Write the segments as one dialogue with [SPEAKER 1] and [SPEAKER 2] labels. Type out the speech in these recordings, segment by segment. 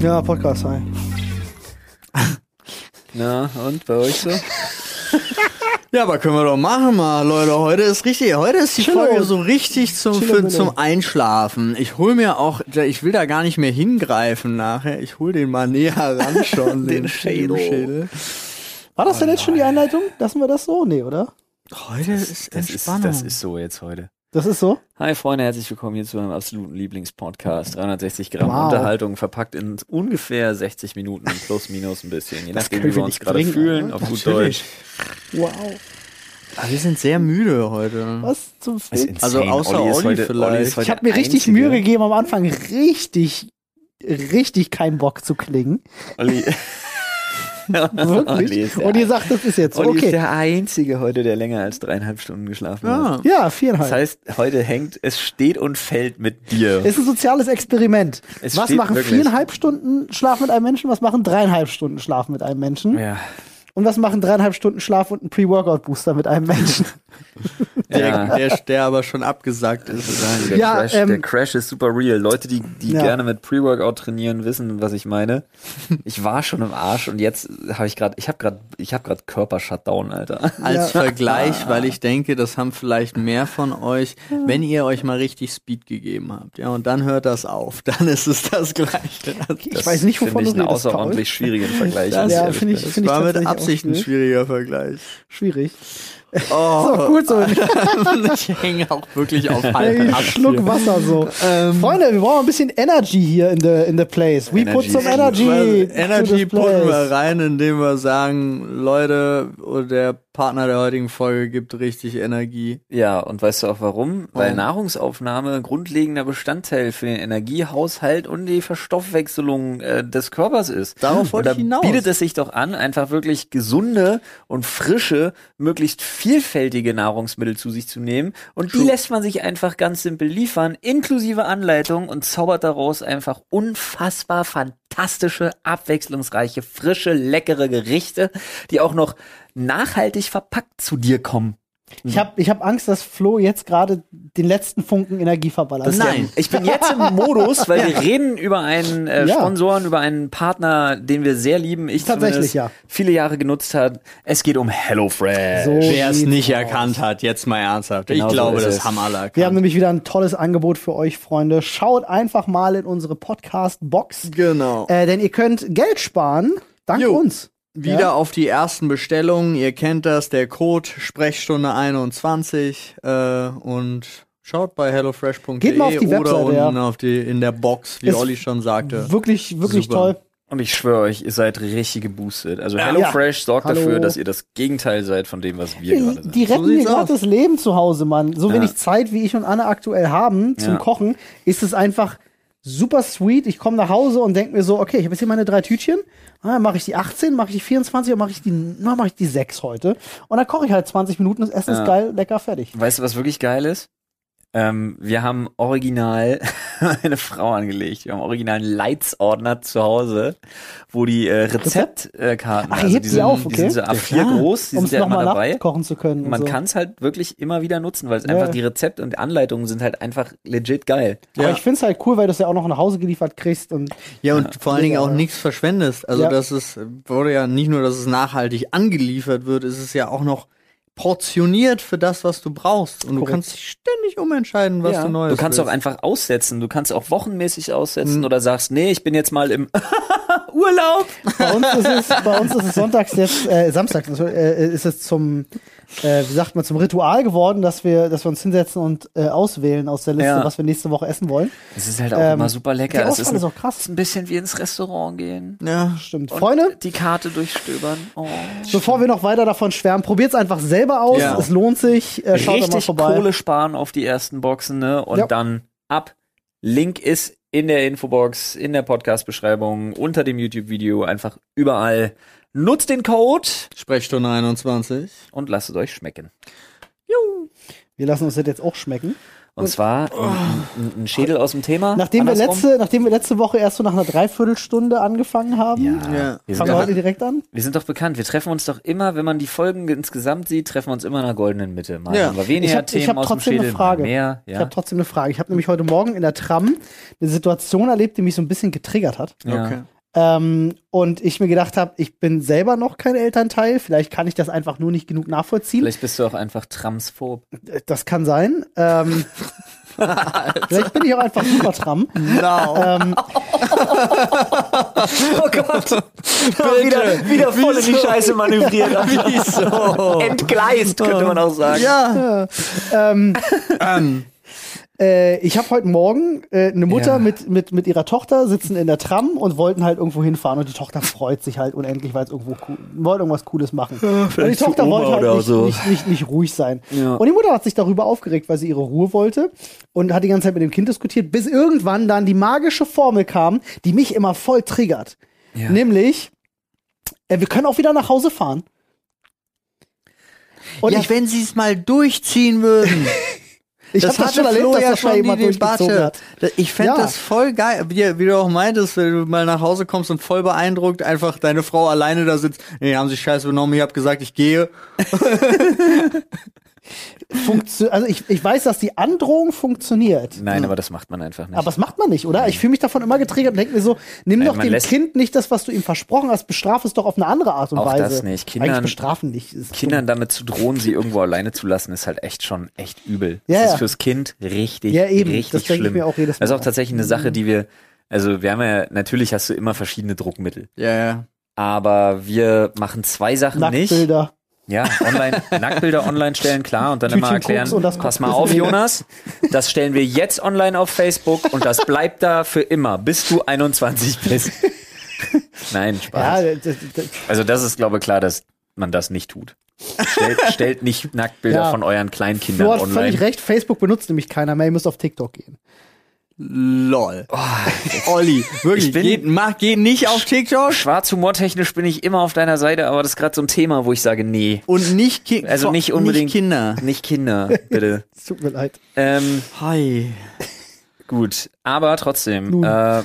[SPEAKER 1] toller Podcast sein.
[SPEAKER 2] Na, und bei euch so?
[SPEAKER 3] Ja, aber können wir doch machen mal, Leute. Heute ist richtig, heute ist die
[SPEAKER 1] Chillo.
[SPEAKER 3] Folge so richtig zum,
[SPEAKER 1] Chillo,
[SPEAKER 3] für,
[SPEAKER 1] Billo.
[SPEAKER 3] zum Einschlafen. Ich hol mir auch, ich will da gar nicht mehr hingreifen nachher. Ich hol den mal näher ran schon, den,
[SPEAKER 2] Den
[SPEAKER 3] Schädel.
[SPEAKER 2] Schädel.
[SPEAKER 1] War das denn jetzt schon die Einleitung? Lassen wir das so? Nee, oder?
[SPEAKER 3] Heute ist
[SPEAKER 2] Das ist,
[SPEAKER 3] Entspannung.
[SPEAKER 2] das ist so jetzt heute.
[SPEAKER 1] Das ist so?
[SPEAKER 2] Hi Freunde, herzlich willkommen hier zu meinem absoluten Lieblingspodcast. 360 Gramm
[SPEAKER 1] Wow.
[SPEAKER 2] Unterhaltung verpackt in ungefähr 60 Minuten plus minus ein bisschen. Je
[SPEAKER 3] Das
[SPEAKER 2] nachdem,
[SPEAKER 3] können
[SPEAKER 2] wie
[SPEAKER 3] wir
[SPEAKER 2] wir uns
[SPEAKER 3] nicht
[SPEAKER 2] gerade
[SPEAKER 3] bringen,
[SPEAKER 2] fühlen,
[SPEAKER 3] ne?
[SPEAKER 2] auf gut
[SPEAKER 3] Natürlich.
[SPEAKER 2] Deutsch.
[SPEAKER 1] Wow.
[SPEAKER 3] Aber Ah, wir sind sehr müde heute.
[SPEAKER 1] Was zum
[SPEAKER 2] Das ist
[SPEAKER 1] Fick?
[SPEAKER 3] Also
[SPEAKER 2] insane.
[SPEAKER 3] außer Olli vielleicht.
[SPEAKER 2] ist heute
[SPEAKER 1] Ich habe
[SPEAKER 2] der
[SPEAKER 1] mir richtig
[SPEAKER 2] Einzige.
[SPEAKER 1] Mühe gegeben, am Anfang richtig, richtig keinen Bock zu klingen.
[SPEAKER 2] Olli. Olli
[SPEAKER 1] Wirklich.
[SPEAKER 2] Oh, ist der,
[SPEAKER 1] Und ihr sagt, das ist jetzt so.
[SPEAKER 2] Olli ist
[SPEAKER 1] okay.
[SPEAKER 2] der Einzige heute, der länger als dreieinhalb Stunden geschlafen hat.
[SPEAKER 3] Ja.
[SPEAKER 1] Ja,
[SPEAKER 2] Das
[SPEAKER 1] viereinhalb.
[SPEAKER 2] heißt, heute hängt, es steht und fällt mit dir.
[SPEAKER 1] Ist ein soziales Experiment.
[SPEAKER 2] Es
[SPEAKER 1] was
[SPEAKER 2] steht
[SPEAKER 1] machen
[SPEAKER 2] wirklich-
[SPEAKER 1] viereinhalb Stunden Schlaf mit einem Menschen? Was machen dreieinhalb Stunden Schlaf mit einem Menschen?
[SPEAKER 2] ja.
[SPEAKER 1] Und was machen dreieinhalb Stunden Schlaf und ein Pre-Workout-Booster mit einem Menschen?
[SPEAKER 2] ja.
[SPEAKER 3] Der, der aber schon abgesagt ist.
[SPEAKER 2] Der,
[SPEAKER 1] Ja,
[SPEAKER 2] Crash,
[SPEAKER 1] ähm,
[SPEAKER 2] der Crash ist super real. Leute, die, die
[SPEAKER 1] Ja.
[SPEAKER 2] gerne mit Pre-Workout trainieren, wissen, was ich meine. Ich war schon im Arsch und jetzt habe ich gerade, ich habe gerade, ich habe gerade Körper-Shutdown, Alter.
[SPEAKER 3] als
[SPEAKER 1] Ja.
[SPEAKER 3] Vergleich, weil ich denke, das haben vielleicht mehr von euch, wenn ihr euch mal richtig Speed gegeben habt. Ja, und dann hört das auf. Dann ist es das Gleiche.
[SPEAKER 1] Ich weiß nicht, wovon
[SPEAKER 2] Finde ich
[SPEAKER 1] du
[SPEAKER 2] einen
[SPEAKER 1] redest, Paul.
[SPEAKER 2] außerordentlich schwierigen Vergleich.
[SPEAKER 3] Das-
[SPEAKER 2] wenn
[SPEAKER 1] Ja,
[SPEAKER 2] ehrlich
[SPEAKER 1] finde ich,
[SPEAKER 2] bin.
[SPEAKER 1] finde ich
[SPEAKER 3] War mit
[SPEAKER 1] tatsächlich auch
[SPEAKER 3] Absicht ein
[SPEAKER 1] schwierig.
[SPEAKER 3] schwieriger Vergleich.
[SPEAKER 1] schwierig.
[SPEAKER 3] Oh,
[SPEAKER 1] Gut so, ein
[SPEAKER 3] ich hänge auch wirklich auf halbem
[SPEAKER 1] kleinen
[SPEAKER 3] Ast
[SPEAKER 1] Schluck
[SPEAKER 3] hier.
[SPEAKER 1] Wasser so.
[SPEAKER 3] Ähm,
[SPEAKER 1] Freunde, wir brauchen ein bisschen Energy hier in the, in the place. We put
[SPEAKER 2] Energy.
[SPEAKER 1] some Energy.
[SPEAKER 3] weil
[SPEAKER 1] to
[SPEAKER 3] Energy
[SPEAKER 1] this
[SPEAKER 3] putten wir
[SPEAKER 1] place.
[SPEAKER 3] rein, indem wir sagen, Leute, und der Partner der heutigen Folge gibt richtig Energie.
[SPEAKER 2] Ja, und weißt du auch warum? Weil
[SPEAKER 3] Warum?
[SPEAKER 2] Nahrungsaufnahme grundlegender Bestandteil für den Energiehaushalt und die Verstoffwechselung äh, des Körpers ist.
[SPEAKER 3] Darauf wollte
[SPEAKER 2] und da
[SPEAKER 3] ich hinaus.
[SPEAKER 2] bietet es sich doch an, einfach wirklich gesunde und frische, möglichst vielfältige Nahrungsmittel zu sich zu nehmen. Und die lässt man sich einfach ganz simpel liefern, inklusive Anleitung und zaubert daraus einfach unfassbar fantastische, abwechslungsreiche, frische, leckere Gerichte, die auch noch nachhaltig verpackt zu dir kommen.
[SPEAKER 1] Ich habe ich hab Angst, dass Flo jetzt gerade den letzten Funken Energie verballert.
[SPEAKER 3] Das- Nein.
[SPEAKER 2] Ich bin jetzt im Modus, weil wir reden über einen äh,
[SPEAKER 1] Ja.
[SPEAKER 2] Sponsoren, über einen Partner, den wir sehr lieben. Ich
[SPEAKER 1] Tatsächlich,
[SPEAKER 2] zumindest
[SPEAKER 1] ja.
[SPEAKER 2] viele Jahre genutzt hat. Es geht um HelloFresh.
[SPEAKER 1] So
[SPEAKER 3] Wer es
[SPEAKER 1] Oh, sieht's
[SPEAKER 3] nicht
[SPEAKER 1] aus.
[SPEAKER 3] erkannt hat, jetzt mal ernsthaft.
[SPEAKER 2] Genau so
[SPEAKER 3] ich glaube,
[SPEAKER 2] ist
[SPEAKER 3] das
[SPEAKER 2] es.
[SPEAKER 3] haben alle erkannt.
[SPEAKER 1] Wir haben nämlich wieder ein tolles Angebot für euch, Freunde. Schaut einfach mal in unsere Podcast-Box,
[SPEAKER 3] genau.
[SPEAKER 1] äh, denn ihr könnt Geld sparen, dank
[SPEAKER 3] Jo.
[SPEAKER 1] uns.
[SPEAKER 3] Wieder
[SPEAKER 1] Ja.
[SPEAKER 3] auf die ersten Bestellungen. Ihr kennt das, der Code Sprechstunde 21 äh, und schaut bei hellofresh.de
[SPEAKER 1] Geht mal auf die
[SPEAKER 3] oder
[SPEAKER 1] Webseite,
[SPEAKER 3] unten
[SPEAKER 1] ja.
[SPEAKER 3] auf die, in der Box, wie
[SPEAKER 1] Ist
[SPEAKER 3] Olli schon sagte.
[SPEAKER 1] Wirklich, wirklich
[SPEAKER 3] Super.
[SPEAKER 1] toll.
[SPEAKER 2] Und ich schwöre euch, ihr seid richtig geboostet. Also
[SPEAKER 3] Ja.
[SPEAKER 2] HelloFresh sorgt
[SPEAKER 1] Hallo.
[SPEAKER 2] dafür, dass ihr das Gegenteil seid von dem, was wir
[SPEAKER 1] Die,
[SPEAKER 2] gerade
[SPEAKER 1] die
[SPEAKER 2] sind.
[SPEAKER 1] retten
[SPEAKER 3] So
[SPEAKER 1] mir
[SPEAKER 3] sieht's
[SPEAKER 1] gerade
[SPEAKER 3] aus.
[SPEAKER 1] das Leben zu Hause, Mann. So
[SPEAKER 2] Ja.
[SPEAKER 1] wenig Zeit, wie ich und Anne aktuell haben zum
[SPEAKER 2] Ja.
[SPEAKER 1] Kochen, ist es einfach super sweet. Ich komme nach Hause und denke mir so, okay, ich habe jetzt hier meine drei Tütchen. Ah, mache ich die 18, mache ich die 24 oder mache ich die, na, mach ich die 6 heute. Und dann koche ich halt 20 Minuten, das Essen
[SPEAKER 2] Ja.
[SPEAKER 1] ist geil, lecker, fertig.
[SPEAKER 2] Weißt du, was wirklich geil ist? Ähm, wir haben original eine Frau angelegt. Wir haben original einen Leitsordner zu Hause, wo die äh, Rezeptkarten,
[SPEAKER 1] Ach, ihr
[SPEAKER 2] also
[SPEAKER 1] hebt
[SPEAKER 2] die
[SPEAKER 1] die
[SPEAKER 2] sind,
[SPEAKER 1] auf,
[SPEAKER 2] die
[SPEAKER 1] okay.
[SPEAKER 2] sind so A4
[SPEAKER 3] klar.
[SPEAKER 2] groß, die
[SPEAKER 1] Um es
[SPEAKER 2] sind ja immer
[SPEAKER 1] nochmal
[SPEAKER 2] dabei.
[SPEAKER 1] nachkochen zu können. und
[SPEAKER 2] Man
[SPEAKER 1] so.
[SPEAKER 2] kann's halt wirklich immer wieder nutzen, weil es
[SPEAKER 1] Ja.
[SPEAKER 2] einfach die Rezepte und Anleitungen sind halt einfach legit geil.
[SPEAKER 1] Aber
[SPEAKER 3] Ja.
[SPEAKER 1] ich finde es halt cool, weil du es ja auch noch nach Hause geliefert kriegst. Und
[SPEAKER 3] Ja, und vor allen Dingen auch nichts verschwendest. Also
[SPEAKER 1] Ja.
[SPEAKER 3] das ist, wurde ja nicht nur, dass es nachhaltig angeliefert wird, ist es ist ja auch noch portioniert für das, was du brauchst. Und du
[SPEAKER 1] Korrekt.
[SPEAKER 3] kannst dich ständig umentscheiden, was
[SPEAKER 2] Ja.
[SPEAKER 3] du Neues
[SPEAKER 2] du kannst auch
[SPEAKER 3] willst.
[SPEAKER 2] einfach aussetzen. Du kannst auch wochenmäßig aussetzen
[SPEAKER 1] Mhm.
[SPEAKER 2] oder sagst, nee, ich bin jetzt mal im Urlaub.
[SPEAKER 1] bei, uns ist es, bei uns ist es sonntags jetzt, äh, samstags sorry, äh, ist es zum, äh, wie sagt man, zum Ritual geworden, dass wir, dass wir uns hinsetzen und äh, auswählen aus der Liste,
[SPEAKER 2] Ja.
[SPEAKER 1] was wir nächste Woche essen wollen.
[SPEAKER 2] Es ist halt auch
[SPEAKER 1] Ähm,
[SPEAKER 2] immer super lecker.
[SPEAKER 1] die
[SPEAKER 2] Es ist,
[SPEAKER 1] Auswahl
[SPEAKER 2] ein,
[SPEAKER 1] ist auch krass.
[SPEAKER 2] es ist ein bisschen wie ins Restaurant gehen.
[SPEAKER 3] ja.
[SPEAKER 1] Stimmt.
[SPEAKER 2] Und
[SPEAKER 1] Freunde,
[SPEAKER 2] Die Karte durchstöbern. Oh.
[SPEAKER 1] bevor wir noch weiter davon schwärmen, probiert's einfach selber aus.
[SPEAKER 3] Ja.
[SPEAKER 1] Es lohnt sich. Äh, schaut doch mal
[SPEAKER 2] Richtig
[SPEAKER 1] vorbei.
[SPEAKER 2] Kohle sparen auf die ersten Boxen, ne? Und
[SPEAKER 1] Ja.
[SPEAKER 2] dann ab. Link ist in der Infobox, in der Podcast-Beschreibung, unter dem YouTube-Video, einfach überall. Nutzt den Code
[SPEAKER 3] Sprechstunde 21.
[SPEAKER 2] und lasst es euch schmecken.
[SPEAKER 1] Wir lassen uns das jetzt auch schmecken.
[SPEAKER 2] Und zwar ein- ein ein Schädel aus dem Thema.
[SPEAKER 1] Nachdem wir,
[SPEAKER 2] andersrum.
[SPEAKER 1] letzte, nachdem wir letzte Woche erst so nach einer Dreiviertelstunde angefangen haben,
[SPEAKER 2] Ja.
[SPEAKER 3] Ja.
[SPEAKER 2] Wir, sind
[SPEAKER 1] fangen wir heute
[SPEAKER 2] doch,
[SPEAKER 1] direkt an.
[SPEAKER 2] wir sind doch bekannt. Wir treffen uns doch immer, wenn man die Folgen insgesamt sieht, treffen wir uns immer in einer goldenen Mitte. Mal
[SPEAKER 3] Ja.
[SPEAKER 2] haben wir weniger
[SPEAKER 1] Ich hab- ich
[SPEAKER 2] Themen
[SPEAKER 1] hab
[SPEAKER 2] aus dem
[SPEAKER 1] trotzdem eine
[SPEAKER 2] Schädel, mal
[SPEAKER 1] Frage.
[SPEAKER 2] mehr.
[SPEAKER 1] Ich
[SPEAKER 2] Ja.
[SPEAKER 1] habe trotzdem eine Frage. Ich habe nämlich heute Morgen in der Tram eine Situation erlebt, die mich so ein bisschen getriggert hat.
[SPEAKER 2] ja.
[SPEAKER 3] Okay.
[SPEAKER 1] Ähm, und ich mir gedacht habe, ich bin selber noch kein Elternteil, vielleicht kann ich das einfach nur nicht genug nachvollziehen.
[SPEAKER 2] Vielleicht bist du auch einfach transphob.
[SPEAKER 1] Das kann sein. Ähm, vielleicht bin ich auch einfach super Tram.
[SPEAKER 3] Genau.
[SPEAKER 1] Ähm,
[SPEAKER 2] Oh Gott!
[SPEAKER 3] Bitte.
[SPEAKER 2] wieder, wieder voll in die
[SPEAKER 3] Wieso?
[SPEAKER 2] Scheiße manövriert.
[SPEAKER 3] Wieso?
[SPEAKER 2] Entgleist, könnte man auch sagen.
[SPEAKER 3] Ja.
[SPEAKER 1] ähm,
[SPEAKER 3] Ähm,
[SPEAKER 1] äh, ich habe heute Morgen äh, eine Mutter
[SPEAKER 3] Ja.
[SPEAKER 1] mit, mit, mit ihrer Tochter sitzen in der Tram und wollten halt irgendwo hinfahren und die Tochter freut sich halt unendlich, weil es irgendwo cool, wollte irgendwas Cooles machen. und die
[SPEAKER 3] vielleicht zu
[SPEAKER 1] Tochter
[SPEAKER 3] Oma
[SPEAKER 1] wollte halt
[SPEAKER 3] oder
[SPEAKER 1] nicht,
[SPEAKER 3] so.
[SPEAKER 1] nicht, nicht, nicht ruhig sein.
[SPEAKER 2] Ja.
[SPEAKER 1] Und die Mutter hat sich darüber aufgeregt, weil sie ihre Ruhe wollte und hat die ganze Zeit mit dem Kind diskutiert, bis irgendwann dann die magische Formel kam, die mich immer voll triggert.
[SPEAKER 2] Ja.
[SPEAKER 1] Nämlich, äh, wir können auch wieder nach Hause fahren. Und
[SPEAKER 3] ja,
[SPEAKER 1] ich,
[SPEAKER 3] wenn sie es mal durchziehen würden.
[SPEAKER 1] ich habe das schon erlebt, dass das schon jemand durchgezogen hat.
[SPEAKER 3] Da- Ich fänd
[SPEAKER 1] Ja.
[SPEAKER 3] das voll geil, wie, wie du auch meintest, wenn du mal nach Hause kommst und voll beeindruckt einfach deine Frau alleine da sitzt. Nee, haben sich scheiße benommen, ich hab gesagt, ich gehe.
[SPEAKER 1] Funktio also ich, ich weiß, dass die Androhung funktioniert.
[SPEAKER 2] Nein, aber das macht man einfach nicht.
[SPEAKER 1] Aber das macht man nicht, oder? Ich fühle mich davon immer getriggert und denke mir so, nimm
[SPEAKER 2] Nein,
[SPEAKER 1] doch
[SPEAKER 2] man
[SPEAKER 1] dem
[SPEAKER 2] lässt-
[SPEAKER 1] Kind nicht das, was du ihm versprochen hast, bestraf es doch auf eine andere Art und
[SPEAKER 2] Auch
[SPEAKER 1] Weise.
[SPEAKER 2] das nicht.
[SPEAKER 1] Eigentlich
[SPEAKER 2] Kindern-
[SPEAKER 1] bestrafen nicht. Ist
[SPEAKER 2] Kindern damit zu drohen, sie irgendwo alleine zu lassen, ist halt echt schon echt übel.
[SPEAKER 1] Ja,
[SPEAKER 2] das ist
[SPEAKER 1] ja.
[SPEAKER 2] fürs Kind richtig,
[SPEAKER 1] Ja, eben.
[SPEAKER 2] richtig
[SPEAKER 1] Das denke ich
[SPEAKER 2] schlimm.
[SPEAKER 1] mir auch jedes
[SPEAKER 2] das ist
[SPEAKER 1] Mal.
[SPEAKER 2] auch tatsächlich eine Sache, die wir, also wir haben ja, natürlich hast du immer verschiedene Druckmittel,
[SPEAKER 3] Ja, ja.
[SPEAKER 2] aber wir machen zwei Sachen nicht.
[SPEAKER 1] Nacktbilder.
[SPEAKER 2] Ja, online, Nacktbilder online stellen, klar, und dann immer
[SPEAKER 1] Tütchen
[SPEAKER 2] erklären,
[SPEAKER 1] Koks und das
[SPEAKER 2] pass
[SPEAKER 1] Koks-
[SPEAKER 2] mal auf, Jonas, das stellen wir jetzt online auf Facebook und das bleibt da für immer, bis du 21 bist. Nein, Spaß.
[SPEAKER 1] Ja, das, das,
[SPEAKER 2] Also das ist, glaube ich, klar, dass man das nicht tut. Stellt, stellt nicht Nacktbilder
[SPEAKER 1] Ja.
[SPEAKER 2] von euren Kleinkindern
[SPEAKER 1] du hast
[SPEAKER 2] online.
[SPEAKER 1] völlig recht, Facebook benutzt nämlich keiner mehr, ihr müsst auf TikTok gehen.
[SPEAKER 3] Lol.
[SPEAKER 1] Oh,
[SPEAKER 3] Olli, wirklich,
[SPEAKER 2] Ich bin-
[SPEAKER 3] geht, mach, geht nicht auf TikTok
[SPEAKER 2] Schwarzhumortechnisch bin ich immer auf deiner Seite, aber das ist gerade so ein Thema, wo ich sage, nee.
[SPEAKER 3] und nicht, Ki
[SPEAKER 2] Also
[SPEAKER 3] vor-
[SPEAKER 2] nicht unbedingt
[SPEAKER 3] Kinder.
[SPEAKER 2] Nicht Kinder, bitte.
[SPEAKER 1] Es tut mir leid.
[SPEAKER 2] ähm,
[SPEAKER 3] Hi.
[SPEAKER 2] gut, aber trotzdem,
[SPEAKER 1] Nun.
[SPEAKER 2] äh,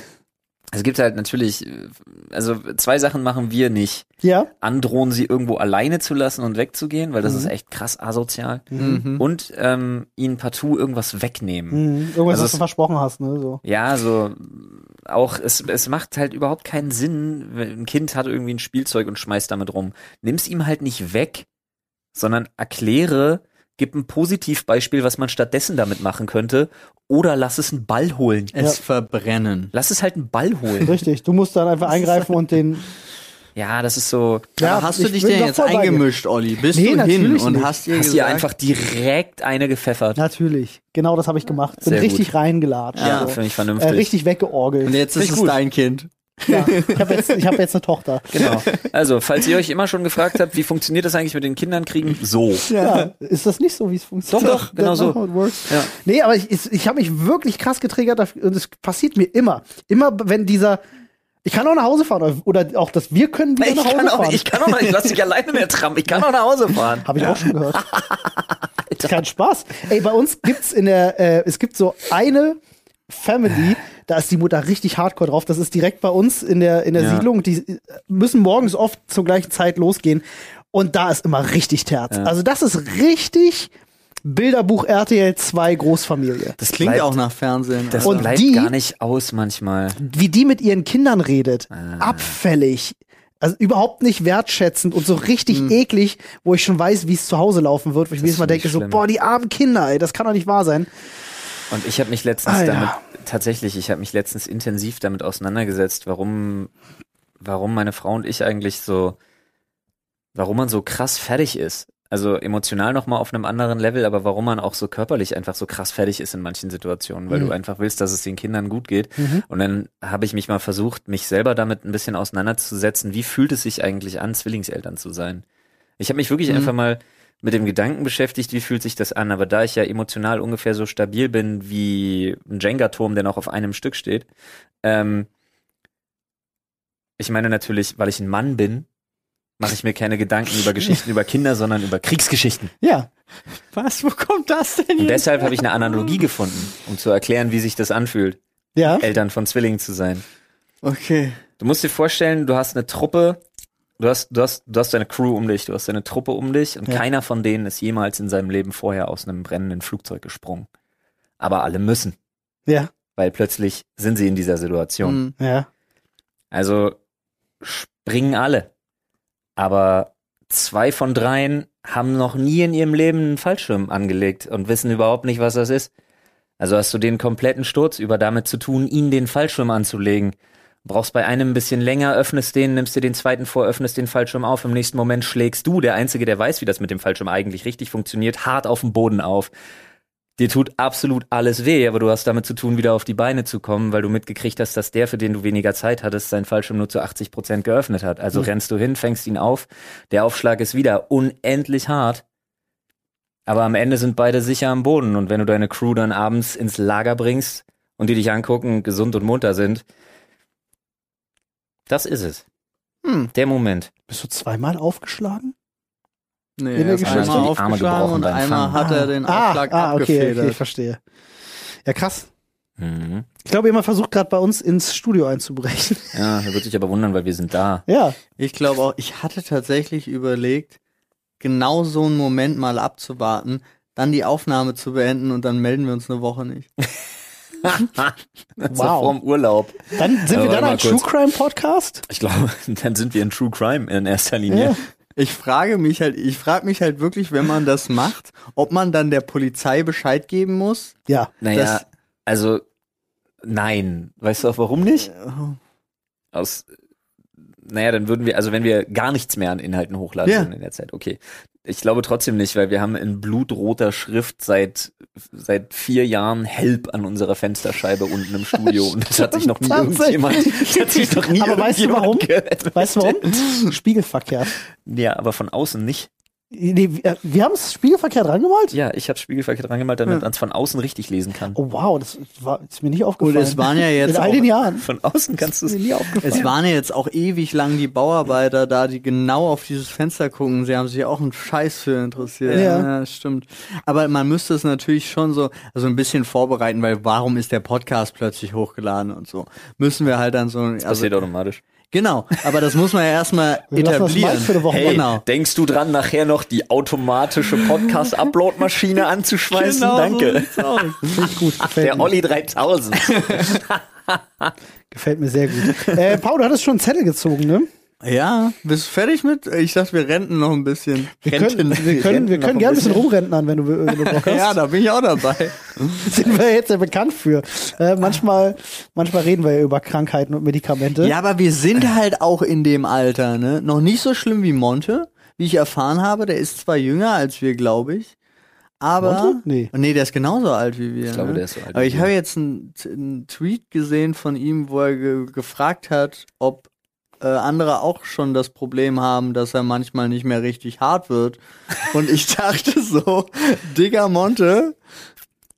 [SPEAKER 2] es gibt halt natürlich, äh, also zwei Sachen machen wir nicht.
[SPEAKER 1] Ja,
[SPEAKER 2] Androhen, sie irgendwo alleine zu lassen und wegzugehen, weil das
[SPEAKER 1] Mhm.
[SPEAKER 2] ist echt krass asozial. Und ähm, ihnen partout irgendwas wegnehmen.
[SPEAKER 1] mhm. irgendwas,
[SPEAKER 2] Also
[SPEAKER 1] was
[SPEAKER 2] es-
[SPEAKER 1] du versprochen hast. Ne? So.
[SPEAKER 2] Ja, so auch es, es macht halt überhaupt keinen Sinn, wenn ein Kind hat irgendwie ein Spielzeug und schmeißt damit rum. Nimm's ihm halt nicht weg, sondern erkläre, gib ein Positivbeispiel, was man stattdessen damit machen könnte, oder lass es einen Ball holen.
[SPEAKER 3] Es verbrennen.
[SPEAKER 2] Lass es halt einen Ball holen.
[SPEAKER 1] Richtig, du musst dann einfach eingreifen und den...
[SPEAKER 2] Ja, das ist so.
[SPEAKER 1] Ja,
[SPEAKER 3] Aber hast du
[SPEAKER 1] ich
[SPEAKER 3] dich
[SPEAKER 1] bin
[SPEAKER 3] denn
[SPEAKER 1] da
[SPEAKER 3] jetzt
[SPEAKER 1] voll bei dir.
[SPEAKER 3] eingemischt, Olli? Bist
[SPEAKER 1] Nee,
[SPEAKER 3] du hin
[SPEAKER 1] natürlich
[SPEAKER 3] und
[SPEAKER 1] nicht.
[SPEAKER 3] hast ihr
[SPEAKER 2] Hast
[SPEAKER 3] gesagt,
[SPEAKER 2] ihr einfach direkt eine gepfeffert.
[SPEAKER 1] Natürlich, genau das habe ich gemacht. Bin
[SPEAKER 2] Sehr gut.
[SPEAKER 1] richtig reingelatscht.
[SPEAKER 2] Ja,
[SPEAKER 1] so.
[SPEAKER 2] finde ich
[SPEAKER 1] äh,
[SPEAKER 2] vernünftig.
[SPEAKER 1] richtig weggeorgelt.
[SPEAKER 3] und jetzt
[SPEAKER 2] Finde
[SPEAKER 3] ist
[SPEAKER 2] ich
[SPEAKER 3] es
[SPEAKER 2] gut.
[SPEAKER 3] dein Kind.
[SPEAKER 1] Ja, ich habe jetzt, ich hab jetzt eine Tochter.
[SPEAKER 2] Genau. Also, falls ihr euch immer schon gefragt habt, wie funktioniert das eigentlich mit den Kindern kriegen, so.
[SPEAKER 1] Ja. Ist das nicht so, wie es funktioniert?
[SPEAKER 2] Doch, doch, genau
[SPEAKER 1] That's
[SPEAKER 2] so.
[SPEAKER 1] not how it works.
[SPEAKER 2] Ja.
[SPEAKER 1] Nee, aber ich, ich, ich habe mich wirklich krass getriggert daf- und es passiert mir immer. Immer, wenn dieser. Ich kann auch nach Hause fahren oder- oder auch das Wir können wieder
[SPEAKER 2] Ich
[SPEAKER 1] nach Hause
[SPEAKER 2] kann, auch,
[SPEAKER 1] fahren.
[SPEAKER 2] ich kann auch noch, ich lasse dich alleine in der Tram. Ich kann auch nach Hause fahren.
[SPEAKER 1] Habe ich auch schon gehört. Ist kein Spaß. Ey, bei uns gibt's in der, äh, es gibt so eine Family, da ist die Mutter richtig hardcore drauf. Das ist direkt bei uns in der, in der
[SPEAKER 2] Ja.
[SPEAKER 1] Siedlung. Die äh, müssen morgens oft zur gleichen Zeit losgehen. Und da ist immer richtig Terz. Also das ist richtig Bilderbuch RTL 2 Großfamilie.
[SPEAKER 3] Das klingt
[SPEAKER 2] bleibt-
[SPEAKER 3] auch nach Fernsehen.
[SPEAKER 2] Das
[SPEAKER 1] Und
[SPEAKER 2] bleibt
[SPEAKER 1] die-
[SPEAKER 2] gar nicht aus manchmal.
[SPEAKER 1] Wie die mit ihren Kindern redet.
[SPEAKER 2] Ah.
[SPEAKER 1] Abfällig. Also überhaupt nicht wertschätzend und so richtig eklig, wo ich schon weiß, wie es zu Hause laufen wird, wo ich mir jedes Mal
[SPEAKER 2] Hm. finde ich
[SPEAKER 1] denke, so,
[SPEAKER 2] schlimm.
[SPEAKER 1] boah, die armen Kinder, ey, das kann doch nicht wahr sein.
[SPEAKER 2] Und ich habe mich letztens
[SPEAKER 1] Ah, ja.
[SPEAKER 2] damit tatsächlich, ich habe mich letztens intensiv damit auseinandergesetzt, warum warum meine Frau und ich eigentlich so warum man so krass fertig ist. Also emotional noch mal auf einem anderen Level, aber warum man auch so körperlich einfach so krass fertig ist in manchen Situationen,
[SPEAKER 1] Mhm.
[SPEAKER 2] weil du einfach willst, dass es den Kindern gut geht. Und dann habe ich mich mal versucht, mich selber damit ein bisschen auseinanderzusetzen, wie fühlt es sich eigentlich an, Zwillingseltern zu sein? Ich habe mich
[SPEAKER 1] Mhm.
[SPEAKER 2] wirklich einfach mal mit dem Gedanken beschäftigt, wie fühlt sich das an, aber da ich ja emotional ungefähr so stabil bin wie ein Jenga-Turm, der noch auf einem Stück steht, ähm, ich meine natürlich, weil ich ein Mann bin, mache ich mir keine Gedanken über Geschichten über Kinder, sondern über Kriegsgeschichten.
[SPEAKER 1] Ja,
[SPEAKER 3] Was? Wo kommt das denn
[SPEAKER 2] Und deshalb habe ich eine Analogie gefunden, um zu erklären, wie sich das anfühlt,
[SPEAKER 1] Ja.
[SPEAKER 2] Eltern von Zwillingen zu sein.
[SPEAKER 3] Okay.
[SPEAKER 2] Du musst dir vorstellen, du hast eine Truppe, du hast, du hast, du hast deine Crew um dich, du hast deine Truppe um dich und
[SPEAKER 1] Ja.
[SPEAKER 2] keiner von denen ist jemals in seinem Leben vorher aus einem brennenden Flugzeug gesprungen. Aber alle müssen,
[SPEAKER 1] Ja,
[SPEAKER 2] weil plötzlich sind sie in dieser Situation.
[SPEAKER 3] Mhm.
[SPEAKER 1] ja.
[SPEAKER 2] Also springen alle. Aber zwei von dreien haben noch nie in ihrem Leben einen Fallschirm angelegt und wissen überhaupt nicht, was das ist. Also hast du den kompletten Sturz über damit zu tun, ihnen den Fallschirm anzulegen. Brauchst bei einem ein bisschen länger, öffnest den, nimmst dir den zweiten vor, öffnest den Fallschirm auf. Im nächsten Moment schlägst du, der Einzige, der weiß, wie das mit dem Fallschirm eigentlich richtig funktioniert, hart auf den Boden auf. Dir tut absolut alles weh, aber du hast damit zu tun, wieder auf die Beine zu kommen, weil du mitgekriegt hast, dass der, für den du weniger Zeit hattest, seinen Fallschirm nur zu 80 Prozent geöffnet hat. Also rennst du hin, fängst ihn auf. Der Aufschlag ist wieder unendlich hart. Aber am Ende sind beide sicher am Boden. Und wenn du deine Crew dann abends ins Lager bringst und die dich angucken, gesund und munter sind, das ist es.
[SPEAKER 3] Hm.
[SPEAKER 2] Der Moment.
[SPEAKER 1] Bist du zweimal aufgeschlagen?
[SPEAKER 3] Nee,
[SPEAKER 1] In der
[SPEAKER 3] er ist
[SPEAKER 1] Geschichte?
[SPEAKER 3] einmal
[SPEAKER 2] Die Arme
[SPEAKER 3] aufgeschlagen
[SPEAKER 2] gebrochen
[SPEAKER 3] und
[SPEAKER 2] beim
[SPEAKER 3] einmal
[SPEAKER 2] Fangen.
[SPEAKER 3] hat er den Aufschlag
[SPEAKER 1] ah, okay,
[SPEAKER 3] abgefedert.
[SPEAKER 1] okay, ich verstehe. Ja, krass.
[SPEAKER 2] Mhm.
[SPEAKER 1] Ich glaube, jemand versucht gerade bei uns ins Studio einzubrechen.
[SPEAKER 2] Ja, er wird sich aber wundern, weil wir sind da.
[SPEAKER 1] ja.
[SPEAKER 3] Ich glaube auch, ich hatte tatsächlich überlegt, genau so einen Moment mal abzuwarten, dann die Aufnahme zu beenden und dann melden wir uns eine Woche nicht.
[SPEAKER 2] So vorm Urlaub.
[SPEAKER 1] Dann sind
[SPEAKER 2] Aber
[SPEAKER 1] wir dann
[SPEAKER 2] warte mal
[SPEAKER 1] ein True
[SPEAKER 2] kurz.
[SPEAKER 1] Crime Podcast?
[SPEAKER 2] Ich glaube, dann sind wir in True Crime in erster Linie.
[SPEAKER 1] Ja.
[SPEAKER 3] Ich frage mich halt, ich frage mich halt wirklich, wenn man das macht, ob man dann der Polizei Bescheid geben muss.
[SPEAKER 1] Ja.
[SPEAKER 2] Naja,
[SPEAKER 3] Das-
[SPEAKER 2] also nein. Weißt du auch warum nicht?
[SPEAKER 3] Äh,
[SPEAKER 2] Aus naja, dann würden wir, also wenn wir gar nichts mehr an Inhalten hochladen
[SPEAKER 3] Ja.
[SPEAKER 2] würden in der Zeit, okay. Ich glaube trotzdem nicht, weil wir haben in blutroter Schrift seit seit vier Jahren Help an unserer Fensterscheibe unten im Studio und das hat sich noch nie
[SPEAKER 1] Tatsächlich.
[SPEAKER 2] irgendjemand, das hat sich noch nie
[SPEAKER 1] Aber weißt du
[SPEAKER 2] irgendjemand
[SPEAKER 1] warum?
[SPEAKER 2] gehört.
[SPEAKER 1] Weißt du warum? Spiegelverkehrt.
[SPEAKER 2] Ja, aber von außen nicht.
[SPEAKER 1] Nee, wir- äh, wir haben es spiegelverkehrt rangemalt?
[SPEAKER 2] Ja, ich habe Spiegelverkehrt rangemalt, damit man es von außen richtig lesen kann.
[SPEAKER 1] Oh wow, das war, ist mir nicht aufgefallen.
[SPEAKER 3] Und es waren ja
[SPEAKER 1] In
[SPEAKER 3] jetzt
[SPEAKER 1] all
[SPEAKER 3] auch,
[SPEAKER 1] den Jahren.
[SPEAKER 2] Von außen kannst du
[SPEAKER 1] Ist
[SPEAKER 2] es
[SPEAKER 1] mir nie aufgefallen.
[SPEAKER 3] es waren ja jetzt auch ewig lang die Bauarbeiter da, die genau auf dieses Fenster gucken. Sie haben sich auch einen Scheiß für interessiert.
[SPEAKER 1] Ja.
[SPEAKER 3] ja, stimmt. Aber man müsste es natürlich schon so, also ein bisschen vorbereiten, weil warum ist der Podcast plötzlich hochgeladen und so? Müssen wir halt dann so, also
[SPEAKER 2] passiert automatisch.
[SPEAKER 3] Genau, aber das muss man ja erstmal
[SPEAKER 1] Wir lassen das
[SPEAKER 3] etablieren.
[SPEAKER 1] mal für eine Woche
[SPEAKER 3] hey,
[SPEAKER 1] offen.
[SPEAKER 3] genau.
[SPEAKER 2] Denkst du dran, nachher noch die automatische Podcast-Upload-Maschine anzuschmeißen? Danke.
[SPEAKER 1] Finde ich Genau. gut. Gefällt,
[SPEAKER 2] Der
[SPEAKER 1] mir.
[SPEAKER 2] Olli 3000.
[SPEAKER 1] Gefällt mir sehr gut. Äh, Paul, du hattest schon einen Zettel gezogen, ne?
[SPEAKER 3] Ja, bist du fertig mit? Ich dachte, wir renten noch ein bisschen.
[SPEAKER 1] Wir können, wir können, wir
[SPEAKER 2] Renten noch
[SPEAKER 1] können
[SPEAKER 2] ein
[SPEAKER 1] gerne ein bisschen rumrentnern, wenn du, wenn du Bock hast.
[SPEAKER 3] Ja, da bin ich auch dabei.
[SPEAKER 1] sind wir jetzt ja bekannt für. Äh, manchmal, manchmal reden wir ja über Krankheiten und Medikamente.
[SPEAKER 3] ja, aber wir sind halt auch in dem Alter, ne? Noch nicht so schlimm wie Monte, wie ich erfahren habe. Der ist zwar jünger als wir, glaube ich. Aber.
[SPEAKER 1] Monte? Nee.
[SPEAKER 3] Nee, der ist genauso alt wie wir. Ich
[SPEAKER 2] glaube,
[SPEAKER 3] ne?
[SPEAKER 2] der ist so alt
[SPEAKER 3] Aber
[SPEAKER 2] wie
[SPEAKER 3] ich
[SPEAKER 2] wir.
[SPEAKER 3] habe jetzt einen, einen Tweet gesehen von ihm, wo er ge gefragt hat, ob äh, andere auch schon das Problem haben, dass er manchmal nicht mehr richtig hart wird. Und ich dachte so, Digga Monte,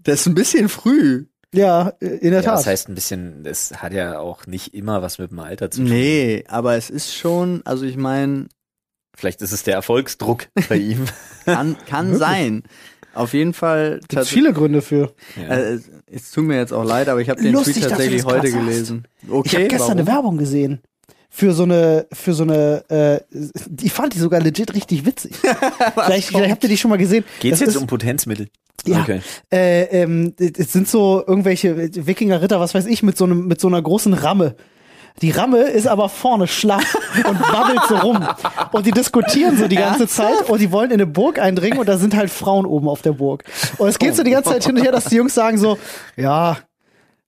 [SPEAKER 3] das ist ein bisschen früh.
[SPEAKER 1] Ja, äh, in der
[SPEAKER 2] Ja,
[SPEAKER 1] Tat.
[SPEAKER 2] das heißt ein bisschen, das hat ja auch nicht immer was mit dem Alter zu tun.
[SPEAKER 3] Nee, aber es ist schon, also ich meine,
[SPEAKER 2] Vielleicht ist es der Erfolgsdruck bei ihm.
[SPEAKER 3] kann, kann sein. Auf jeden Fall
[SPEAKER 1] Gibt's
[SPEAKER 3] tatsächlich.
[SPEAKER 1] viele Gründe für.
[SPEAKER 2] Ja.
[SPEAKER 3] Äh, es- es tut mir jetzt auch leid, aber ich habe den
[SPEAKER 1] Lustig,
[SPEAKER 3] Tweet
[SPEAKER 1] dass du
[SPEAKER 3] tatsächlich
[SPEAKER 1] das
[SPEAKER 3] heute
[SPEAKER 1] gerade sagst.
[SPEAKER 3] gelesen.
[SPEAKER 1] Ich habe
[SPEAKER 3] Okay,
[SPEAKER 1] gestern eine
[SPEAKER 3] warum?
[SPEAKER 1] Werbung gesehen. Für so eine, für so eine, äh, ich fand die sogar legit richtig witzig. vielleicht, vielleicht habt ihr die schon mal gesehen.
[SPEAKER 2] Geht's
[SPEAKER 1] Das ist-
[SPEAKER 2] jetzt um Potenzmittel?
[SPEAKER 1] Ja.
[SPEAKER 2] Okay.
[SPEAKER 1] Äh, ähm, es sind so irgendwelche Wikinger-Ritter, was weiß ich, mit so, einem, mit so einer großen Ramme. Die Ramme ist aber vorne schlapp und wabbelt so rum. Und die diskutieren so die ganze Zeit und die wollen in eine Burg eindringen und da sind halt Frauen oben auf der Burg. Und es geht so die ganze Zeit hin und her, dass die Jungs sagen so, ja,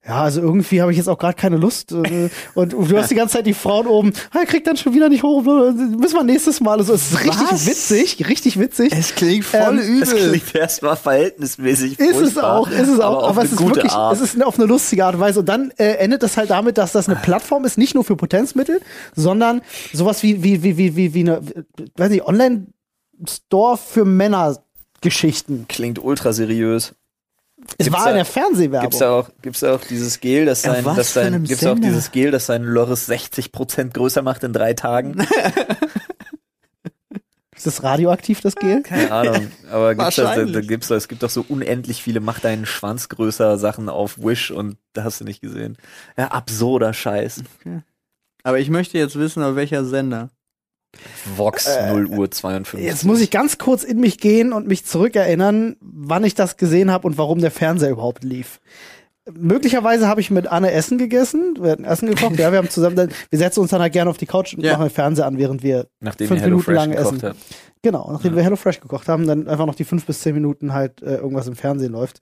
[SPEAKER 1] ja, also irgendwie habe ich jetzt auch gerade keine Lust. äh, Und du hast die ganze Zeit die Frauen oben, ah, kriegt dann schon wieder nicht hoch, müssen wir nächstes Mal. Also es ist richtig
[SPEAKER 3] Was?
[SPEAKER 1] witzig, richtig witzig.
[SPEAKER 3] Es klingt voll
[SPEAKER 1] Ähm,
[SPEAKER 2] Das
[SPEAKER 3] übel.
[SPEAKER 2] klingt erstmal verhältnismäßig.
[SPEAKER 1] Ist es
[SPEAKER 2] furchtbar,
[SPEAKER 1] auch, ist es auch,
[SPEAKER 2] aber,
[SPEAKER 1] aber,
[SPEAKER 2] auf eine
[SPEAKER 1] es ist
[SPEAKER 2] gute
[SPEAKER 1] wirklich,
[SPEAKER 2] Art.
[SPEAKER 1] es ist auf eine lustige Art und Weise. Und dann äh, endet das halt damit, dass
[SPEAKER 2] Ah.
[SPEAKER 1] das eine Plattform ist, nicht nur für Potenzmittel, sondern sowas wie, wie, wie, wie, wie, wie eine, äh, weiß nicht, Online-Store für Männergeschichten.
[SPEAKER 2] klingt ultra seriös.
[SPEAKER 1] Es
[SPEAKER 2] Gibt's
[SPEAKER 1] war
[SPEAKER 2] da-
[SPEAKER 1] in der Fernsehwerbung.
[SPEAKER 2] Gibt's da auch, gibt's da auch dieses Gel, das
[SPEAKER 3] Auf
[SPEAKER 2] sein,
[SPEAKER 3] was
[SPEAKER 2] das
[SPEAKER 3] für
[SPEAKER 2] sein,
[SPEAKER 3] einem
[SPEAKER 2] gibt's da auch
[SPEAKER 3] Sender?
[SPEAKER 2] dieses Gel, das sein Loris 60% größer macht in drei Tagen?
[SPEAKER 1] ist das radioaktiv, das Gel?
[SPEAKER 2] Keine Ahnung, aber gibt's das, da,
[SPEAKER 3] Wahrscheinlich.
[SPEAKER 2] da gibt's das, es gibt doch so unendlich viele Mach deinen Schwanz größer Sachen auf Wish und da hast du nicht gesehen. Ja, absurder Scheiß.
[SPEAKER 3] Aber ich möchte jetzt wissen, auf welcher Sender.
[SPEAKER 2] Vox 0 Uhr 52.
[SPEAKER 1] Jetzt muss ich ganz kurz in mich gehen und mich zurückerinnern, wann ich das gesehen habe und warum der Fernseher überhaupt lief. möglicherweise habe ich mit Anne Essen gegessen. Wir hatten Essen gekocht. ja, wir haben zusammen, dann, wir setzen uns dann halt gerne auf die Couch und
[SPEAKER 3] Ja.
[SPEAKER 1] machen den Fernseher an, während wir
[SPEAKER 2] Nachdem
[SPEAKER 1] Fünf
[SPEAKER 2] ihr Hello
[SPEAKER 1] Minuten
[SPEAKER 2] Fresh
[SPEAKER 1] lang
[SPEAKER 2] gekocht
[SPEAKER 1] essen.
[SPEAKER 2] habt.
[SPEAKER 1] Genau, nachdem wir HelloFresh gekocht haben, dann einfach noch die fünf bis zehn Minuten halt äh, irgendwas im Fernsehen läuft.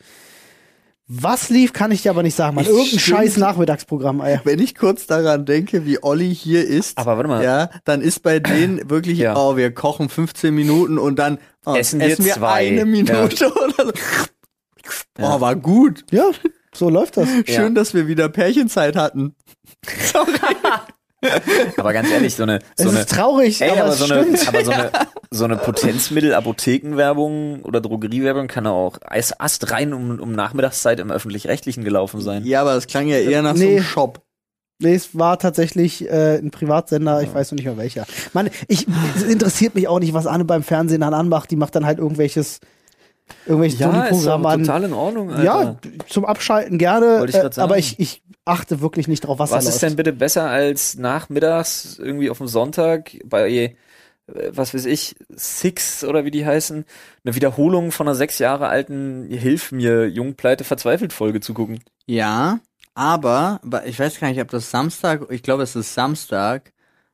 [SPEAKER 1] Was lief, kann ich dir aber nicht sagen, man.
[SPEAKER 3] Stimmt.
[SPEAKER 1] Irgendein scheiß Nachmittagsprogramm, ey.
[SPEAKER 3] Wenn ich kurz daran denke, wie Olli hier ist,
[SPEAKER 2] Aber warte mal.
[SPEAKER 3] ja, dann ist bei denen wirklich,
[SPEAKER 2] Ja.
[SPEAKER 3] oh, wir kochen 15 Minuten und dann oh,
[SPEAKER 2] Essen wir zwei.
[SPEAKER 3] eine Minute oder so. Oh, war gut.
[SPEAKER 1] Ja, so läuft das.
[SPEAKER 2] Ja.
[SPEAKER 3] Schön, dass wir wieder Pärchenzeit hatten. Sorry.
[SPEAKER 2] Aber ganz ehrlich, so eine, so
[SPEAKER 1] es
[SPEAKER 2] eine,
[SPEAKER 1] ist traurig,
[SPEAKER 2] Ey,
[SPEAKER 1] aber,
[SPEAKER 2] aber,
[SPEAKER 1] es
[SPEAKER 2] so eine,
[SPEAKER 1] stimmt.
[SPEAKER 2] aber so eine, so eine Potenzmittel-Apothekenwerbung oder Drogeriewerbung kann ja auch als Ast rein um, um Nachmittagszeit im Öffentlich-Rechtlichen gelaufen sein.
[SPEAKER 3] ja, aber das klang ja eher nach so
[SPEAKER 1] Nee.
[SPEAKER 3] einem Shop.
[SPEAKER 1] Nee, es war tatsächlich äh, ein Privatsender, ich weiß noch nicht mehr welcher. Mann, ich, es interessiert mich auch nicht, was Anne beim Fernsehen dann anmacht. Die macht dann halt irgendwelches, irgendwelches Dulli-Programm
[SPEAKER 2] aber
[SPEAKER 1] an.
[SPEAKER 2] total in Ordnung, Alter.
[SPEAKER 1] Ja, zum Abschalten gerne,
[SPEAKER 2] Wollte ich grad
[SPEAKER 1] äh, aber
[SPEAKER 2] sagen.
[SPEAKER 1] ich, ich achte wirklich nicht drauf, was,
[SPEAKER 2] Was
[SPEAKER 1] da
[SPEAKER 2] ist
[SPEAKER 1] läuft.
[SPEAKER 2] denn bitte besser als nachmittags irgendwie auf dem Sonntag bei, äh, was weiß ich, Six oder wie die heißen, eine Wiederholung von einer sechs Jahre alten Hilf mir, Jungpleite verzweifelt Folge zu gucken?
[SPEAKER 3] Ja, aber wa- ich weiß gar nicht, ob das Samstag, ich glaube, es ist Samstag,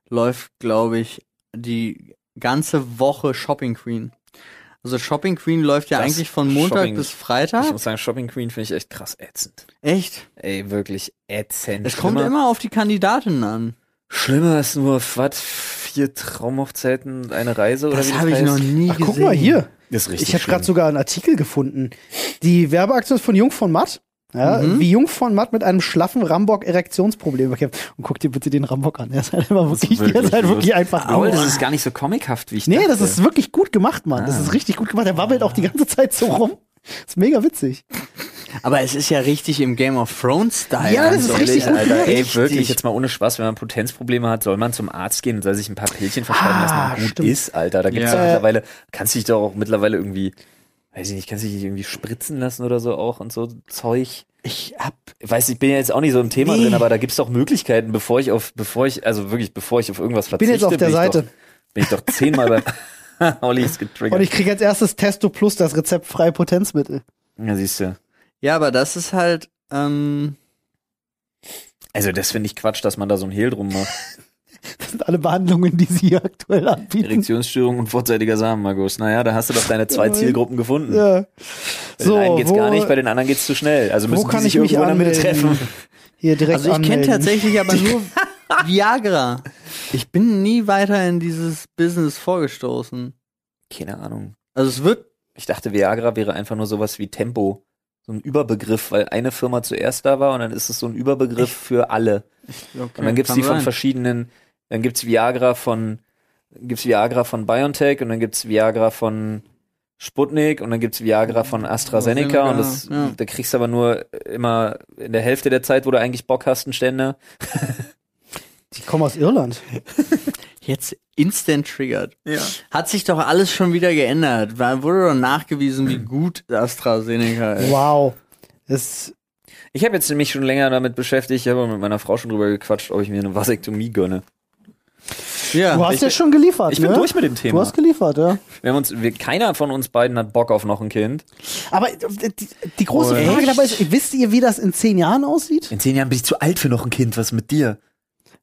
[SPEAKER 3] läuft, glaube ich, die ganze Woche Shopping Queen. Also Shopping Queen läuft ja
[SPEAKER 2] Das
[SPEAKER 3] eigentlich von Montag
[SPEAKER 2] Shopping-
[SPEAKER 3] bis
[SPEAKER 2] Ich
[SPEAKER 3] Freitag.
[SPEAKER 2] muss sagen, Shopping Queen finde ich echt krass ätzend.
[SPEAKER 3] Echt?
[SPEAKER 2] Ey, wirklich ätzend.
[SPEAKER 3] Es kommt
[SPEAKER 2] Schlimmer-
[SPEAKER 3] immer auf die Kandidatin an.
[SPEAKER 2] Schlimmer ist nur, was, vier Traumhochzeiten und eine Reise oder wie
[SPEAKER 3] Das
[SPEAKER 2] das
[SPEAKER 3] habe ich
[SPEAKER 2] heißt?
[SPEAKER 3] noch nie
[SPEAKER 1] Ach,
[SPEAKER 3] gesehen.
[SPEAKER 1] guck mal hier.
[SPEAKER 2] Das ist richtig
[SPEAKER 1] Ich habe
[SPEAKER 2] schlimm.
[SPEAKER 1] gerade sogar einen Artikel gefunden. Die Werbeaktion ist von Jung von Matt. Ja,
[SPEAKER 3] Mhm.
[SPEAKER 1] Wie Jung von Matt mit einem schlaffen Rambock-Erektionsproblem bekämpft. Und guck dir bitte den Rambock an. Er ist halt, immer wirklich, der ist halt wirklich einfach
[SPEAKER 2] Aul, das
[SPEAKER 1] gut.
[SPEAKER 2] ist gar nicht so comichaft, wie ich
[SPEAKER 1] Nee,
[SPEAKER 2] dachte.
[SPEAKER 1] das ist wirklich gut gemacht, Mann. Das
[SPEAKER 2] Ah.
[SPEAKER 1] ist richtig gut gemacht. Er wabbelt auch die ganze Zeit so rum. ist mega witzig.
[SPEAKER 3] Aber es ist ja richtig im Game of Thrones Style.
[SPEAKER 1] Ja, das ist
[SPEAKER 3] Also,
[SPEAKER 2] Wirklich,
[SPEAKER 1] richtig gut
[SPEAKER 2] Alter, ey,
[SPEAKER 3] gemacht.
[SPEAKER 2] wirklich,
[SPEAKER 3] Richtig.
[SPEAKER 2] jetzt mal ohne Spaß, wenn man Potenzprobleme hat, soll man zum Arzt gehen und soll sich ein paar Pillchen verschreiben lassen,
[SPEAKER 1] Ah,
[SPEAKER 2] damit man gut
[SPEAKER 1] stimmt.
[SPEAKER 2] ist, Alter. Da gibt's
[SPEAKER 3] Ja.
[SPEAKER 2] doch mittlerweile, kannst dich doch auch mittlerweile irgendwie, weiß ich nicht, kannst dich nicht irgendwie spritzen lassen oder so auch und so Zeug.
[SPEAKER 3] Ich hab.
[SPEAKER 2] Weiß ich bin ja jetzt auch nicht so im Thema
[SPEAKER 3] Nee.
[SPEAKER 2] drin, aber da gibt's doch Möglichkeiten, bevor ich auf, bevor ich, also wirklich, bevor ich auf irgendwas verzichte.
[SPEAKER 1] bin jetzt auf der
[SPEAKER 2] ich
[SPEAKER 1] Seite.
[SPEAKER 2] Doch, bin ich doch zehnmal bei Olli ist
[SPEAKER 1] Und
[SPEAKER 2] getriggert.
[SPEAKER 1] ich krieg als erstes Testo Plus, das rezeptfreie Potenzmittel.
[SPEAKER 2] ja, siehst du.
[SPEAKER 3] Ja, aber das ist halt. Ähm,
[SPEAKER 2] Also das finde ich Quatsch, dass man da so ein Hehl drum macht.
[SPEAKER 1] Das sind alle Behandlungen, die sie hier aktuell anbieten.
[SPEAKER 2] Erektionsstörung und vorzeitiger Samenerguss. Naja, da hast du doch deine zwei
[SPEAKER 1] Ja.
[SPEAKER 2] Zielgruppen gefunden.
[SPEAKER 1] Ja.
[SPEAKER 2] Bei den einen geht's gar nicht, bei den anderen geht's zu schnell. Also müssen
[SPEAKER 1] wo kann
[SPEAKER 2] die sich
[SPEAKER 1] ich mich
[SPEAKER 2] irgendwo in der
[SPEAKER 1] anmelden?
[SPEAKER 2] Mitte treffen.
[SPEAKER 1] Hier direkt
[SPEAKER 3] also ich kenne
[SPEAKER 1] anmelden.
[SPEAKER 3] tatsächlich aber nur Viagra. Ich bin nie weiter in dieses Business vorgestoßen.
[SPEAKER 2] Keine Ahnung.
[SPEAKER 3] Also es wird.
[SPEAKER 2] Ich dachte, Viagra wäre einfach nur sowas wie Tempo. So ein Überbegriff, weil eine Firma zuerst da war und dann ist es so ein Überbegriff für alle. Und dann gibt's die von verschiedenen, dann gibt's Viagra von, gibt's Viagra von BioNTech und dann gibt's Viagra von Sputnik und dann gibt's Viagra von AstraZeneca und das,
[SPEAKER 3] Ja.
[SPEAKER 2] da kriegst du aber nur immer in der Hälfte der Zeit, wo du eigentlich Bock hast, einen Ständer.
[SPEAKER 1] Die kommen aus Irland.
[SPEAKER 3] Jetzt instant triggert. Hat sich doch alles schon wieder geändert. Weil wurde doch nachgewiesen, wie gut AstraZeneca ist.
[SPEAKER 1] Wow. Das,
[SPEAKER 2] Ich habe jetzt mich schon länger damit beschäftigt, ich habe mit meiner Frau schon drüber gequatscht, ob ich mir eine Vasektomie gönne.
[SPEAKER 1] du
[SPEAKER 3] Ja.
[SPEAKER 1] hast
[SPEAKER 2] ich
[SPEAKER 1] ja
[SPEAKER 2] bin-
[SPEAKER 1] schon geliefert,
[SPEAKER 2] Ich
[SPEAKER 1] ne?
[SPEAKER 2] bin durch mit dem
[SPEAKER 1] Du
[SPEAKER 2] Thema.
[SPEAKER 1] hast geliefert, ja.
[SPEAKER 2] Wir haben uns, wir, keiner von uns beiden hat Bock auf noch ein Kind.
[SPEAKER 1] Aber äh, die, die große
[SPEAKER 2] Und-
[SPEAKER 1] Frage dabei ist, wisst ihr, wie das in zehn Jahren aussieht?
[SPEAKER 2] In zehn Jahren bin ich zu alt für noch ein Kind. Was mit dir?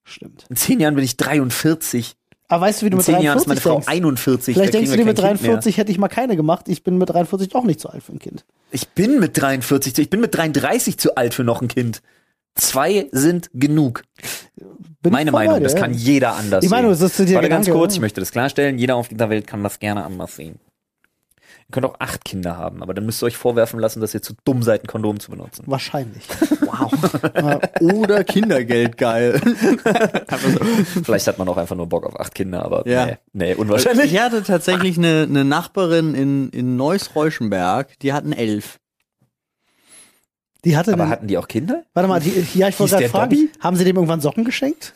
[SPEAKER 1] Stimmt.
[SPEAKER 2] In zehn Jahren bin ich 43.
[SPEAKER 1] Aber weißt du, wie du
[SPEAKER 2] In
[SPEAKER 1] mit
[SPEAKER 2] zehn Jahren
[SPEAKER 1] 43
[SPEAKER 2] ist meine Frau
[SPEAKER 1] denkst?
[SPEAKER 2] 41.
[SPEAKER 1] Vielleicht denkst
[SPEAKER 2] da
[SPEAKER 1] du dir
[SPEAKER 2] kriegen wir
[SPEAKER 1] mit
[SPEAKER 2] kein Kind mehr.
[SPEAKER 1] 43 hätte ich mal keine gemacht. Ich bin mit 43 doch nicht zu alt für ein Kind.
[SPEAKER 2] Ich bin mit 43, zu- ich bin mit 33 zu alt für noch ein Kind. Zwei sind genug.
[SPEAKER 1] Bin ich
[SPEAKER 2] Meine
[SPEAKER 1] voll bei
[SPEAKER 2] Meinung,
[SPEAKER 1] dir,
[SPEAKER 2] das
[SPEAKER 1] ja.
[SPEAKER 2] kann jeder anders
[SPEAKER 1] Ich meine,
[SPEAKER 2] sehen.
[SPEAKER 1] das ist dir der
[SPEAKER 2] Warte ganz
[SPEAKER 1] Gedanke,
[SPEAKER 2] kurz,
[SPEAKER 1] ja.
[SPEAKER 2] ich möchte das klarstellen. Jeder auf dieser Welt kann das gerne anders sehen. Ihr könnt auch acht Kinder haben, aber dann müsst ihr euch vorwerfen lassen, dass ihr zu dumm seid, ein Kondom zu benutzen.
[SPEAKER 1] Wahrscheinlich. Ah,
[SPEAKER 3] Oder Kindergeld geil.
[SPEAKER 2] Vielleicht hat man auch einfach nur Bock auf acht Kinder, aber
[SPEAKER 3] Ja.
[SPEAKER 2] nee, nee, unwahrscheinlich.
[SPEAKER 3] Ich hatte tatsächlich eine, eine Nachbarin in, in Neuss-Reuschenberg, die hatten elf.
[SPEAKER 1] Die hatte
[SPEAKER 2] Aber
[SPEAKER 1] einen,
[SPEAKER 2] hatten die auch Kinder?
[SPEAKER 1] Warte mal, die, ja, ich wollte
[SPEAKER 2] Hieß
[SPEAKER 1] gerade
[SPEAKER 2] der
[SPEAKER 1] fragen,
[SPEAKER 2] Dobby?
[SPEAKER 1] haben sie dem irgendwann Socken geschenkt?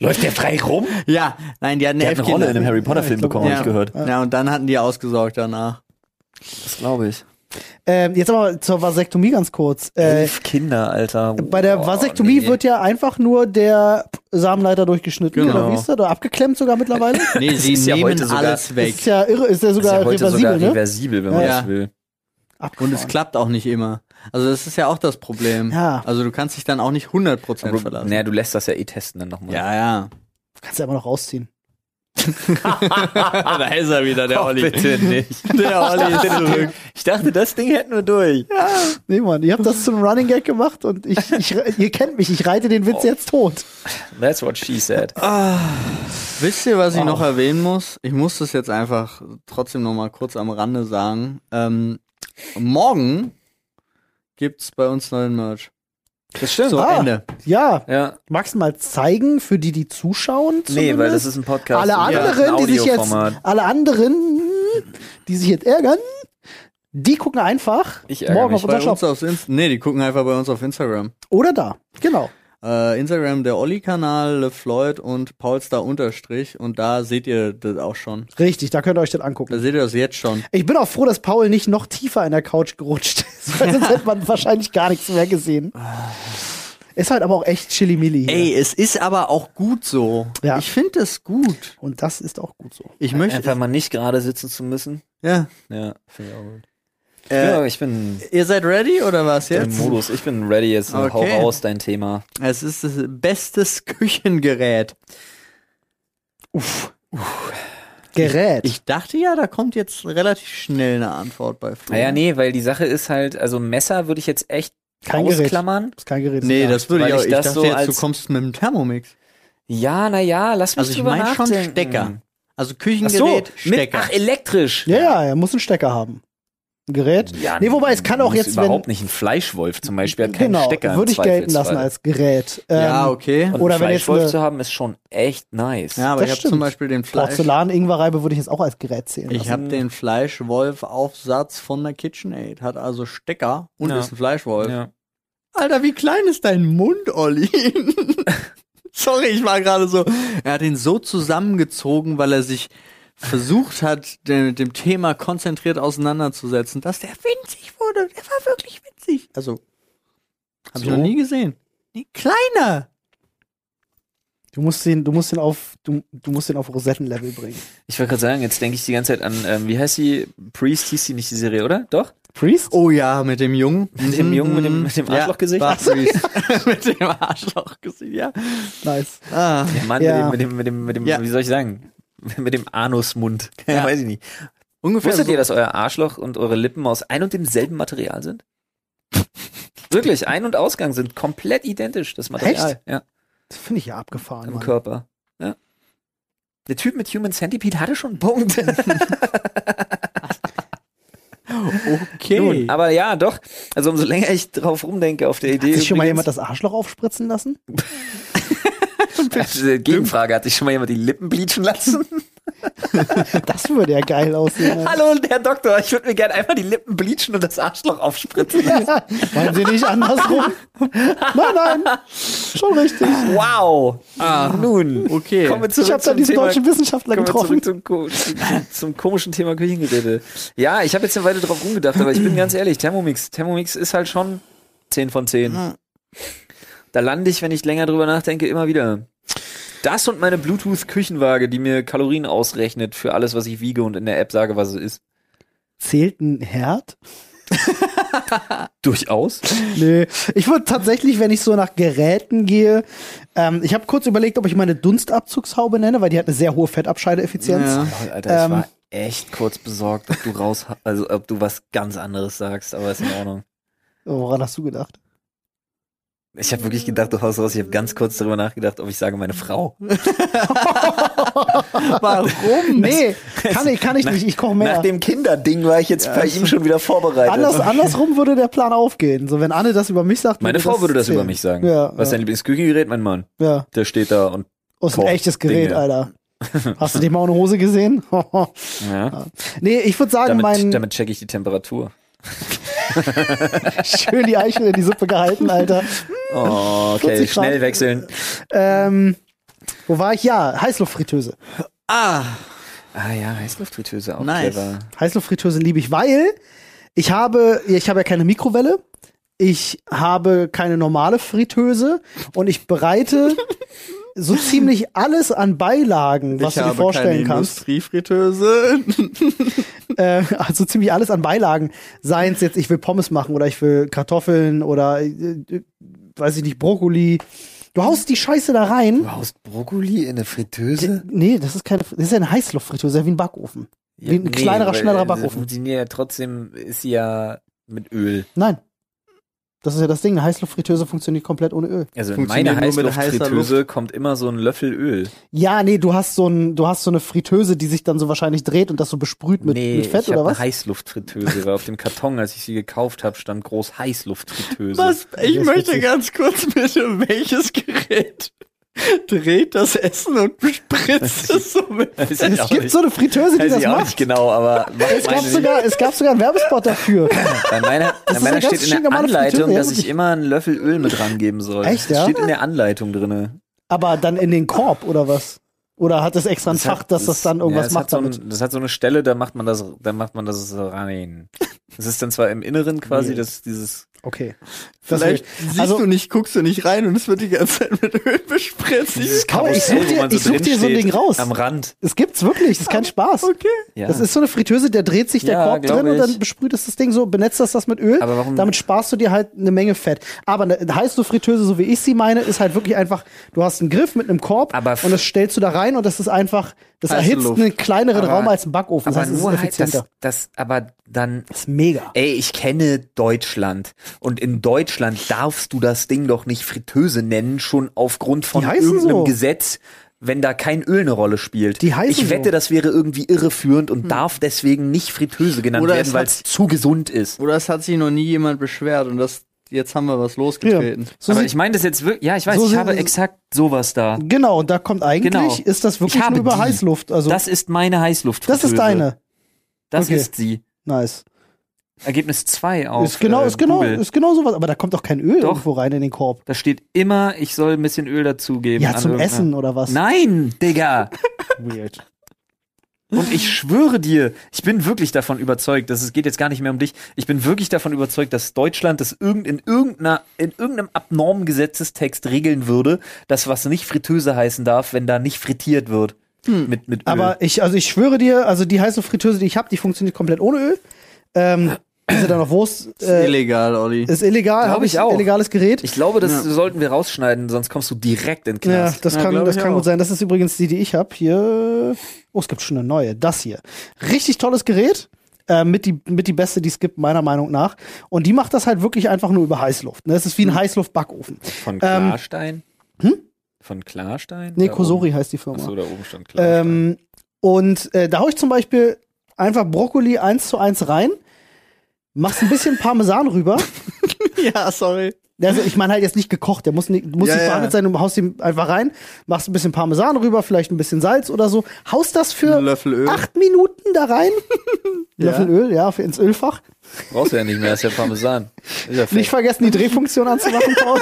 [SPEAKER 2] Läuft der frei rum?
[SPEAKER 3] Ja, nein, die hatten
[SPEAKER 2] Der hat
[SPEAKER 3] elf
[SPEAKER 2] eine Rolle in
[SPEAKER 3] Kinder.
[SPEAKER 2] einem Harry Potter Film
[SPEAKER 1] Ja, ich glaub,
[SPEAKER 2] bekommen,
[SPEAKER 3] ja.
[SPEAKER 2] habe ich gehört.
[SPEAKER 3] Ja, und dann hatten die ausgesorgt danach.
[SPEAKER 2] Das glaube ich.
[SPEAKER 1] Ähm, jetzt aber zur Vasektomie ganz kurz. Äh,
[SPEAKER 2] Elf Kinder, Alter.
[SPEAKER 1] bei der
[SPEAKER 2] Boah,
[SPEAKER 1] Vasektomie
[SPEAKER 2] oh, nee.
[SPEAKER 1] wird ja einfach nur der Samenleiter durchgeschnitten,
[SPEAKER 3] Genau.
[SPEAKER 1] oder wie ist das? Oder abgeklemmt sogar mittlerweile.
[SPEAKER 3] Nee, sie
[SPEAKER 2] ist ja
[SPEAKER 3] nehmen
[SPEAKER 2] heute sogar-
[SPEAKER 3] alles
[SPEAKER 1] Das
[SPEAKER 3] weg.
[SPEAKER 1] ist ja irre, ist ja
[SPEAKER 2] ist
[SPEAKER 1] sogar
[SPEAKER 2] ja heute
[SPEAKER 1] reversibel,
[SPEAKER 2] sogar
[SPEAKER 1] ne?
[SPEAKER 2] reversibel, wenn man
[SPEAKER 3] Ja.
[SPEAKER 2] das will.
[SPEAKER 1] Abgefahren.
[SPEAKER 3] Und es klappt auch nicht immer. Also das ist ja auch das Problem.
[SPEAKER 1] Ja.
[SPEAKER 3] Also du kannst dich dann auch nicht 100%
[SPEAKER 2] Aber,
[SPEAKER 3] verlassen.
[SPEAKER 2] naja, du lässt das ja eh testen dann nochmal.
[SPEAKER 3] Ja, ja.
[SPEAKER 1] Kannst du ja immer noch rausziehen.
[SPEAKER 3] da ist er wieder, der
[SPEAKER 2] Oh, bitte nicht.
[SPEAKER 3] Der Olli ist zurück.
[SPEAKER 2] Ich dachte, das Ding hätten wir durch.
[SPEAKER 1] Nee, Mann, ihr habt das zum Running Gag gemacht und ich, ich, ihr kennt mich, ich reite den Witz
[SPEAKER 2] Oh.
[SPEAKER 1] jetzt tot.
[SPEAKER 2] That's what she said.
[SPEAKER 1] Ah,
[SPEAKER 3] Wisst ihr, was ich
[SPEAKER 1] Wow.
[SPEAKER 2] Oh.
[SPEAKER 3] noch erwähnen muss? Ich muss das jetzt einfach trotzdem noch mal kurz am Rande sagen. Ähm, morgen gibt's bei uns neuen Merch.
[SPEAKER 2] Das stimmt.
[SPEAKER 3] So,
[SPEAKER 1] Ah.
[SPEAKER 3] Ende.
[SPEAKER 1] Ja,
[SPEAKER 2] Ja.
[SPEAKER 1] magst du mal zeigen für die, die zuschauen?
[SPEAKER 2] Nee, weil das
[SPEAKER 1] zumindest?
[SPEAKER 2] ist ein Podcast.
[SPEAKER 1] alle
[SPEAKER 2] und wir haben
[SPEAKER 1] anderen,
[SPEAKER 2] ein
[SPEAKER 1] die sich jetzt,
[SPEAKER 2] Audioformat.
[SPEAKER 1] alle anderen, die sich jetzt ärgern, die gucken einfach
[SPEAKER 2] Ich ärgere
[SPEAKER 1] morgen
[SPEAKER 2] mich.
[SPEAKER 1] auf
[SPEAKER 3] Bei
[SPEAKER 1] unseren
[SPEAKER 3] uns
[SPEAKER 1] Shop.
[SPEAKER 3] auf Inst nee, die gucken einfach bei uns auf Instagram.
[SPEAKER 1] Oder da. Genau.
[SPEAKER 3] Äh, Instagram der Olli-Kanal, LeFloid und Paulstar Unterstrich und da seht ihr das auch schon.
[SPEAKER 1] Richtig, da könnt ihr euch das angucken.
[SPEAKER 3] Da seht ihr das jetzt schon.
[SPEAKER 1] Ich bin auch froh, dass Paul nicht noch tiefer in der Couch gerutscht ist, weil sonst hätte man wahrscheinlich gar nichts mehr gesehen. Ist halt aber auch echt chilly-milli. hier.
[SPEAKER 3] Ey, es ist aber auch gut so.
[SPEAKER 1] Ja.
[SPEAKER 3] Ich finde es gut.
[SPEAKER 1] Und das ist auch gut so.
[SPEAKER 3] Ich möchte.
[SPEAKER 2] Einfach mal nicht gerade sitzen zu müssen.
[SPEAKER 3] Ja.
[SPEAKER 2] Ja, finde ich auch gut.
[SPEAKER 3] Äh,
[SPEAKER 2] ja, ich bin
[SPEAKER 3] Ihr seid ready oder was
[SPEAKER 2] im
[SPEAKER 3] jetzt?
[SPEAKER 2] Modus. Ich bin ready jetzt. Hau
[SPEAKER 3] Okay.
[SPEAKER 2] raus, dein Thema.
[SPEAKER 3] Es ist das bestes Küchengerät.
[SPEAKER 1] Uff. Gerät.
[SPEAKER 3] Ich dachte ja, da kommt jetzt relativ schnell eine Antwort bei Flo.
[SPEAKER 2] Naja, Ah nee, weil die Sache ist halt, also Messer würde ich jetzt echt
[SPEAKER 1] Kein Gerät.
[SPEAKER 2] ausklammern.
[SPEAKER 1] ist kein Gerät.
[SPEAKER 3] Nee, das würde ich
[SPEAKER 2] Weil
[SPEAKER 3] auch.
[SPEAKER 2] ich
[SPEAKER 3] Ich
[SPEAKER 2] das
[SPEAKER 3] dachte
[SPEAKER 2] so
[SPEAKER 3] jetzt, du
[SPEAKER 2] als-
[SPEAKER 3] kommst mit dem Thermomix.
[SPEAKER 2] Ja, naja, lass mich
[SPEAKER 3] Also ich
[SPEAKER 2] drüber
[SPEAKER 3] meine schon
[SPEAKER 2] nachdenken.
[SPEAKER 3] Stecker. Also
[SPEAKER 2] Mhm. Ach so,
[SPEAKER 3] Küchengerät,
[SPEAKER 2] mit,
[SPEAKER 3] Stecker.
[SPEAKER 2] ach, elektrisch.
[SPEAKER 1] Ja, ja, er muss einen Stecker haben. Ein Gerät.
[SPEAKER 2] Ja,
[SPEAKER 1] nee, wobei es kann auch
[SPEAKER 2] muss
[SPEAKER 1] jetzt, wenn.
[SPEAKER 2] überhaupt nicht ein Fleischwolf zum Beispiel hat keinen
[SPEAKER 1] genau,
[SPEAKER 2] Stecker. im
[SPEAKER 1] würde ich gelten lassen
[SPEAKER 2] Zweifelsfall.
[SPEAKER 1] als Gerät. Ähm,
[SPEAKER 3] ja, okay.
[SPEAKER 2] Und
[SPEAKER 1] oder
[SPEAKER 2] einen
[SPEAKER 1] wenn jetzt
[SPEAKER 2] Fleischwolf
[SPEAKER 1] eine-
[SPEAKER 2] zu haben ist schon echt nice.
[SPEAKER 3] Ja, aber
[SPEAKER 1] das
[SPEAKER 3] ich habe
[SPEAKER 1] stimmt.
[SPEAKER 3] zum Beispiel den Fleisch.
[SPEAKER 1] Porzellan-Ingwerreibe würde ich jetzt auch als Gerät zählen.
[SPEAKER 3] Ich
[SPEAKER 1] lassen.
[SPEAKER 3] habe den Fleischwolf-Aufsatz von der KitchenAid. Hat also Stecker und
[SPEAKER 2] Ja.
[SPEAKER 3] ist ein Fleischwolf.
[SPEAKER 2] Ja.
[SPEAKER 3] Alter, wie klein ist dein Mund, Olli? Sorry, ich war gerade so. Er hat ihn so zusammengezogen, weil er sich versucht hat, de- mit dem Thema konzentriert auseinanderzusetzen, dass der winzig wurde. Der war wirklich winzig. Also, habe ich
[SPEAKER 1] So?
[SPEAKER 3] noch nie gesehen. Nee, kleiner.
[SPEAKER 1] Du musst den, du musst den auf, du, du musst den auf Rosettenlevel bringen.
[SPEAKER 2] Ich wollte gerade sagen, jetzt denke ich die ganze Zeit an, ähm, wie heißt sie? Priest hieß sie nicht, die Serie, oder? Doch?
[SPEAKER 1] Priest?
[SPEAKER 3] Oh ja, mit dem Jungen. Mhm.
[SPEAKER 2] Mit dem Jungen mit dem- mit dem Arschlochgesicht?
[SPEAKER 3] Ja,
[SPEAKER 2] Ach
[SPEAKER 3] mit dem Arschlochgesicht, ja.
[SPEAKER 1] Nice.
[SPEAKER 3] Ah.
[SPEAKER 2] Der Mann
[SPEAKER 1] Ja.
[SPEAKER 2] mit dem, mit dem, mit dem, mit dem
[SPEAKER 3] Ja.
[SPEAKER 2] wie soll ich sagen? Mit dem Anusmund. Ja. Weiß ich nicht. Also-
[SPEAKER 3] Ungefähr
[SPEAKER 2] Wusstet
[SPEAKER 3] so.
[SPEAKER 2] ihr, dass euer Arschloch und eure Lippen aus ein und demselben Material sind? Wirklich, Ein- und Ausgang sind komplett identisch, das Material.
[SPEAKER 1] Echt?
[SPEAKER 2] Ja,
[SPEAKER 1] Das finde ich ja abgefahren.
[SPEAKER 2] im
[SPEAKER 1] Mann.
[SPEAKER 2] Körper. Ja. Der Typ mit Human Centipede hatte schon einen Punkt.
[SPEAKER 3] Okay.
[SPEAKER 2] Nun, aber ja, doch. Also umso länger ich drauf rumdenke auf der Idee.
[SPEAKER 1] Hat sich schon mal
[SPEAKER 2] übrigens-
[SPEAKER 1] jemand das Arschloch aufspritzen lassen?
[SPEAKER 2] Also, Gegenfrage, hat sich schon mal jemand die Lippen bleachen lassen?
[SPEAKER 1] Das würde ja geil aussehen. ne?
[SPEAKER 2] Hallo, Herr Doktor, ich würde mir gerne einmal die Lippen bleachen und das Arschloch aufspritzen.
[SPEAKER 1] Meinen Sie nicht andersrum? Nein, nein. Schon richtig.
[SPEAKER 2] Wow. Nun,
[SPEAKER 3] Okay.
[SPEAKER 2] kommen wir zurück
[SPEAKER 1] Ich habe da
[SPEAKER 2] zum
[SPEAKER 1] diesen
[SPEAKER 2] Thema.
[SPEAKER 1] deutschen Wissenschaftler
[SPEAKER 2] Kommen wir
[SPEAKER 1] getroffen.
[SPEAKER 2] zurück zum, Ko- zum, zum komischen Thema Küchengeräte. Ja, ich habe jetzt eine Weile drauf rumgedacht, aber ich bin ganz ehrlich, Thermomix. Thermomix ist halt schon 10 von 10. Da lande ich, wenn ich länger drüber nachdenke, immer wieder. Das und meine Bluetooth-Küchenwaage, die mir Kalorien ausrechnet für alles, was ich wiege und in der App sage, was es ist.
[SPEAKER 1] Zählt ein Herd?
[SPEAKER 2] Durchaus.
[SPEAKER 1] Nee. Ich würde tatsächlich, wenn ich so nach Geräten gehe, ähm, ich habe kurz überlegt, ob ich meine Dunstabzugshaube nenne, weil die hat eine sehr hohe Fettabscheideeffizienz.
[SPEAKER 3] Ja.
[SPEAKER 2] Lol, Oh, Alter, ich
[SPEAKER 1] Ähm.
[SPEAKER 2] war echt kurz besorgt, ob du raus, also ob du was ganz anderes sagst, aber ist in Ordnung.
[SPEAKER 1] Woran hast du gedacht?
[SPEAKER 2] Ich habe wirklich gedacht, du haust raus. Ich habe ganz kurz darüber nachgedacht, ob ich sage meine Frau.
[SPEAKER 1] Warum? Nee, kann ich, kann ich nicht. Ich koche mehr.
[SPEAKER 2] Nach dem Kinderding war ich jetzt bei ihm schon wieder vorbereitet.
[SPEAKER 1] Anders, andersrum würde der Plan aufgehen. So, wenn Anne das über mich sagt,
[SPEAKER 2] meine Frau würde das
[SPEAKER 1] zählen.
[SPEAKER 2] über mich sagen.
[SPEAKER 1] Ja,
[SPEAKER 2] was
[SPEAKER 1] ja.
[SPEAKER 2] ist dein Lieblingsküchengerät, mein Mann?
[SPEAKER 1] Ja,
[SPEAKER 2] Der steht da und
[SPEAKER 1] aus ein
[SPEAKER 2] Koch-
[SPEAKER 1] echtes Gerät,
[SPEAKER 2] Dinge.
[SPEAKER 1] Alter. Hast du dich mal ohne Hose gesehen?
[SPEAKER 2] ja.
[SPEAKER 1] nee, ich würde sagen, mein
[SPEAKER 2] damit, damit checke ich die Temperatur.
[SPEAKER 1] schön die Eichel in die Suppe gehalten, Alter.
[SPEAKER 2] Oh, okay,
[SPEAKER 1] 40 Grad.
[SPEAKER 2] schnell wechseln.
[SPEAKER 1] Ähm, wo war ich? Ja, Heißluftfritteuse.
[SPEAKER 3] Ah.
[SPEAKER 2] Ah ja, Heißluftfritteuse auch
[SPEAKER 3] Nice.
[SPEAKER 2] clever.
[SPEAKER 1] Heißluftfritteuse liebe ich, weil ich habe, ich habe ja keine Mikrowelle, ich habe keine normale Fritteuse und ich bereite so ziemlich alles an Beilagen, was
[SPEAKER 3] ich
[SPEAKER 1] du dir
[SPEAKER 3] habe
[SPEAKER 1] vorstellen
[SPEAKER 3] keine
[SPEAKER 1] kannst.
[SPEAKER 3] Industriefritteuse.
[SPEAKER 1] äh, also ziemlich alles an Beilagen. Seien es jetzt, ich will Pommes machen oder ich will Kartoffeln oder äh, äh, weiß ich nicht, Brokkoli. Du haust die Scheiße da rein.
[SPEAKER 2] Du haust Brokkoli in eine Fritteuse?
[SPEAKER 1] Nee, das ist keine, das ist ja eine Heißluftfritteuse, ja wie ein Backofen. Wie ein kleinerer,
[SPEAKER 2] weil,
[SPEAKER 1] schnellerer
[SPEAKER 2] äh, das
[SPEAKER 1] Backofen.
[SPEAKER 2] Funktioniert ja trotzdem, ist sie ja mit Öl.
[SPEAKER 1] Nein. Das ist ja das Ding. Eine Heißluftfritteuse funktioniert komplett ohne Öl.
[SPEAKER 2] Also in
[SPEAKER 3] Funktioniert
[SPEAKER 2] meiner
[SPEAKER 3] nur mit heißer
[SPEAKER 2] Heißluftfritteuse kommt immer so ein Löffel Öl.
[SPEAKER 1] Ja, nee, du hast so ein, du hast so eine Fritteuse, die sich dann so wahrscheinlich dreht und das so besprüht mit, mit Fett
[SPEAKER 2] ich hab
[SPEAKER 1] oder was?
[SPEAKER 2] eine Heißluftfritteuse, weil auf dem Karton, als ich sie gekauft habe, stand groß Heißluftfritteuse.
[SPEAKER 3] Was? Ich
[SPEAKER 1] ist
[SPEAKER 3] möchte
[SPEAKER 1] witzig.
[SPEAKER 3] ganz kurz bitte, welches Gerät dreht das Essen und spritzt es so mit?
[SPEAKER 2] Weiß ich
[SPEAKER 1] Es
[SPEAKER 2] auch
[SPEAKER 1] gibt
[SPEAKER 2] nicht.
[SPEAKER 1] so eine Fritteuse, die
[SPEAKER 2] Weiß
[SPEAKER 1] das
[SPEAKER 2] ich auch nicht
[SPEAKER 1] macht.
[SPEAKER 2] genau, aber
[SPEAKER 1] Es gab,
[SPEAKER 2] meine-
[SPEAKER 1] sogar, es gab sogar einen Werbespot dafür.
[SPEAKER 2] bei meiner, bei
[SPEAKER 1] ist eine
[SPEAKER 2] meiner
[SPEAKER 1] ganz
[SPEAKER 2] steht in der
[SPEAKER 1] stinknormale
[SPEAKER 2] Anleitung,
[SPEAKER 1] Fritteuse, ja,
[SPEAKER 2] dass ich
[SPEAKER 1] wirklich.
[SPEAKER 2] immer einen Löffel Öl mit rangeben soll.
[SPEAKER 1] Echt, ja?
[SPEAKER 2] Das steht in der Anleitung drinne.
[SPEAKER 1] Aber dann in den Korb oder was? Oder hat es extra ein Fach, dass das dann irgendwas
[SPEAKER 2] das
[SPEAKER 1] macht
[SPEAKER 2] hat so
[SPEAKER 1] damit?
[SPEAKER 2] Ein, das hat so eine Stelle, da macht man das, da macht man das so rein. Das ist dann zwar im Inneren quasi,
[SPEAKER 1] Nee.
[SPEAKER 2] das dieses.
[SPEAKER 1] Okay. Das
[SPEAKER 3] Vielleicht
[SPEAKER 1] will ich.
[SPEAKER 3] siehst
[SPEAKER 1] also,
[SPEAKER 3] du nicht, guckst du nicht rein und es wird die ganze Zeit mit Öl bespritzt.
[SPEAKER 2] dieses
[SPEAKER 1] Aber ich such
[SPEAKER 2] Karussell, wo
[SPEAKER 1] dir-
[SPEAKER 2] man
[SPEAKER 1] ich such dir so ein
[SPEAKER 2] drinsteht,
[SPEAKER 1] Ding raus.
[SPEAKER 2] Am Rand.
[SPEAKER 1] es gibt's wirklich, das ist kein Spaß.
[SPEAKER 3] Okay.
[SPEAKER 2] Ja.
[SPEAKER 1] Das ist so eine Fritteuse, der dreht sich der
[SPEAKER 2] Ja,
[SPEAKER 1] Korb
[SPEAKER 2] glaub
[SPEAKER 1] drin und dann
[SPEAKER 2] ich.
[SPEAKER 1] besprüht es das Ding so, benetzt das das mit Öl.
[SPEAKER 2] Aber warum-
[SPEAKER 1] Damit sparst du dir halt eine Menge Fett. Aber eine heiße Fritteuse, so wie ich sie meine, ist halt wirklich einfach, du hast einen Griff mit einem Korb
[SPEAKER 2] Aber f-
[SPEAKER 1] und das stellst du da rein und das ist einfach, das
[SPEAKER 3] Heiße
[SPEAKER 1] erhitzt
[SPEAKER 3] Luft.
[SPEAKER 1] einen kleineren
[SPEAKER 2] Aber-
[SPEAKER 1] Raum als ein Backofen. Das
[SPEAKER 2] aber
[SPEAKER 1] heißt, es ist
[SPEAKER 2] nur halt
[SPEAKER 1] effizienter.
[SPEAKER 2] das, das, aber dann,
[SPEAKER 1] das ist mega.
[SPEAKER 2] ey, ich kenne Deutschland und in Deutschland darfst du das Ding doch nicht Fritteuse nennen, schon aufgrund von
[SPEAKER 1] Die heißen
[SPEAKER 2] irgendeinem
[SPEAKER 1] so.
[SPEAKER 2] Gesetz, wenn da kein Öl eine Rolle spielt.
[SPEAKER 1] Die heißen
[SPEAKER 2] ich wette,
[SPEAKER 1] so. Hm.
[SPEAKER 2] das wäre irgendwie irreführend und darf deswegen nicht Fritteuse genannt
[SPEAKER 3] Oder
[SPEAKER 2] werden,
[SPEAKER 3] es
[SPEAKER 2] weil es zu gesund ist.
[SPEAKER 3] Oder es hat sich noch nie jemand beschwert und das, jetzt haben wir was losgetreten.
[SPEAKER 1] So
[SPEAKER 2] aber
[SPEAKER 1] sieht-
[SPEAKER 2] ich meine das jetzt wirklich, ja, ich weiß,
[SPEAKER 1] so
[SPEAKER 2] ich
[SPEAKER 1] sind-
[SPEAKER 2] habe exakt sowas da.
[SPEAKER 1] Genau, und da kommt eigentlich,
[SPEAKER 2] Genau.
[SPEAKER 1] ist das wirklich
[SPEAKER 2] Ich habe
[SPEAKER 1] nur über
[SPEAKER 2] die.
[SPEAKER 1] Heißluft. Also, das,
[SPEAKER 2] Das ist meine Heißluftfritteuse.
[SPEAKER 1] ist deine.
[SPEAKER 2] Das
[SPEAKER 1] Okay.
[SPEAKER 2] ist sie.
[SPEAKER 1] Nice.
[SPEAKER 2] Ergebnis 2 auf
[SPEAKER 1] ist genau,
[SPEAKER 2] äh,
[SPEAKER 1] ist genau,
[SPEAKER 2] Google.
[SPEAKER 1] ist genau sowas. Aber da kommt doch kein Öl
[SPEAKER 2] Doch.
[SPEAKER 1] irgendwo rein in den Korb.
[SPEAKER 2] Da steht immer, ich soll ein bisschen Öl dazugeben.
[SPEAKER 1] Ja,
[SPEAKER 2] an
[SPEAKER 1] zum
[SPEAKER 2] irgendeiner-
[SPEAKER 1] Essen oder was?
[SPEAKER 2] Nein, Digga.
[SPEAKER 1] Weird.
[SPEAKER 2] Und ich schwöre dir, ich bin wirklich davon überzeugt, dass es geht jetzt gar nicht mehr um dich. Ich bin wirklich davon überzeugt, dass Deutschland das irgend, in irgendeiner, in irgendeinem abnormen Gesetzestext regeln würde, dass was nicht Fritteuse heißen darf, wenn da nicht frittiert wird. Mit, mit Öl.
[SPEAKER 1] Hm, Aber ich, also ich schwöre dir, also die heiße Fritteuse, die ich habe, die funktioniert komplett ohne Öl. Ähm, ist ja dann noch Wurst.
[SPEAKER 3] Ist
[SPEAKER 1] Äh,
[SPEAKER 3] illegal, Olli.
[SPEAKER 1] ist illegal,
[SPEAKER 2] Glaub
[SPEAKER 1] habe ich
[SPEAKER 2] ich auch.
[SPEAKER 1] Illegales Gerät.
[SPEAKER 2] ich glaube, das
[SPEAKER 3] Ja.
[SPEAKER 2] sollten wir rausschneiden, sonst kommst du direkt in den
[SPEAKER 1] ja,
[SPEAKER 2] Knast.
[SPEAKER 1] das
[SPEAKER 3] Ja,
[SPEAKER 1] kann,
[SPEAKER 3] glaub
[SPEAKER 1] das
[SPEAKER 3] ich
[SPEAKER 1] kann
[SPEAKER 3] auch.
[SPEAKER 1] gut sein. Das ist übrigens die, die ich habe. Hier. Oh, es gibt schon eine neue. Das hier. Richtig tolles Gerät. Äh, mit, die, mit die beste, die es gibt, meiner Meinung nach. Und die macht das halt wirklich einfach nur über Heißluft. Ne? Das ist wie ein Heißluftbackofen.
[SPEAKER 2] Von
[SPEAKER 1] Ähm, hm?
[SPEAKER 2] Klarstein? Von Klarstein?
[SPEAKER 1] Nee,
[SPEAKER 2] Da
[SPEAKER 1] Kosori heißt die
[SPEAKER 2] oben.
[SPEAKER 1] Firma.
[SPEAKER 2] Achso, da oben stand Klarstein.
[SPEAKER 1] Ähm, und äh, da hau ich zum Beispiel einfach Brokkoli eins zu eins rein, machst ein bisschen Parmesan rüber.
[SPEAKER 3] Ja, sorry.
[SPEAKER 1] Also ich meine halt jetzt nicht gekocht, der muss nicht, muss
[SPEAKER 3] Ja,
[SPEAKER 1] nicht
[SPEAKER 3] ja.
[SPEAKER 1] behandelt sein, du haust ihn einfach rein, machst ein bisschen Parmesan rüber, vielleicht ein bisschen Salz oder so, haust das
[SPEAKER 3] Ein
[SPEAKER 1] für
[SPEAKER 3] Löffel Öl.
[SPEAKER 1] acht Minuten da rein. Löffel Öl, ja, für ins Ölfach.
[SPEAKER 2] Brauchst du ja nicht mehr, ist ja Parmesan. Ist ja
[SPEAKER 1] Nicht
[SPEAKER 2] fett.
[SPEAKER 1] vergessen, die Drehfunktion anzumachen, Paul.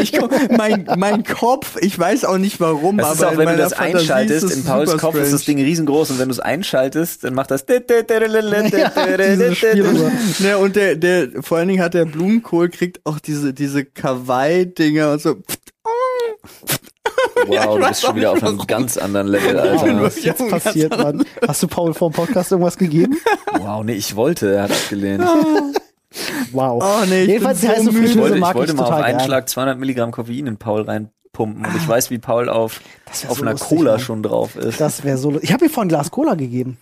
[SPEAKER 3] Ich komm, mein, mein Kopf, ich weiß auch nicht warum,
[SPEAKER 2] Das
[SPEAKER 3] aber
[SPEAKER 2] ist auch,
[SPEAKER 3] in
[SPEAKER 2] wenn du
[SPEAKER 3] meiner
[SPEAKER 2] das
[SPEAKER 3] Fantasie ist
[SPEAKER 2] einschaltest,
[SPEAKER 3] es
[SPEAKER 2] in Pauls
[SPEAKER 3] super
[SPEAKER 2] Kopf ist das
[SPEAKER 3] strange.
[SPEAKER 2] Ding riesengroß und wenn du es einschaltest, dann macht das.
[SPEAKER 1] dieses Spiel.
[SPEAKER 3] Ne, und der, der, vor allen Dingen hat der Blumenkohl, kriegt auch diese, diese Kawaii-Dinger und so.
[SPEAKER 2] Wow, du bist schon wieder auf einem ganz anderen Level, Alter.
[SPEAKER 1] Was ist Oh, jetzt passiert, Mann? Hast du Paul vor dem Podcast irgendwas gegeben?
[SPEAKER 2] Wow, nee, ich wollte, er hat abgelehnt.
[SPEAKER 1] Wow.
[SPEAKER 3] Oh, nee, ich bin
[SPEAKER 1] Jedenfalls die
[SPEAKER 3] so
[SPEAKER 1] heiße
[SPEAKER 3] müde.
[SPEAKER 2] Ich
[SPEAKER 1] Fritteuse
[SPEAKER 2] wollte, ich
[SPEAKER 1] mag ich
[SPEAKER 2] wollte mal auf
[SPEAKER 1] total
[SPEAKER 2] einen
[SPEAKER 1] gerne.
[SPEAKER 2] Schlag 200 Milligramm Koffein in Paul reinpumpen und ich weiß, wie Paul auf,
[SPEAKER 1] wär
[SPEAKER 2] auf
[SPEAKER 1] so
[SPEAKER 2] einer
[SPEAKER 1] lustig,
[SPEAKER 2] Cola
[SPEAKER 1] Mann.
[SPEAKER 2] schon drauf ist.
[SPEAKER 1] Das wäre so. lu- Ich habe ihr vorhin ein Glas Cola gegeben.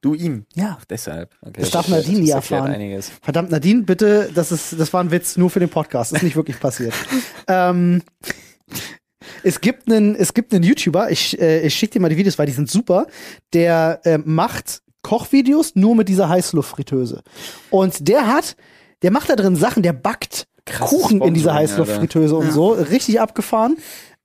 [SPEAKER 2] Du ihm.
[SPEAKER 1] Ja.
[SPEAKER 2] Ach, deshalb. Okay,
[SPEAKER 1] Das darf
[SPEAKER 2] erklärt-
[SPEAKER 1] Nadine nie
[SPEAKER 2] das erklärt
[SPEAKER 1] erfahren.
[SPEAKER 2] Einiges.
[SPEAKER 1] Verdammt, Nadine, bitte, das ist, das war ein Witz nur für den Podcast. Ist nicht wirklich passiert. ähm, es gibt einen, es gibt einen YouTuber. Ich, äh, ich schicke dir mal die Videos, weil die sind super. Der äh, macht Kochvideos nur mit dieser Heißluftfritteuse. Und der hat, der macht da drin Sachen. Der backt
[SPEAKER 2] Krasses
[SPEAKER 1] Kuchen in dieser
[SPEAKER 2] Sponsoring, Alter.
[SPEAKER 1] Heißluftfritteuse und so. Richtig abgefahren.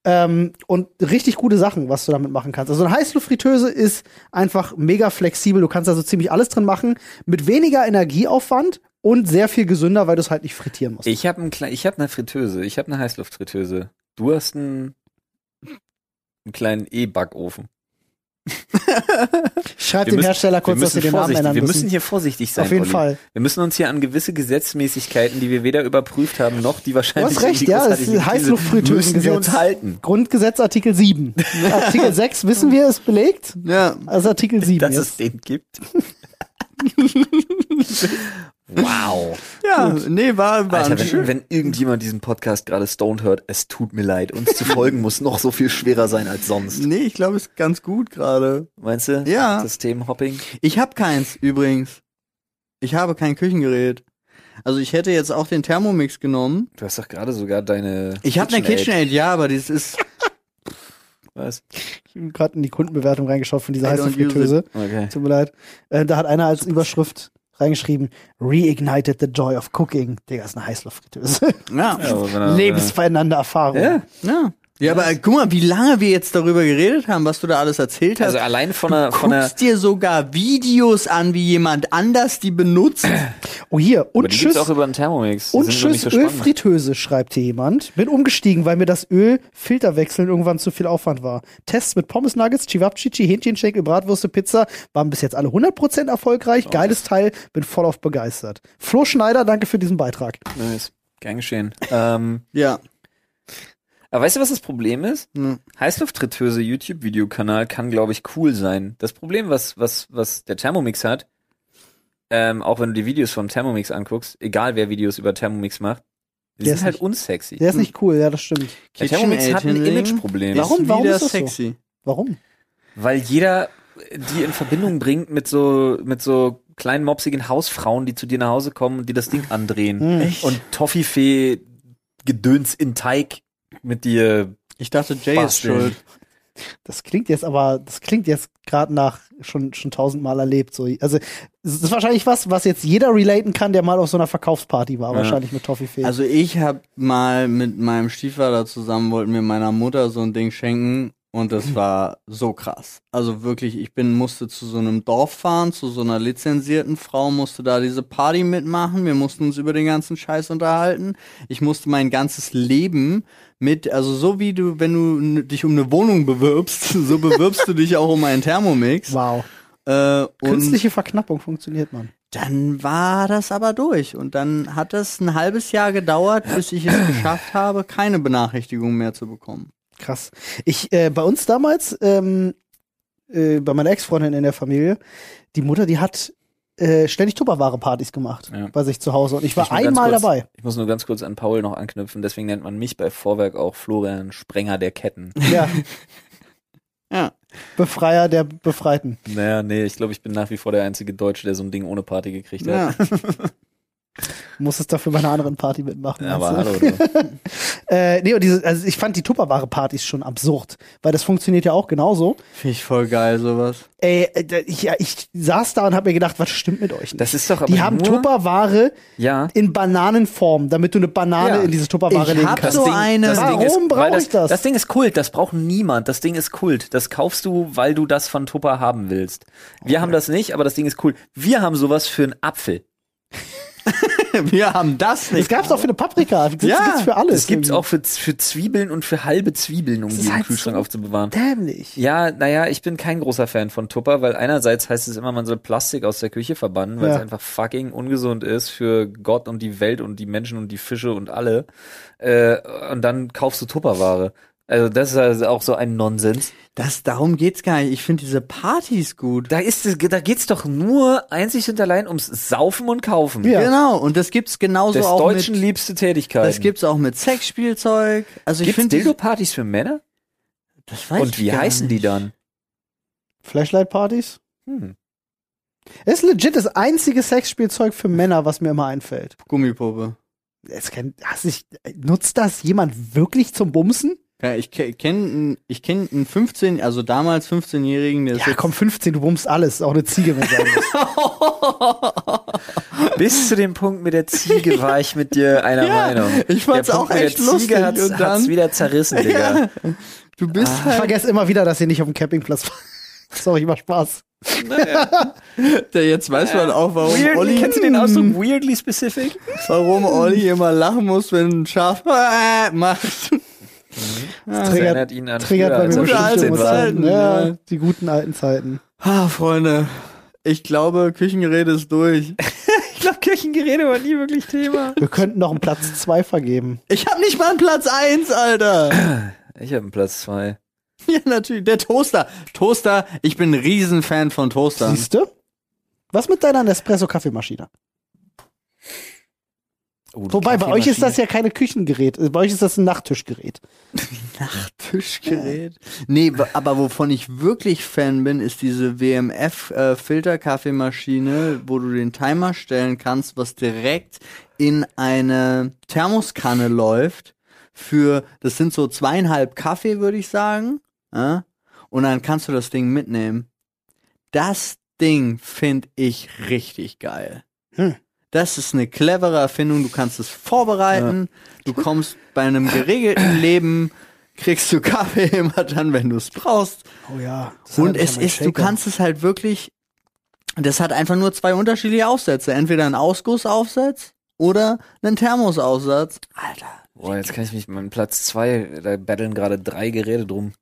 [SPEAKER 1] Ähm, und richtig gute Sachen, was du damit machen kannst. Also eine Heißluftfritteuse ist einfach mega flexibel. Du kannst da so ziemlich alles drin machen, mit weniger Energieaufwand und sehr viel gesünder, weil du es halt nicht frittieren musst.
[SPEAKER 2] Ich habe ein Kle- ich hab eine Fritteuse, ich habe eine Heißluftfritteuse. Du hast einen, einen kleinen E-Backofen.
[SPEAKER 1] Ich schreib
[SPEAKER 2] wir
[SPEAKER 1] dem
[SPEAKER 2] müssen-
[SPEAKER 1] Hersteller
[SPEAKER 2] Wir,
[SPEAKER 1] kurz, dass sie
[SPEAKER 2] müssen
[SPEAKER 1] den Namen
[SPEAKER 2] vorsichtig-
[SPEAKER 1] ändern
[SPEAKER 2] wir
[SPEAKER 1] müssen.
[SPEAKER 2] müssen hier vorsichtig sein.
[SPEAKER 1] Auf jeden
[SPEAKER 2] Olli.
[SPEAKER 1] Fall.
[SPEAKER 2] Wir müssen uns hier an gewisse Gesetzmäßigkeiten, die wir weder überprüft haben, noch die
[SPEAKER 1] Du
[SPEAKER 2] wahrscheinlich.
[SPEAKER 1] hast recht,
[SPEAKER 2] irgendwie
[SPEAKER 1] ja, es ist
[SPEAKER 2] großartig liquide sind, müssen wir uns
[SPEAKER 1] Heißluftfritteusengesetz.
[SPEAKER 2] halten.
[SPEAKER 1] Grundgesetz Artikel 7. Artikel 6 wissen wir, ist belegt.
[SPEAKER 3] Ja,
[SPEAKER 1] Also Artikel 7
[SPEAKER 2] Dass
[SPEAKER 1] jetzt.
[SPEAKER 2] es den gibt. Wow.
[SPEAKER 3] Ja, nee, war, war
[SPEAKER 2] Alter,
[SPEAKER 3] ein schön-
[SPEAKER 2] wenn, wenn irgendjemand diesen Podcast gerade stoned hört, es tut mir leid. Uns zu folgen muss noch so viel schwerer sein als sonst.
[SPEAKER 3] Nee, ich glaube, es ist ganz gut gerade.
[SPEAKER 2] Meinst du?
[SPEAKER 3] Ja.
[SPEAKER 2] Das Themenhopping.
[SPEAKER 3] Ich habe keins übrigens. Ich habe kein Küchengerät. Also ich hätte jetzt auch den Thermomix genommen.
[SPEAKER 2] Du hast doch gerade sogar deine.
[SPEAKER 3] Ich habe eine KitchenAid, ja, aber das ist
[SPEAKER 2] Was?
[SPEAKER 1] Ich habe gerade in die Kundenbewertung reingeschaut von dieser
[SPEAKER 3] I
[SPEAKER 1] heißen
[SPEAKER 3] don't use
[SPEAKER 1] Fritteuse.
[SPEAKER 2] Okay.
[SPEAKER 1] Tut mir leid. Äh, da hat einer als Überschrift reingeschrieben, Reignited the Joy of Cooking. Digga, ist eine Heißluftfritteuse.
[SPEAKER 3] ja,
[SPEAKER 2] Ja,
[SPEAKER 3] ja.
[SPEAKER 2] aber wenn er-
[SPEAKER 1] Lebensverändernde Erfahrung.
[SPEAKER 2] Ja.
[SPEAKER 3] ja. aber äh, guck mal, wie lange wir jetzt darüber geredet haben, was du da alles erzählt hast.
[SPEAKER 2] Also allein von einer, von einer
[SPEAKER 3] Guckst dir sogar Videos an, wie jemand anders die benutzt.
[SPEAKER 1] Oh hier,
[SPEAKER 2] Aber
[SPEAKER 1] und
[SPEAKER 2] die gibt's
[SPEAKER 1] tschüss.
[SPEAKER 2] auch über den Thermomix. Die
[SPEAKER 1] Und
[SPEAKER 2] sind
[SPEAKER 1] tschüss,
[SPEAKER 2] nur nicht so spannend.
[SPEAKER 1] Ölfritteuse, schreibt hier jemand. Bin umgestiegen, weil mir das Öl Filterwechseln irgendwann zu viel Aufwand war. Tests mit Pommes Nuggets, Chivapchichi, Hähnchenshake, Bratwürste, Pizza waren bis jetzt alle 100%
[SPEAKER 2] Oh.
[SPEAKER 1] erfolgreich. Geiles Teil, bin voll auf begeistert. Flo Schneider, danke für diesen Beitrag.
[SPEAKER 2] Nice. Gern geschehen. ähm,
[SPEAKER 3] ja.
[SPEAKER 2] aber weißt du, was das Problem ist?
[SPEAKER 3] Hm.
[SPEAKER 2] Heißluftfritteuse YouTube-Videokanal kann, glaube ich, cool sein. Das Problem, was, was, was der Thermomix hat, ähm, auch wenn du die Videos vom Thermomix anguckst, egal wer Videos über Thermomix macht, die
[SPEAKER 1] Der
[SPEAKER 2] sind
[SPEAKER 1] ist
[SPEAKER 2] halt
[SPEAKER 1] nicht-
[SPEAKER 2] unsexy.
[SPEAKER 1] Der ist nicht cool, ja, das stimmt.
[SPEAKER 2] Der Thermomix hat ein
[SPEAKER 3] KitchenAid hingegen
[SPEAKER 2] Imageproblem.
[SPEAKER 1] Warum?
[SPEAKER 3] ist wieder
[SPEAKER 1] ist das so?
[SPEAKER 3] sexy?
[SPEAKER 1] Warum?
[SPEAKER 2] Weil jeder die in Verbindung bringt mit so, mit so kleinen mopsigen Hausfrauen, die zu dir nach Hause kommen und die das Ding andrehen.
[SPEAKER 1] Hm.
[SPEAKER 3] Echt?
[SPEAKER 2] Und Toffifee Gedöns in Teig mit dir
[SPEAKER 3] ich dachte, Jay ist
[SPEAKER 2] basteln.
[SPEAKER 3] schuld.
[SPEAKER 1] Das klingt jetzt aber, das klingt jetzt gerade nach schon schon tausendmal erlebt. So, also es ist wahrscheinlich was, was jetzt jeder relaten kann, der mal auf so einer Verkaufsparty war,
[SPEAKER 2] Ja.
[SPEAKER 1] wahrscheinlich mit Toffifee.
[SPEAKER 3] Also ich habe mal mit meinem Stiefvater zusammen, wollten wir meiner Mutter so ein Ding schenken und das war so krass. Also wirklich, ich bin musste zu so einem Dorf fahren, zu so einer lizenzierten Frau, musste da diese Party mitmachen, wir mussten uns über den ganzen Scheiß unterhalten. Ich musste mein ganzes Leben mit, also so wie du, wenn du n- dich um eine Wohnung bewirbst, so bewirbst du dich auch um einen Thermomix.
[SPEAKER 1] wow.
[SPEAKER 3] Äh, und
[SPEAKER 1] Künstliche Verknappung funktioniert man.
[SPEAKER 3] dann war das aber durch. Und dann hat es ein halbes Jahr gedauert, bis ich es geschafft habe, keine Benachrichtigung mehr zu bekommen.
[SPEAKER 1] Krass. Ich, äh, bei uns damals, ähm, äh, bei meiner Ex-Freundin in der Familie, die Mutter, die hat äh, ständig Tupperware-Partys gemacht
[SPEAKER 2] Ja.
[SPEAKER 1] bei sich zu Hause und ich war
[SPEAKER 2] Ich nur ganz
[SPEAKER 1] einmal
[SPEAKER 2] kurz,
[SPEAKER 1] dabei.
[SPEAKER 2] Ich muss nur ganz kurz an Paul noch anknüpfen, deswegen nennt man mich bei Vorwerk auch Florian Sprenger der Ketten.
[SPEAKER 1] Ja,
[SPEAKER 3] Ja.
[SPEAKER 1] Befreier der Befreiten.
[SPEAKER 2] Naja, nee, ich glaube, ich bin nach wie vor der einzige Deutsche, der so ein Ding ohne Party gekriegt hat.
[SPEAKER 3] ja.
[SPEAKER 1] Muss es dafür bei einer anderen Party mitmachen.
[SPEAKER 2] Aber
[SPEAKER 1] meinst du?
[SPEAKER 2] hallo, du.
[SPEAKER 1] Äh, nee, und diese, also ich fand die Tupperware-Partys schon absurd, weil das funktioniert ja auch genauso.
[SPEAKER 3] Finde ich voll geil, sowas.
[SPEAKER 1] Ey, äh, da- ich, ja, ich saß da und hab mir gedacht, was stimmt mit euch nicht?
[SPEAKER 2] Das ist doch aber
[SPEAKER 1] die haben
[SPEAKER 2] nur,
[SPEAKER 1] Tupperware
[SPEAKER 2] Ja.
[SPEAKER 1] in Bananenform, damit du eine Banane
[SPEAKER 3] Ja.
[SPEAKER 1] in diese Tupperware
[SPEAKER 3] Ich
[SPEAKER 1] legen
[SPEAKER 3] hab
[SPEAKER 1] kannst.
[SPEAKER 3] so eine-
[SPEAKER 1] Warum
[SPEAKER 2] ist-
[SPEAKER 1] brauch
[SPEAKER 2] weil das,
[SPEAKER 1] ich das?
[SPEAKER 2] Das Ding ist Kult, das braucht niemand. Das Ding ist Kult. Das kaufst du, weil du das von Tupper haben willst. Wir haben das nicht, aber das Ding ist cool. Wir haben sowas für einen Apfel.
[SPEAKER 3] Wir haben das
[SPEAKER 1] Das
[SPEAKER 3] nicht.
[SPEAKER 1] gab's auch für eine Paprika. Das
[SPEAKER 3] Ja,
[SPEAKER 1] gibt's für alles.
[SPEAKER 2] Das gibt's
[SPEAKER 1] irgendwie.
[SPEAKER 2] auch für, Z- für Zwiebeln und für halbe Zwiebeln, um die
[SPEAKER 1] ist
[SPEAKER 2] im
[SPEAKER 1] halt
[SPEAKER 2] Kühlschrank
[SPEAKER 1] so
[SPEAKER 2] aufzubewahren.
[SPEAKER 1] Dämlich.
[SPEAKER 2] Ja, naja, ich bin kein großer Fan von Tupper, weil einerseits heißt es immer, man soll Plastik aus der Küche verbannen, weil
[SPEAKER 1] Ja.
[SPEAKER 2] es einfach fucking ungesund ist für Gott und die Welt und die Menschen und die Fische und alle. Äh, und dann kaufst du Tupperware. Also das ist also auch so ein Nonsens.
[SPEAKER 3] Das, darum geht's gar nicht. Ich finde diese Partys gut.
[SPEAKER 2] Da ist es, da geht's doch nur einzig und allein ums Saufen und Kaufen.
[SPEAKER 1] Ja.
[SPEAKER 3] Genau. Und das gibt's genauso
[SPEAKER 2] Des
[SPEAKER 3] Also auch
[SPEAKER 2] deutschen
[SPEAKER 3] mit.
[SPEAKER 2] liebste Tätigkeit.
[SPEAKER 3] Das gibt's auch mit Sexspielzeug. Also ich
[SPEAKER 2] Gibt's
[SPEAKER 3] finde
[SPEAKER 2] Dildo-Partys für Männer?
[SPEAKER 3] Das weiß
[SPEAKER 2] und
[SPEAKER 3] ich
[SPEAKER 2] wie
[SPEAKER 3] gar
[SPEAKER 2] heißen die
[SPEAKER 3] nicht.
[SPEAKER 2] dann?
[SPEAKER 1] Flashlight-Partys?
[SPEAKER 2] Hm.
[SPEAKER 1] Das ist legit das einzige Sexspielzeug für Männer, was mir immer einfällt.
[SPEAKER 3] Gummipuppe.
[SPEAKER 1] Es kann, hast ich, nutzt das jemand wirklich zum Bumsen?
[SPEAKER 3] Ja, ich kenne einen, ich kenne einen 15, also damals 15-jährigen, der ist
[SPEAKER 1] Ja, komm, 15, du bummst alles. Auch eine Ziege, wenn sein muss.
[SPEAKER 2] Bis zu dem Punkt mit der Ziege war ich mit dir einer
[SPEAKER 3] Ja,
[SPEAKER 2] Meinung.
[SPEAKER 3] ich fand's
[SPEAKER 2] der
[SPEAKER 3] auch
[SPEAKER 2] Punkt mit
[SPEAKER 3] echt
[SPEAKER 2] der
[SPEAKER 3] lustig
[SPEAKER 2] Ziege hat's,
[SPEAKER 3] und dann-
[SPEAKER 2] hat's wieder zerrissen, Digga.
[SPEAKER 3] Ja. Du bist
[SPEAKER 1] Ich
[SPEAKER 3] halt
[SPEAKER 1] vergesse immer wieder, dass ihr nicht auf dem Campingplatz war. Sorry, macht Spaß.
[SPEAKER 3] der jetzt weiß man auch, warum
[SPEAKER 1] Äh,
[SPEAKER 2] Weirdly-
[SPEAKER 3] Olli
[SPEAKER 2] kennst du den Ausdruck weirdly specific?
[SPEAKER 3] Ah. warum Olli immer lachen muss, wenn ein Schaf äh, macht.
[SPEAKER 2] Das
[SPEAKER 1] Triggert-
[SPEAKER 2] erinnert ihn an
[SPEAKER 1] Triggert
[SPEAKER 2] früher, also
[SPEAKER 1] bei
[SPEAKER 2] als
[SPEAKER 1] mir
[SPEAKER 3] gute
[SPEAKER 2] er
[SPEAKER 3] alte
[SPEAKER 2] 15
[SPEAKER 1] bestimmte
[SPEAKER 2] war.
[SPEAKER 1] Zeiten.
[SPEAKER 3] Zeiten,
[SPEAKER 1] Ja,
[SPEAKER 3] ja.
[SPEAKER 1] die guten alten Zeiten.
[SPEAKER 3] Ah, Freunde, ich glaube, Küchengerät ist durch.
[SPEAKER 2] Ich glaube, Kirchengerede war nie wirklich Thema.
[SPEAKER 1] Wir könnten noch einen Platz 2 vergeben.
[SPEAKER 3] Ich habe nicht mal einen Platz 1, Alter.
[SPEAKER 2] Ich habe einen Platz zwei.
[SPEAKER 3] ja, natürlich, der Toaster. Toaster, ich bin ein Riesenfan von Toastern.
[SPEAKER 1] Siehste? Was mit deiner Nespresso-Kaffeemaschine?
[SPEAKER 2] Oh, die
[SPEAKER 1] Wobei, bei euch ist
[SPEAKER 2] Kaffeemaschine.
[SPEAKER 1] das ja keine Küchengerät. Äh, Bei euch ist das ein Nachttischgerät.
[SPEAKER 3] Tischgerät. Nee, wa- aber wovon ich wirklich Fan bin, ist diese WMF-Filterkaffeemaschine, äh, wo du den Timer stellen kannst, was direkt in eine Thermoskanne läuft. Für, das sind so zweieinhalb Kaffee, würde ich sagen. Ja? Und dann kannst du das Ding mitnehmen. Das Ding finde ich richtig geil.
[SPEAKER 1] Hm.
[SPEAKER 3] Das ist eine clevere Erfindung. Du kannst es vorbereiten. Du kommst bei einem geregelten Leben, kriegst du Kaffee immer dann, wenn du es brauchst.
[SPEAKER 1] Oh ja. Das
[SPEAKER 3] Und
[SPEAKER 1] hab ich
[SPEAKER 3] es
[SPEAKER 1] ja meinen
[SPEAKER 3] ist, du
[SPEAKER 1] Shaker.
[SPEAKER 3] kannst es halt wirklich, das hat einfach nur zwei unterschiedliche Aufsätze. Entweder ein Ausgussaufsatz oder einen Thermosaufsatz. Alter.
[SPEAKER 2] Boah, jetzt kann ich mich meinen Platz zwei, da battlen gerade drei Geräte drum.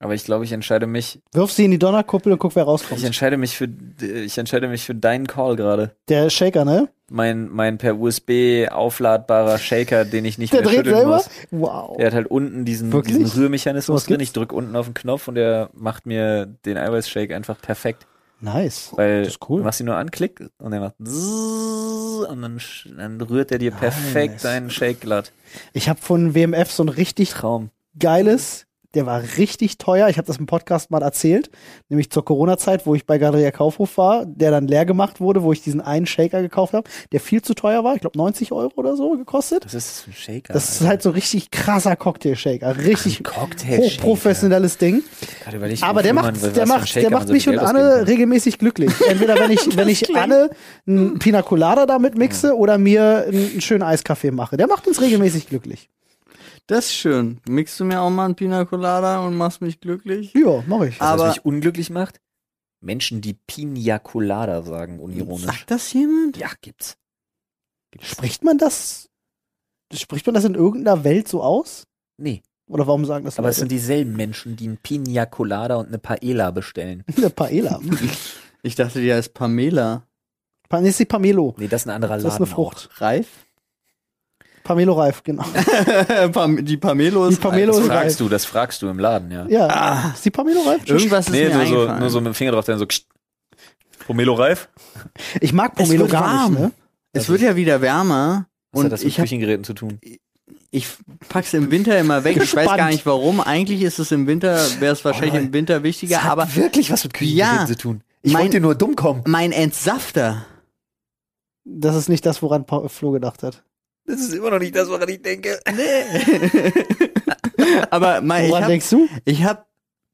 [SPEAKER 2] Aber ich glaube, ich entscheide mich,
[SPEAKER 1] Wirf sie in die Donnerkuppel und guck, wer
[SPEAKER 2] ich
[SPEAKER 1] rauskommt.
[SPEAKER 2] entscheide mich für, ich entscheide mich für deinen Call gerade.
[SPEAKER 1] Der Shaker, ne?
[SPEAKER 2] Mein, mein per USB aufladbarer Shaker, den ich nicht
[SPEAKER 1] Der
[SPEAKER 2] mehr
[SPEAKER 1] dreht
[SPEAKER 2] schütteln
[SPEAKER 1] selber?
[SPEAKER 2] muss.
[SPEAKER 1] Wow.
[SPEAKER 2] Der hat halt unten diesen,
[SPEAKER 1] Wirklich?
[SPEAKER 2] diesen Rührmechanismus
[SPEAKER 1] Sowas
[SPEAKER 2] drin.
[SPEAKER 1] gibt's?
[SPEAKER 2] Ich drücke unten auf den Knopf und der macht mir den Eiweißshake einfach perfekt.
[SPEAKER 1] Nice.
[SPEAKER 2] Weil
[SPEAKER 1] Oh, Das ist cool.
[SPEAKER 2] du machst ihn nur anklick und der macht zzzz und dann, sch- dann rührt er dir perfekt
[SPEAKER 1] Nice.
[SPEAKER 2] deinen Shake glatt.
[SPEAKER 1] Ich habe von WMF so ein richtig
[SPEAKER 2] Traum.
[SPEAKER 1] geiles. Der war richtig teuer. Ich habe das im Podcast mal erzählt, nämlich zur Corona-Zeit, wo ich bei Galeria Kaufhof war, der dann leer gemacht wurde, wo ich diesen einen Shaker gekauft habe, der viel zu teuer war. Ich glaube 90 Euro oder so gekostet.
[SPEAKER 2] Das ist ein Shaker.
[SPEAKER 1] Das ist halt so ein richtig krasser Cocktail-Shaker, richtig
[SPEAKER 2] Cocktail.
[SPEAKER 1] hochprofessionelles Ding.
[SPEAKER 2] Gerade überlegt,
[SPEAKER 1] Aber der
[SPEAKER 2] wofür man-
[SPEAKER 1] macht,
[SPEAKER 2] was für
[SPEAKER 1] der
[SPEAKER 2] einen
[SPEAKER 1] macht,
[SPEAKER 2] Shaker
[SPEAKER 1] der
[SPEAKER 2] man
[SPEAKER 1] macht
[SPEAKER 2] so
[SPEAKER 1] mich
[SPEAKER 2] viel
[SPEAKER 1] und
[SPEAKER 2] Geld ausgeben
[SPEAKER 1] Anne
[SPEAKER 2] kann.
[SPEAKER 1] regelmäßig glücklich. Entweder wenn ich, wenn ich Anne einen Pina Colada damit mixe oder mir einen einen schönen Eiskaffee mache. Der macht uns regelmäßig glücklich.
[SPEAKER 3] Das ist schön. Mixt du mir auch mal einen Pina Colada und machst mich glücklich?
[SPEAKER 1] Ja, mache ich.
[SPEAKER 3] Ah,
[SPEAKER 2] Was,
[SPEAKER 3] Aber-
[SPEAKER 2] was mich unglücklich macht? Menschen, die Pina Colada sagen, unironisch.
[SPEAKER 3] Sagt das jemand?
[SPEAKER 2] Ja, gibt's.
[SPEAKER 1] Spricht man das? Spricht man das in irgendeiner Welt so aus?
[SPEAKER 2] Nee,
[SPEAKER 1] Oder warum sagen das
[SPEAKER 2] aber es
[SPEAKER 1] Leute?
[SPEAKER 2] sind dieselben Menschen, die ein Pina Colada und eine Paella bestellen.
[SPEAKER 1] eine Paella?
[SPEAKER 3] Ich dachte, die heißt Pamela.
[SPEAKER 1] Pa- nee, ist die Pamelo.
[SPEAKER 2] Nee, das ist ein anderer Laden.
[SPEAKER 1] Das ist eine Frucht.
[SPEAKER 3] Reif?
[SPEAKER 1] Pamelo Reif, genau.
[SPEAKER 3] Pam die Pamelo
[SPEAKER 1] Die
[SPEAKER 3] ist
[SPEAKER 1] Pamelo
[SPEAKER 2] das
[SPEAKER 1] ist
[SPEAKER 2] fragst
[SPEAKER 1] reif.
[SPEAKER 2] du, das fragst du im Laden, ja.
[SPEAKER 1] Ja, ist die Pamelo Reif?
[SPEAKER 3] Irgendwas ist
[SPEAKER 2] nee,
[SPEAKER 3] mir
[SPEAKER 2] nur so,
[SPEAKER 3] eingefallen.
[SPEAKER 2] nur so mit dem Finger drauf, dann so. kst. Pomelo reif?
[SPEAKER 1] Ich mag
[SPEAKER 3] Es
[SPEAKER 1] Pomelo
[SPEAKER 3] wird
[SPEAKER 1] gar
[SPEAKER 3] warm.
[SPEAKER 1] nicht, ne?
[SPEAKER 3] Es wird ja wieder wärmer
[SPEAKER 2] Was hat
[SPEAKER 3] und
[SPEAKER 2] das mit
[SPEAKER 3] ich, hab,
[SPEAKER 2] Küchengeräten zu tun?
[SPEAKER 3] ich pack's im Winter immer weg. Ich weiß gar
[SPEAKER 1] Gespannt.
[SPEAKER 3] nicht warum. Eigentlich ist es im Winter, wäre es wahrscheinlich
[SPEAKER 2] Oh,
[SPEAKER 3] im Winter wichtiger,
[SPEAKER 2] Das hat
[SPEAKER 3] aber
[SPEAKER 2] wirklich was mit
[SPEAKER 3] Ja,
[SPEAKER 2] tun.
[SPEAKER 3] mein-
[SPEAKER 2] nur dumm kommen.
[SPEAKER 3] mein Entsafter.
[SPEAKER 1] Das ist nicht das, woran Pa- Flo gedacht hat.
[SPEAKER 2] Das ist immer noch nicht das, woran ich denke.
[SPEAKER 3] aber mein, ich
[SPEAKER 1] Woran
[SPEAKER 3] hab,
[SPEAKER 1] denkst du?
[SPEAKER 3] ich hab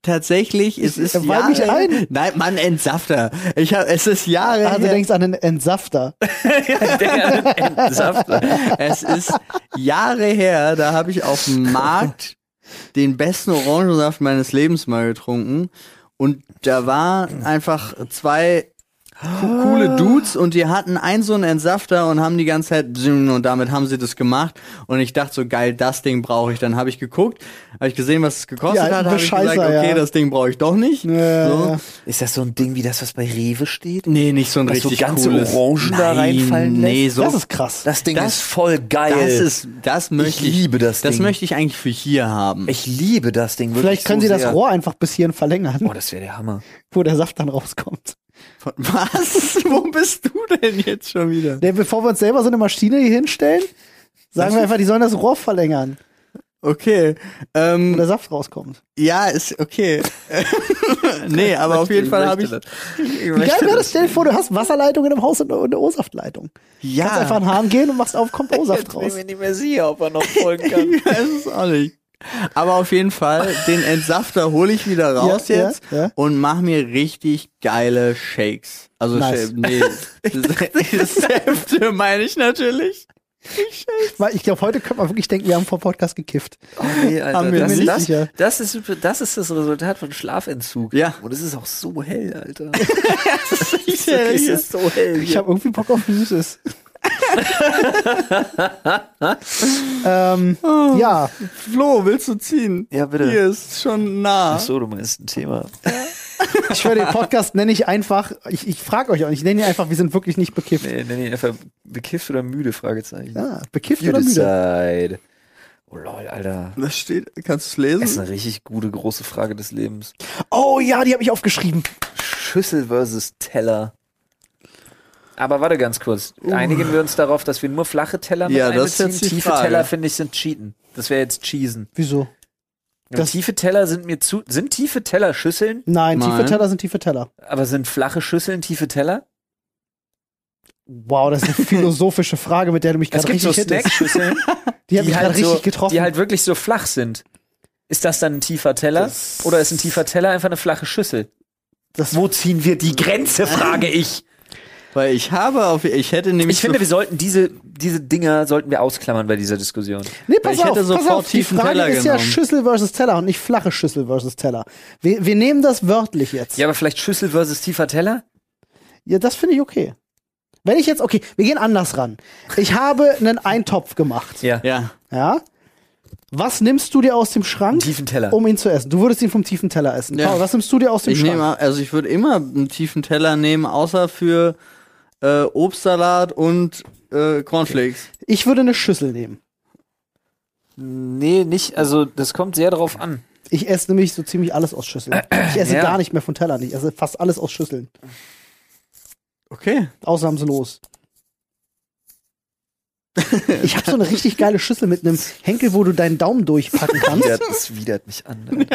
[SPEAKER 3] tatsächlich, es
[SPEAKER 1] Ich-
[SPEAKER 3] ist
[SPEAKER 1] äh, weih mich
[SPEAKER 3] Jahre-
[SPEAKER 1] ein.
[SPEAKER 3] Nein, mein Entsafter. Ich hab, es ist Jahre
[SPEAKER 1] Ah, du
[SPEAKER 3] her.
[SPEAKER 1] denkst an den Entsafter.
[SPEAKER 2] Ich denke an den Entsafter.
[SPEAKER 3] Es ist Jahre her, da habe ich auf dem Markt den besten Orangensaft meines Lebens mal getrunken. Und da waren einfach zwei co- coole Dudes und die hatten einen so einen Entsafter und haben die ganze Zeit bzim und damit haben sie das gemacht. Und ich dachte so, geil, das Ding brauche ich. Dann habe ich geguckt, habe ich gesehen, was es
[SPEAKER 1] Die
[SPEAKER 3] gekostet
[SPEAKER 1] alten
[SPEAKER 3] hat, habe ich gesagt,
[SPEAKER 1] Bescheißer,
[SPEAKER 3] okay,
[SPEAKER 1] ja. Ne.
[SPEAKER 3] das Ding brauche ich doch nicht.
[SPEAKER 1] Ja, ja.
[SPEAKER 3] so.
[SPEAKER 2] Ist das so ein Ding wie das, was bei Rewe steht?
[SPEAKER 3] Nee, nicht so ein
[SPEAKER 2] Dass so
[SPEAKER 3] richtig
[SPEAKER 2] ganze
[SPEAKER 3] cooles.
[SPEAKER 2] Orangen da
[SPEAKER 3] Nein,
[SPEAKER 2] reinfallen
[SPEAKER 3] nee,
[SPEAKER 2] lässt?
[SPEAKER 3] so
[SPEAKER 1] Das ist krass.
[SPEAKER 2] Das Ding
[SPEAKER 3] Das-
[SPEAKER 2] ist voll geil.
[SPEAKER 3] Das ist, das möchte ich.
[SPEAKER 2] liebe das
[SPEAKER 3] Das
[SPEAKER 2] Ding.
[SPEAKER 3] möchte ich eigentlich für hier haben.
[SPEAKER 2] ich liebe das Ding wirklich
[SPEAKER 1] Vielleicht können
[SPEAKER 2] so
[SPEAKER 1] sie das
[SPEAKER 2] sehr.
[SPEAKER 1] Rohr einfach bis hierhin verlängern,
[SPEAKER 2] Oh, das wäre der Hammer.
[SPEAKER 1] wo der Saft dann rauskommt.
[SPEAKER 3] Von- was? Wo bist du denn jetzt schon wieder?
[SPEAKER 1] Denn bevor wir uns selber so eine Maschine hier hinstellen, sagen wir einfach, die sollen das Rohr verlängern,
[SPEAKER 3] Okay.
[SPEAKER 1] wo
[SPEAKER 3] Ähm,
[SPEAKER 1] der Saft rauskommt.
[SPEAKER 3] ja, ist okay. nee, aber auf jeden Fall habe ich.
[SPEAKER 2] möchte
[SPEAKER 1] Wie geil wäre das? Stell dir vor, du hast Wasserleitungen im Haus und eine- eine O-Saftleitung.
[SPEAKER 2] Ah.
[SPEAKER 1] Kannst einfach
[SPEAKER 3] Ja,
[SPEAKER 1] an den Hahn gehen und machst auf, kommt O-Saft
[SPEAKER 2] Jetzt bin ich
[SPEAKER 1] raus.
[SPEAKER 2] mir nicht mehr sicher, ob er noch folgen kann.
[SPEAKER 3] ich weiß es auch nicht. Aber auf jeden Fall, den Entsafter hole ich wieder raus
[SPEAKER 1] Ja, ja,
[SPEAKER 3] jetzt
[SPEAKER 1] ja.
[SPEAKER 3] und mache mir richtig geile Shakes. Also,
[SPEAKER 1] Nice.
[SPEAKER 3] Sha- nee, Säfte meine ich natürlich.
[SPEAKER 1] Weil Ich glaube, heute könnte man wirklich denken, wir haben vor dem Podcast gekifft.
[SPEAKER 2] Oh nee, Alter,
[SPEAKER 1] Haben wir
[SPEAKER 2] das,
[SPEAKER 1] nicht
[SPEAKER 2] das,
[SPEAKER 1] sicher.
[SPEAKER 2] das, ist, das ist das Resultat von Schlafentzug.
[SPEAKER 3] Ja.
[SPEAKER 2] Und es ist auch so hell, Alter.
[SPEAKER 3] Ich,
[SPEAKER 2] es ist so hell.
[SPEAKER 1] Ich habe irgendwie Bock auf Süßes. ähm, ja,
[SPEAKER 3] Flo, willst du ziehen?
[SPEAKER 2] Ja, bitte.
[SPEAKER 3] Hier ist schon nah.
[SPEAKER 2] Ach so, du meinst ein Thema.
[SPEAKER 1] ich höre den Podcast, nenne ich einfach, ich, ich frage euch auch nicht, ich nenne ihn einfach, wir sind wirklich nicht bekifft.
[SPEAKER 2] Nee, nenn ihn einfach bekifft oder müde, Fragezeichen.
[SPEAKER 1] Ah, bekifft
[SPEAKER 2] You
[SPEAKER 1] oder müde?
[SPEAKER 2] decide. Oh lol, Alter.
[SPEAKER 3] Das steht, kannst du
[SPEAKER 2] Das
[SPEAKER 3] lesen?
[SPEAKER 2] ist eine richtig gute, große Frage des Lebens.
[SPEAKER 1] Oh ja, die habe ich aufgeschrieben.
[SPEAKER 2] Schüssel versus Teller. Aber warte ganz kurz. Einigen wir uns darauf, dass wir nur flache Teller mit
[SPEAKER 3] Ja,
[SPEAKER 2] einbeziehen.
[SPEAKER 3] das ist jetzt die
[SPEAKER 2] Tiefe
[SPEAKER 3] Frage.
[SPEAKER 2] Teller, finde ich, sind Cheaten. Das wäre jetzt Cheesen.
[SPEAKER 1] Wieso?
[SPEAKER 2] Und
[SPEAKER 1] Das-
[SPEAKER 2] Tiefe Teller sind mir zu. Sind tiefe Teller Schüsseln?
[SPEAKER 1] Nein, tiefe
[SPEAKER 3] Nein.
[SPEAKER 1] Teller sind tiefe Teller.
[SPEAKER 2] Aber sind flache Schüsseln tiefe Teller?
[SPEAKER 1] Wow, das ist eine philosophische Frage, mit der du mich
[SPEAKER 2] Es
[SPEAKER 1] gerade
[SPEAKER 2] gibt
[SPEAKER 1] richtig
[SPEAKER 2] so
[SPEAKER 1] hittest.
[SPEAKER 2] Snackschüsseln,
[SPEAKER 1] Die hat mich gerade richtig
[SPEAKER 2] so,
[SPEAKER 1] getroffen.
[SPEAKER 2] die halt wirklich so flach sind. Ist das dann ein tiefer Teller?
[SPEAKER 1] Das-
[SPEAKER 2] Oder ist ein tiefer Teller einfach eine flache Schüssel?
[SPEAKER 1] Das-
[SPEAKER 2] Wo ziehen wir die Grenze, frage ich.
[SPEAKER 3] Weil ich habe auf, ich hätte nämlich
[SPEAKER 2] Ich finde,
[SPEAKER 3] so,
[SPEAKER 2] wir sollten diese, diese Dinger sollten wir ausklammern bei dieser Diskussion.
[SPEAKER 1] nee, pass
[SPEAKER 3] ich
[SPEAKER 1] auf,
[SPEAKER 3] hätte
[SPEAKER 1] pass
[SPEAKER 3] sofort
[SPEAKER 1] auf. Die
[SPEAKER 3] tiefen
[SPEAKER 1] Frage
[SPEAKER 3] Teller
[SPEAKER 1] ist ja
[SPEAKER 3] genommen.
[SPEAKER 1] Schüssel versus Teller und nicht flache Schüssel versus Teller. Wir, wir nehmen das wörtlich jetzt.
[SPEAKER 2] Ja, aber vielleicht Schüssel versus tiefer Teller?
[SPEAKER 1] Ja, das finde ich okay. Wenn ich jetzt, okay, wir gehen anders ran. Ich habe einen Eintopf gemacht.
[SPEAKER 2] Ja.
[SPEAKER 3] ja,
[SPEAKER 1] Ja? Was nimmst du dir aus dem Schrank,
[SPEAKER 2] Tiefen Teller.
[SPEAKER 1] um ihn zu essen? Du würdest ihn vom tiefen Teller essen.
[SPEAKER 3] Ja.
[SPEAKER 1] Paul, was nimmst du dir aus dem
[SPEAKER 3] ich
[SPEAKER 1] Schrank?
[SPEAKER 3] nehme, also ich würde immer einen tiefen Teller nehmen, außer für äh, Obstsalat und äh, Cornflakes.
[SPEAKER 1] Ich würde eine Schüssel nehmen.
[SPEAKER 2] Nee, nicht. Also, das kommt sehr darauf an.
[SPEAKER 1] Ich esse nämlich so ziemlich alles aus Schüsseln. Ich esse
[SPEAKER 2] Ja.
[SPEAKER 1] gar nicht mehr von Tellern. Ich esse fast alles aus Schüsseln.
[SPEAKER 3] Okay.
[SPEAKER 1] Ausnahmslos. Ich habe so eine richtig geile Schüssel mit einem Henkel, wo du deinen Daumen durchpacken kannst.
[SPEAKER 2] Ja, das widert mich an. ne?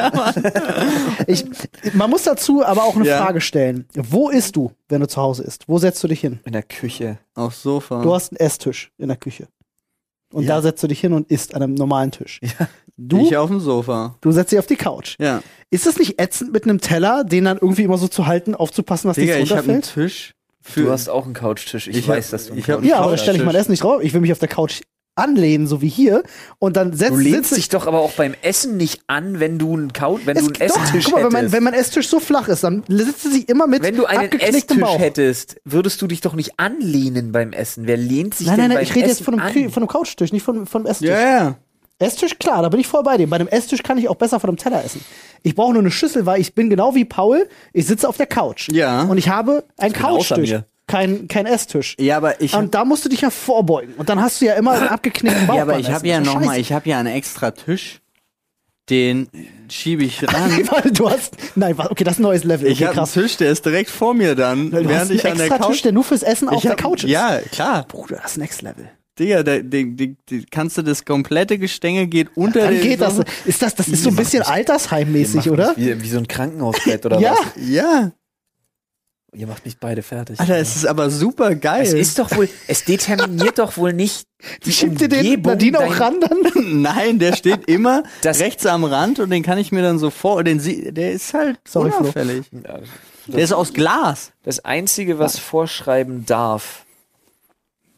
[SPEAKER 1] Ich, man muss dazu aber auch eine
[SPEAKER 3] Ja.
[SPEAKER 1] Frage stellen. Wo isst du, wenn du zu Hause isst? Wo setzt du dich hin?
[SPEAKER 2] In der Küche.
[SPEAKER 3] Aufs Sofa.
[SPEAKER 1] Du hast einen Esstisch in der Küche. Und
[SPEAKER 3] Ah. Ja.
[SPEAKER 1] da setzt du dich hin und isst an einem normalen Tisch. Du,
[SPEAKER 3] ich auf dem Sofa.
[SPEAKER 1] du setzt dich auf die Couch.
[SPEAKER 3] Ja.
[SPEAKER 1] Ist das nicht ätzend mit einem Teller, den dann irgendwie immer so zu halten, aufzupassen, dass
[SPEAKER 3] Digga,
[SPEAKER 1] nichts
[SPEAKER 3] ich habe einen
[SPEAKER 1] runterfällt?
[SPEAKER 3] Tisch für
[SPEAKER 2] Du hast auch einen Couchtisch. Ich,
[SPEAKER 3] Ich
[SPEAKER 2] weiß,
[SPEAKER 3] hab-
[SPEAKER 2] dass du einen
[SPEAKER 3] ich hab-
[SPEAKER 2] Couchtisch
[SPEAKER 1] Ja, aber da
[SPEAKER 2] hast.
[SPEAKER 1] stelle ich mein Essen nicht drauf. Ich will mich auf der Couch anlehnen, so wie hier. Und dann setzt
[SPEAKER 2] Du lehnst
[SPEAKER 1] sitze
[SPEAKER 2] dich doch aber auch beim Essen nicht an, wenn du einen Couch, wenn
[SPEAKER 1] Es,
[SPEAKER 2] du einen Esstisch
[SPEAKER 1] doch, guck mal, wenn mein,
[SPEAKER 2] hättest.
[SPEAKER 1] wenn mein Esstisch so flach ist, dann sitzt sie immer mit
[SPEAKER 2] Wenn du einen
[SPEAKER 1] abgeknicktem
[SPEAKER 2] Esstisch
[SPEAKER 1] Bauch.
[SPEAKER 2] hättest, würdest du dich doch nicht anlehnen beim Essen. Wer lehnt sich
[SPEAKER 1] Nein,
[SPEAKER 2] denn
[SPEAKER 1] nein, nein,
[SPEAKER 2] beim
[SPEAKER 1] ich rede jetzt
[SPEAKER 2] Essen
[SPEAKER 1] von einem,
[SPEAKER 2] an?
[SPEAKER 1] Kü- von einem Couchtisch, nicht von, von einem Esstisch.
[SPEAKER 3] Ja, ja.
[SPEAKER 1] Esstisch, klar, da bin ich voll bei dir. Bei einem Esstisch kann ich auch besser von einem Teller essen. Ich brauche nur eine Schüssel, weil ich bin genau wie Paul, ich sitze auf der Couch.
[SPEAKER 3] Ja.
[SPEAKER 1] Und ich habe einen
[SPEAKER 2] bin genau außer
[SPEAKER 1] Couchtisch,
[SPEAKER 2] mir.
[SPEAKER 1] kein, kein Esstisch.
[SPEAKER 3] Ja, aber ich hab,
[SPEAKER 1] Und da musst du dich ja vorbeugen. Und dann hast du ja immer einen abgeknickten Bauch.
[SPEAKER 3] ja, aber
[SPEAKER 1] beim
[SPEAKER 3] ich
[SPEAKER 1] Essen.
[SPEAKER 3] habe ja
[SPEAKER 1] Das ist
[SPEAKER 3] noch mal,
[SPEAKER 1] scheiße.
[SPEAKER 3] ich habe ja einen extra Tisch. Den schiebe ich ran.
[SPEAKER 1] Warte, du hast. Nein, wa- okay, das ist ein neues Level.
[SPEAKER 3] Ich
[SPEAKER 1] okay,
[SPEAKER 3] habe einen
[SPEAKER 1] krass.
[SPEAKER 3] Tisch, der ist direkt vor mir dann,
[SPEAKER 1] Du hast
[SPEAKER 3] während
[SPEAKER 1] einen
[SPEAKER 3] ich an der
[SPEAKER 1] extra Tisch,
[SPEAKER 3] Couch
[SPEAKER 1] der nur fürs Essen auf
[SPEAKER 3] ich hab,
[SPEAKER 1] der Couch ist.
[SPEAKER 3] Ja, klar.
[SPEAKER 1] Bruder, das ist Next Level.
[SPEAKER 3] Digga, der, den- den- den- kannst du das komplette Gestänge geht unter
[SPEAKER 1] Dann
[SPEAKER 3] den
[SPEAKER 1] geht das.
[SPEAKER 3] Sofa-
[SPEAKER 1] Ist das, das ist so ein bisschen
[SPEAKER 2] Ihr macht
[SPEAKER 1] altersheimmäßig, oder?
[SPEAKER 2] mich Wie, wie so ein Krankenhausbett oder
[SPEAKER 1] Ja.
[SPEAKER 2] was?
[SPEAKER 3] Ja.
[SPEAKER 2] Ihr macht mich beide fertig.
[SPEAKER 3] Alter, es ist aber super geil.
[SPEAKER 2] es ist doch wohl, es determiniert doch wohl nicht die
[SPEAKER 1] Schiebt dir den
[SPEAKER 2] Umgebung
[SPEAKER 1] Nadine auch
[SPEAKER 2] dein-
[SPEAKER 1] ran dann?
[SPEAKER 3] Nein, der steht immer
[SPEAKER 2] Das-
[SPEAKER 3] rechts am Rand und den kann ich mir dann so vor. Den sie, der ist halt
[SPEAKER 1] Sorry, Flo.
[SPEAKER 3] unauffällig.
[SPEAKER 2] Ja,
[SPEAKER 3] Der ist aus Glas.
[SPEAKER 2] Das Einzige, was vorschreiben darf,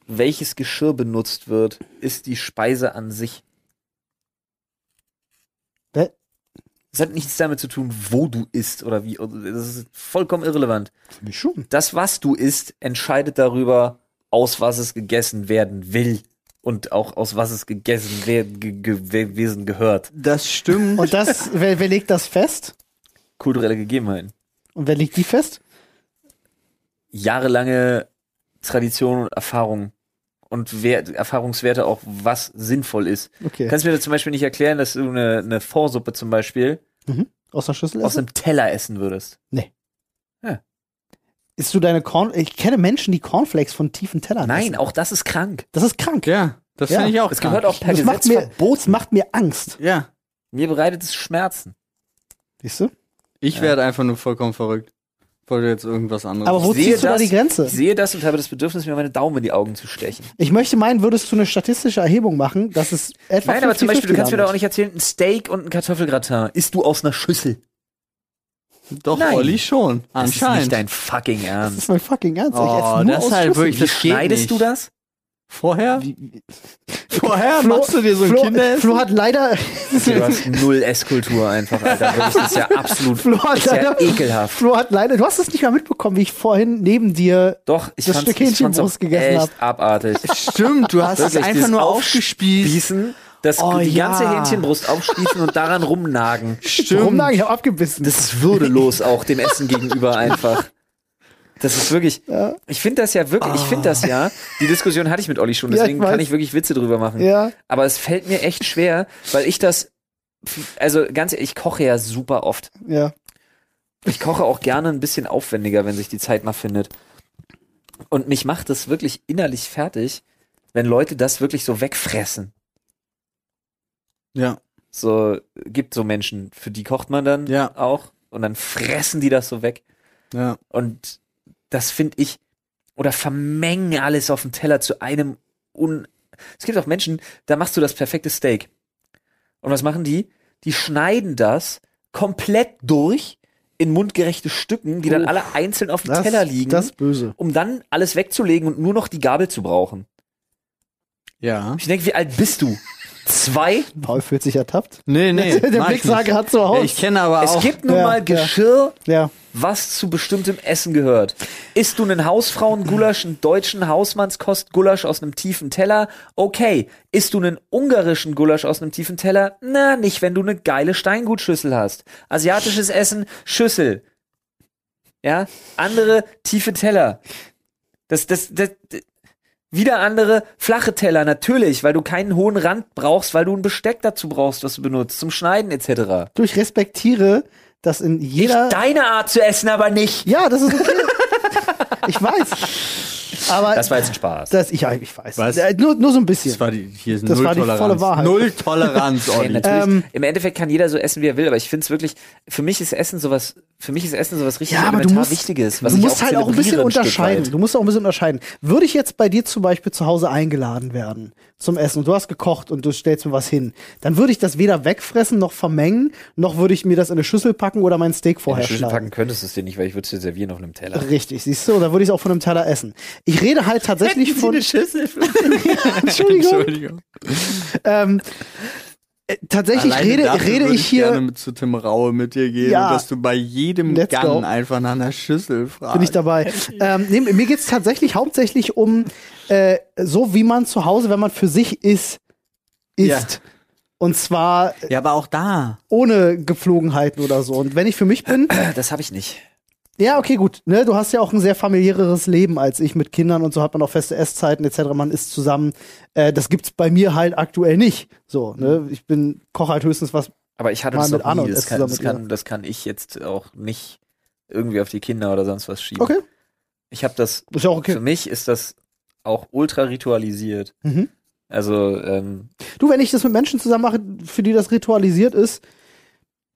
[SPEAKER 2] welches Geschirr benutzt wird, ist die Speise an sich.
[SPEAKER 1] Hä?
[SPEAKER 2] Es hat nichts damit zu tun, wo du isst oder wie. Das ist vollkommen irrelevant.
[SPEAKER 1] Für mich schon.
[SPEAKER 2] Das, was du isst, entscheidet darüber, aus was es gegessen werden will und auch aus was es gegessen wer- ge ge gewesen gehört.
[SPEAKER 3] Das stimmt.
[SPEAKER 1] Und das, wer, wer legt das fest?
[SPEAKER 2] Kulturelle Gegebenheiten.
[SPEAKER 1] Und wer legt die fest?
[SPEAKER 2] jahrelange Tradition und Erfahrung und Wert, Erfahrungswerte auch, was sinnvoll ist.
[SPEAKER 1] Okay.
[SPEAKER 2] Kannst du mir da zum Beispiel nicht erklären, dass du eine, eine Vorsuppe zum Beispiel
[SPEAKER 1] aus der Schüssel
[SPEAKER 2] aus
[SPEAKER 1] essen?
[SPEAKER 2] einem Teller essen würdest?
[SPEAKER 1] Isst du deine Corn... Ich kenne Menschen, die Cornflakes von tiefen Tellern
[SPEAKER 2] Nein,
[SPEAKER 1] essen.
[SPEAKER 2] auch das ist krank.
[SPEAKER 1] Das ist krank.
[SPEAKER 3] ja, das
[SPEAKER 1] Ja,
[SPEAKER 3] finde ich auch.
[SPEAKER 2] Es
[SPEAKER 3] krank.
[SPEAKER 2] gehört auch per
[SPEAKER 1] Das macht
[SPEAKER 2] Gesetz
[SPEAKER 1] mir, das
[SPEAKER 2] verboten.
[SPEAKER 1] macht mir Angst.
[SPEAKER 3] Ja,
[SPEAKER 2] Mir bereitet es Schmerzen.
[SPEAKER 1] Siehst du?
[SPEAKER 3] ich
[SPEAKER 2] Ja.
[SPEAKER 3] werde einfach nur vollkommen verrückt. Wollte jetzt irgendwas anderes.
[SPEAKER 1] Aber wo
[SPEAKER 2] sehe
[SPEAKER 1] ziehst du da
[SPEAKER 2] das-
[SPEAKER 1] die
[SPEAKER 2] Ich
[SPEAKER 1] Grenze?
[SPEAKER 2] sehe das und habe das Bedürfnis, mir meine Daumen in die Augen zu stechen.
[SPEAKER 1] Ich möchte meinen, würdest du eine statistische Erhebung machen, dass es etwa
[SPEAKER 2] Nein, aber zum
[SPEAKER 1] 50-50
[SPEAKER 2] Beispiel, du kannst mir
[SPEAKER 1] damit.
[SPEAKER 2] doch auch nicht erzählen, ein Steak und ein Kartoffelgratin isst du aus einer Schüssel.
[SPEAKER 3] Doch,
[SPEAKER 2] Nein.
[SPEAKER 3] Olli schon.
[SPEAKER 2] Das ist nicht
[SPEAKER 3] Anscheinend.
[SPEAKER 2] dein fucking
[SPEAKER 1] Das
[SPEAKER 2] Ernst.
[SPEAKER 1] ist mein fucking Ernst.
[SPEAKER 3] Oh,
[SPEAKER 1] ich esse nur
[SPEAKER 3] das
[SPEAKER 1] aus
[SPEAKER 3] ist halt
[SPEAKER 1] Schüsseln.
[SPEAKER 3] wirklich-
[SPEAKER 2] Wie
[SPEAKER 3] das geht
[SPEAKER 2] schneidest du
[SPEAKER 3] nicht.
[SPEAKER 2] das?
[SPEAKER 3] Vorher?
[SPEAKER 1] Wie-
[SPEAKER 3] Vorher
[SPEAKER 1] Flo-
[SPEAKER 3] machst du dir so ein
[SPEAKER 1] Flo,
[SPEAKER 3] Kinderessen?
[SPEAKER 1] Flo hat leider...
[SPEAKER 2] Du hast null Esskultur einfach, Alter. Wirklich, Das ist ja absolut
[SPEAKER 1] Flo hat
[SPEAKER 2] ist ja
[SPEAKER 1] leider-
[SPEAKER 2] ekelhaft.
[SPEAKER 1] Flo hat leider... Du hast es nicht mal mitbekommen, wie ich vorhin neben dir...
[SPEAKER 2] Doch, ich
[SPEAKER 1] Das
[SPEAKER 2] fand's,
[SPEAKER 1] Stück
[SPEAKER 2] ich fand's auch
[SPEAKER 1] Hähnchenbrust gegessen
[SPEAKER 2] echt abartig.
[SPEAKER 3] Stimmt, du hast es
[SPEAKER 2] Wirklich,
[SPEAKER 3] einfach
[SPEAKER 2] dieses
[SPEAKER 3] nur aufgespießt.
[SPEAKER 2] Aufspießen, das,
[SPEAKER 1] Oh,
[SPEAKER 2] die ganze
[SPEAKER 1] ja.
[SPEAKER 2] Hähnchenbrust aufspießen und daran rumnagen.
[SPEAKER 1] Warum
[SPEAKER 3] Stimmt.
[SPEAKER 1] Ich habe abgebissen.
[SPEAKER 2] Das ist würdelos auch dem Essen gegenüber einfach. Das ist wirklich, ich finde das ja wirklich, ich finde das ja, die Diskussion hatte ich mit Olli schon,
[SPEAKER 1] Ja, ich
[SPEAKER 2] deswegen kann
[SPEAKER 1] weiß.
[SPEAKER 2] ich wirklich Witze drüber machen.
[SPEAKER 1] ja.
[SPEAKER 2] Aber es fällt mir echt schwer, weil ich das, also ganz ehrlich, ich koche ja super oft.
[SPEAKER 1] Ja.
[SPEAKER 2] Ich koche auch gerne ein bisschen aufwendiger, wenn sich die Zeit mal findet. Und mich macht das wirklich innerlich fertig, wenn Leute das wirklich so wegfressen.
[SPEAKER 3] Ja.
[SPEAKER 2] So gibt so Menschen, für die kocht man dann
[SPEAKER 3] Ja.
[SPEAKER 2] auch und dann fressen die das so weg.
[SPEAKER 3] Ja.
[SPEAKER 2] Und das finde ich, oder vermengen alles auf dem Teller zu einem un. Es gibt auch Menschen, da machst du das perfekte Steak. Und was machen die? Die schneiden das komplett durch in mundgerechte Stücken, die dann
[SPEAKER 1] Uff.
[SPEAKER 2] alle einzeln auf dem
[SPEAKER 1] Das,
[SPEAKER 2] Teller liegen,
[SPEAKER 1] das ist böse.
[SPEAKER 2] um dann alles wegzulegen und nur noch die Gabel zu brauchen.
[SPEAKER 3] Ja.
[SPEAKER 2] Ich denke, wie alt bist du? Zwei?
[SPEAKER 1] Paul fühlt sich ertappt.
[SPEAKER 3] Nee, nee.
[SPEAKER 1] Der
[SPEAKER 3] mach ich
[SPEAKER 1] Blicksager
[SPEAKER 3] nicht.
[SPEAKER 1] hat so aus.
[SPEAKER 3] Ich kenne aber
[SPEAKER 2] Es
[SPEAKER 3] auch.
[SPEAKER 2] gibt nun
[SPEAKER 1] Ja,
[SPEAKER 2] mal
[SPEAKER 1] ja.
[SPEAKER 2] Geschirr,
[SPEAKER 1] ja.
[SPEAKER 2] was zu bestimmtem Essen gehört. Isst du einen Hausfrauengulasch, einen deutschen Hausmannskostgulasch aus einem tiefen Teller? Okay. Isst du einen ungarischen Gulasch aus einem tiefen Teller? Na, nicht, wenn du eine geile Steingutschüssel hast. Asiatisches Essen, Schüssel. Ja, andere tiefe Teller. Das, das, das, das wieder andere flache Teller, natürlich, weil du keinen hohen Rand brauchst, weil du ein Besteck dazu brauchst, was du benutzt, zum Schneiden etc.
[SPEAKER 1] Du, ich respektiere, dass in jeder.
[SPEAKER 2] Deine Art zu essen aber nicht.
[SPEAKER 1] ja, das ist okay. ich weiß. Aber
[SPEAKER 2] Das war jetzt ein Spaß.
[SPEAKER 1] das, ich, ja, ich weiß.
[SPEAKER 3] Was?
[SPEAKER 1] Äh, Nur, nur so ein bisschen.
[SPEAKER 3] Das war die, hier ist
[SPEAKER 1] Das
[SPEAKER 3] Null
[SPEAKER 1] war die
[SPEAKER 3] Toleranz.
[SPEAKER 1] volle Wahrheit.
[SPEAKER 3] Null Toleranz,
[SPEAKER 2] Nee,
[SPEAKER 3] Olli. Äh,
[SPEAKER 2] natürlich.
[SPEAKER 1] Ähm,
[SPEAKER 2] Im Endeffekt kann jeder so essen, wie er will, aber ich finde es wirklich, für mich ist Essen sowas, für mich ist Essen sowas richtig
[SPEAKER 1] ja, aber du
[SPEAKER 2] elementar
[SPEAKER 1] musst,
[SPEAKER 2] Wichtiges. Was
[SPEAKER 1] du
[SPEAKER 2] ich
[SPEAKER 1] musst halt auch ein bisschen
[SPEAKER 2] zelebriere Stück
[SPEAKER 1] unterscheiden.
[SPEAKER 2] weit.
[SPEAKER 1] Du musst auch ein bisschen unterscheiden. Würde ich jetzt bei dir zum Beispiel zu Hause eingeladen werden zum Essen und du hast gekocht und du stellst mir was hin, dann würde ich das weder wegfressen noch vermengen, noch würde ich mir das in eine Schüssel packen oder mein Steak
[SPEAKER 2] In die
[SPEAKER 1] vorher
[SPEAKER 2] Schüssel
[SPEAKER 1] schneiden.
[SPEAKER 2] packen könntest du es dir nicht, weil ich würde es dir servieren auf einem Teller.
[SPEAKER 1] Richtig, siehst du, oder würde ich es auch von einem Teller essen? Ich rede halt tatsächlich von.
[SPEAKER 2] Schüssel.
[SPEAKER 1] Entschuldigung. Ähm, äh, tatsächlich
[SPEAKER 3] Alleine
[SPEAKER 1] rede,
[SPEAKER 3] dafür
[SPEAKER 1] rede
[SPEAKER 3] würde
[SPEAKER 1] ich hier.
[SPEAKER 3] gerne mit zu Tim Raue mit dir gehen,
[SPEAKER 1] Ja.
[SPEAKER 3] und dass du bei jedem
[SPEAKER 1] Let's
[SPEAKER 3] Gun
[SPEAKER 1] go.
[SPEAKER 3] einfach nach einer Schüssel fragst.
[SPEAKER 1] bin ich dabei. Ähm, nee, mir geht's tatsächlich hauptsächlich um äh, so, wie man zu Hause, wenn man für sich ist, isst. Und zwar
[SPEAKER 3] Ja, aber auch da.
[SPEAKER 1] ohne Gepflogenheiten oder so. Und wenn ich für mich bin,
[SPEAKER 2] Das habe ich nicht.
[SPEAKER 1] ja, okay, gut. Ne, du hast ja auch ein sehr familiäreres Leben als ich mit Kindern und so hat man auch feste Esszeiten etc. Man isst zusammen. Äh, das gibt's bei mir halt aktuell nicht. So,
[SPEAKER 2] Mhm.
[SPEAKER 1] ne, ich bin koche halt höchstens was.
[SPEAKER 2] Aber ich hatte
[SPEAKER 1] Mal
[SPEAKER 2] das
[SPEAKER 1] mit
[SPEAKER 2] noch
[SPEAKER 1] Arnold
[SPEAKER 2] nie. Das
[SPEAKER 1] ist
[SPEAKER 2] kann,
[SPEAKER 1] zusammen
[SPEAKER 2] das,
[SPEAKER 1] mit ihr.
[SPEAKER 2] kann, das kann ich jetzt auch nicht irgendwie auf die Kinder oder sonst was schieben.
[SPEAKER 1] Okay,
[SPEAKER 2] Ich habe das,
[SPEAKER 1] ist ja auch okay.
[SPEAKER 2] für mich ist das auch ultra ritualisiert.
[SPEAKER 1] Mhm.
[SPEAKER 2] Also, ähm,
[SPEAKER 1] Du, wenn ich das mit Menschen zusammen mache, für die das ritualisiert ist,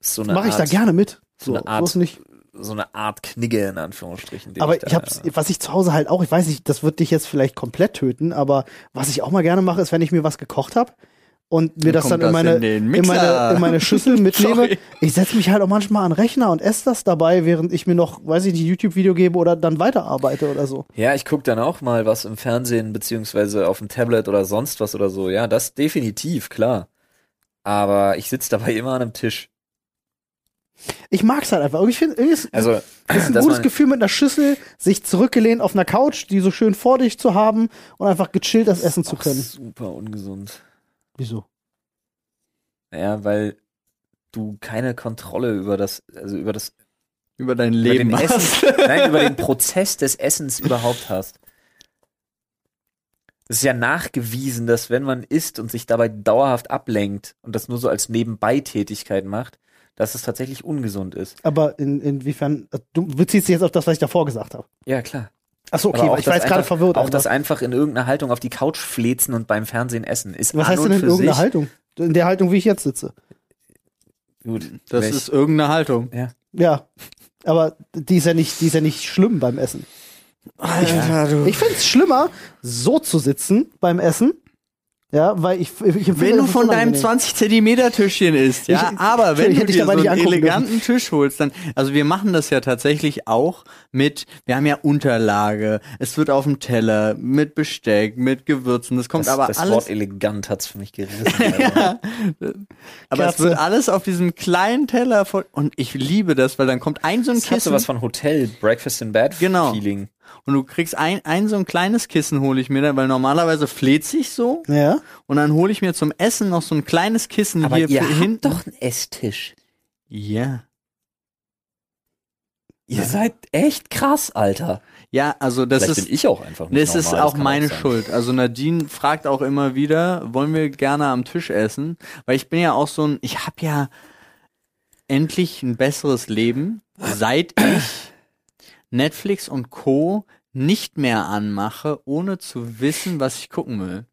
[SPEAKER 2] ist so eine
[SPEAKER 1] mache ich da
[SPEAKER 2] Art-
[SPEAKER 1] gerne mit. So,
[SPEAKER 2] so eine
[SPEAKER 1] so
[SPEAKER 2] Art
[SPEAKER 1] ist nicht.
[SPEAKER 2] so eine Art Knigge in Anführungsstrichen. den
[SPEAKER 1] Aber ich
[SPEAKER 2] da-
[SPEAKER 1] hab's, was ich zu Hause halt auch, ich weiß nicht, das wird dich jetzt vielleicht komplett töten, aber was ich auch mal gerne mache, ist, wenn ich mir was gekocht habe und mir das
[SPEAKER 3] kommt
[SPEAKER 1] dann
[SPEAKER 3] das
[SPEAKER 1] in meine,
[SPEAKER 3] in den
[SPEAKER 1] in
[SPEAKER 3] Mixer.
[SPEAKER 1] meine, in meine Schüssel mitnehme.
[SPEAKER 3] Sorry.
[SPEAKER 1] Ich setze mich halt auch manchmal an den Rechner und esse das dabei, während ich mir noch, weiß ich nicht, YouTube-Video gebe oder dann weiterarbeite oder so.
[SPEAKER 2] Ja, ich guck dann auch mal was im Fernsehen beziehungsweise auf dem Tablet oder sonst was oder so. Ja, das definitiv, klar. Aber ich sitz dabei immer an einem Tisch.
[SPEAKER 1] Ich mag's halt einfach. Und Ich finde, irgendwie ist,
[SPEAKER 2] Also,
[SPEAKER 1] ist ein
[SPEAKER 2] dass
[SPEAKER 1] gutes
[SPEAKER 2] man-
[SPEAKER 1] Gefühl, mit einer Schüssel sich zurückgelehnt auf einer Couch, die so schön vor dich zu haben und einfach gechillt das essen zu
[SPEAKER 2] Auch
[SPEAKER 1] können.
[SPEAKER 2] Super ungesund.
[SPEAKER 1] Wieso?
[SPEAKER 2] Ja, weil du keine Kontrolle über das, also über das
[SPEAKER 3] Über dein
[SPEAKER 2] über den
[SPEAKER 3] Leben hast.
[SPEAKER 2] Essen, nein, über den Prozess des Essens überhaupt hast. Es ist ja nachgewiesen, dass wenn man isst und sich dabei dauerhaft ablenkt und das nur so als Nebenbeitätigkeit macht, dass es tatsächlich ungesund ist.
[SPEAKER 1] Aber in, inwiefern, du beziehst dich jetzt auf das, was ich davor gesagt habe.
[SPEAKER 2] Ja, klar.
[SPEAKER 1] Ach so, okay,
[SPEAKER 2] Aber auch
[SPEAKER 1] weil ich war
[SPEAKER 2] das
[SPEAKER 1] jetzt gerade
[SPEAKER 2] einfach-
[SPEAKER 1] verwirrt.
[SPEAKER 2] Auch
[SPEAKER 1] einfach.
[SPEAKER 2] das einfach in irgendeiner Haltung auf die Couch flezen und beim Fernsehen essen ist
[SPEAKER 1] Was
[SPEAKER 2] an
[SPEAKER 1] heißt
[SPEAKER 2] und
[SPEAKER 1] denn in
[SPEAKER 2] für
[SPEAKER 1] irgendeiner
[SPEAKER 2] sich,
[SPEAKER 1] Haltung? In der Haltung, wie ich jetzt sitze.
[SPEAKER 2] Gut,
[SPEAKER 3] Das
[SPEAKER 2] welch-
[SPEAKER 3] ist irgendeine Haltung.
[SPEAKER 1] Ja. Aber die ist ja nicht, die ist ja nicht schlimm beim Essen.
[SPEAKER 3] Alter, du.
[SPEAKER 1] Ich find's schlimmer, so zu sitzen beim Essen. Ja, weil ich, ich empfinde
[SPEAKER 3] Wenn du
[SPEAKER 1] das als
[SPEAKER 3] von deinem
[SPEAKER 1] unangenehm.
[SPEAKER 3] 20 Zentimeter Tischchen isst, ja,
[SPEAKER 1] Ich-
[SPEAKER 3] aber wenn du
[SPEAKER 1] hätte ich
[SPEAKER 3] dir
[SPEAKER 1] dabei
[SPEAKER 3] so einen
[SPEAKER 1] nicht angucken
[SPEAKER 3] eleganten Tisch holst, dann, also wir machen das ja tatsächlich auch mit, wir haben ja Unterlage, es wird auf dem Teller, mit Besteck, mit Gewürzen, das kommt
[SPEAKER 2] das,
[SPEAKER 3] aber
[SPEAKER 2] das
[SPEAKER 3] alles,
[SPEAKER 2] Wort elegant hat's für mich gerissen. Alter.
[SPEAKER 3] aber es
[SPEAKER 1] Kerze.
[SPEAKER 3] wird alles auf diesem kleinen Teller voll, und ich liebe das, weil dann kommt ein so ein
[SPEAKER 2] Das hat
[SPEAKER 3] Kissen
[SPEAKER 2] sowas von Hotel, Breakfast in Bed
[SPEAKER 3] Genau.
[SPEAKER 2] Feeling.
[SPEAKER 3] und du kriegst ein, ein so ein kleines Kissen hole ich mir dann, weil normalerweise fleht sich so
[SPEAKER 1] Ja.
[SPEAKER 3] und dann hole ich mir zum Essen noch so ein kleines Kissen
[SPEAKER 2] Aber
[SPEAKER 3] hier
[SPEAKER 2] ihr
[SPEAKER 3] für hinten.
[SPEAKER 2] habt doch einen Esstisch.
[SPEAKER 3] Ja.
[SPEAKER 2] Ihr seid echt krass, Alter.
[SPEAKER 3] Ja, also das
[SPEAKER 2] Vielleicht
[SPEAKER 3] ist
[SPEAKER 2] bin ich auch einfach nicht
[SPEAKER 3] Das ist
[SPEAKER 2] normal,
[SPEAKER 3] auch
[SPEAKER 2] kann
[SPEAKER 3] meine
[SPEAKER 2] sein.
[SPEAKER 3] Schuld. Also Nadine fragt auch immer wieder, wollen wir gerne am Tisch essen? Weil ich bin ja auch so ein, ich habe ja endlich ein besseres Leben, seit ich Netflix und Co. nicht mehr anmache, ohne zu wissen, was ich gucken will.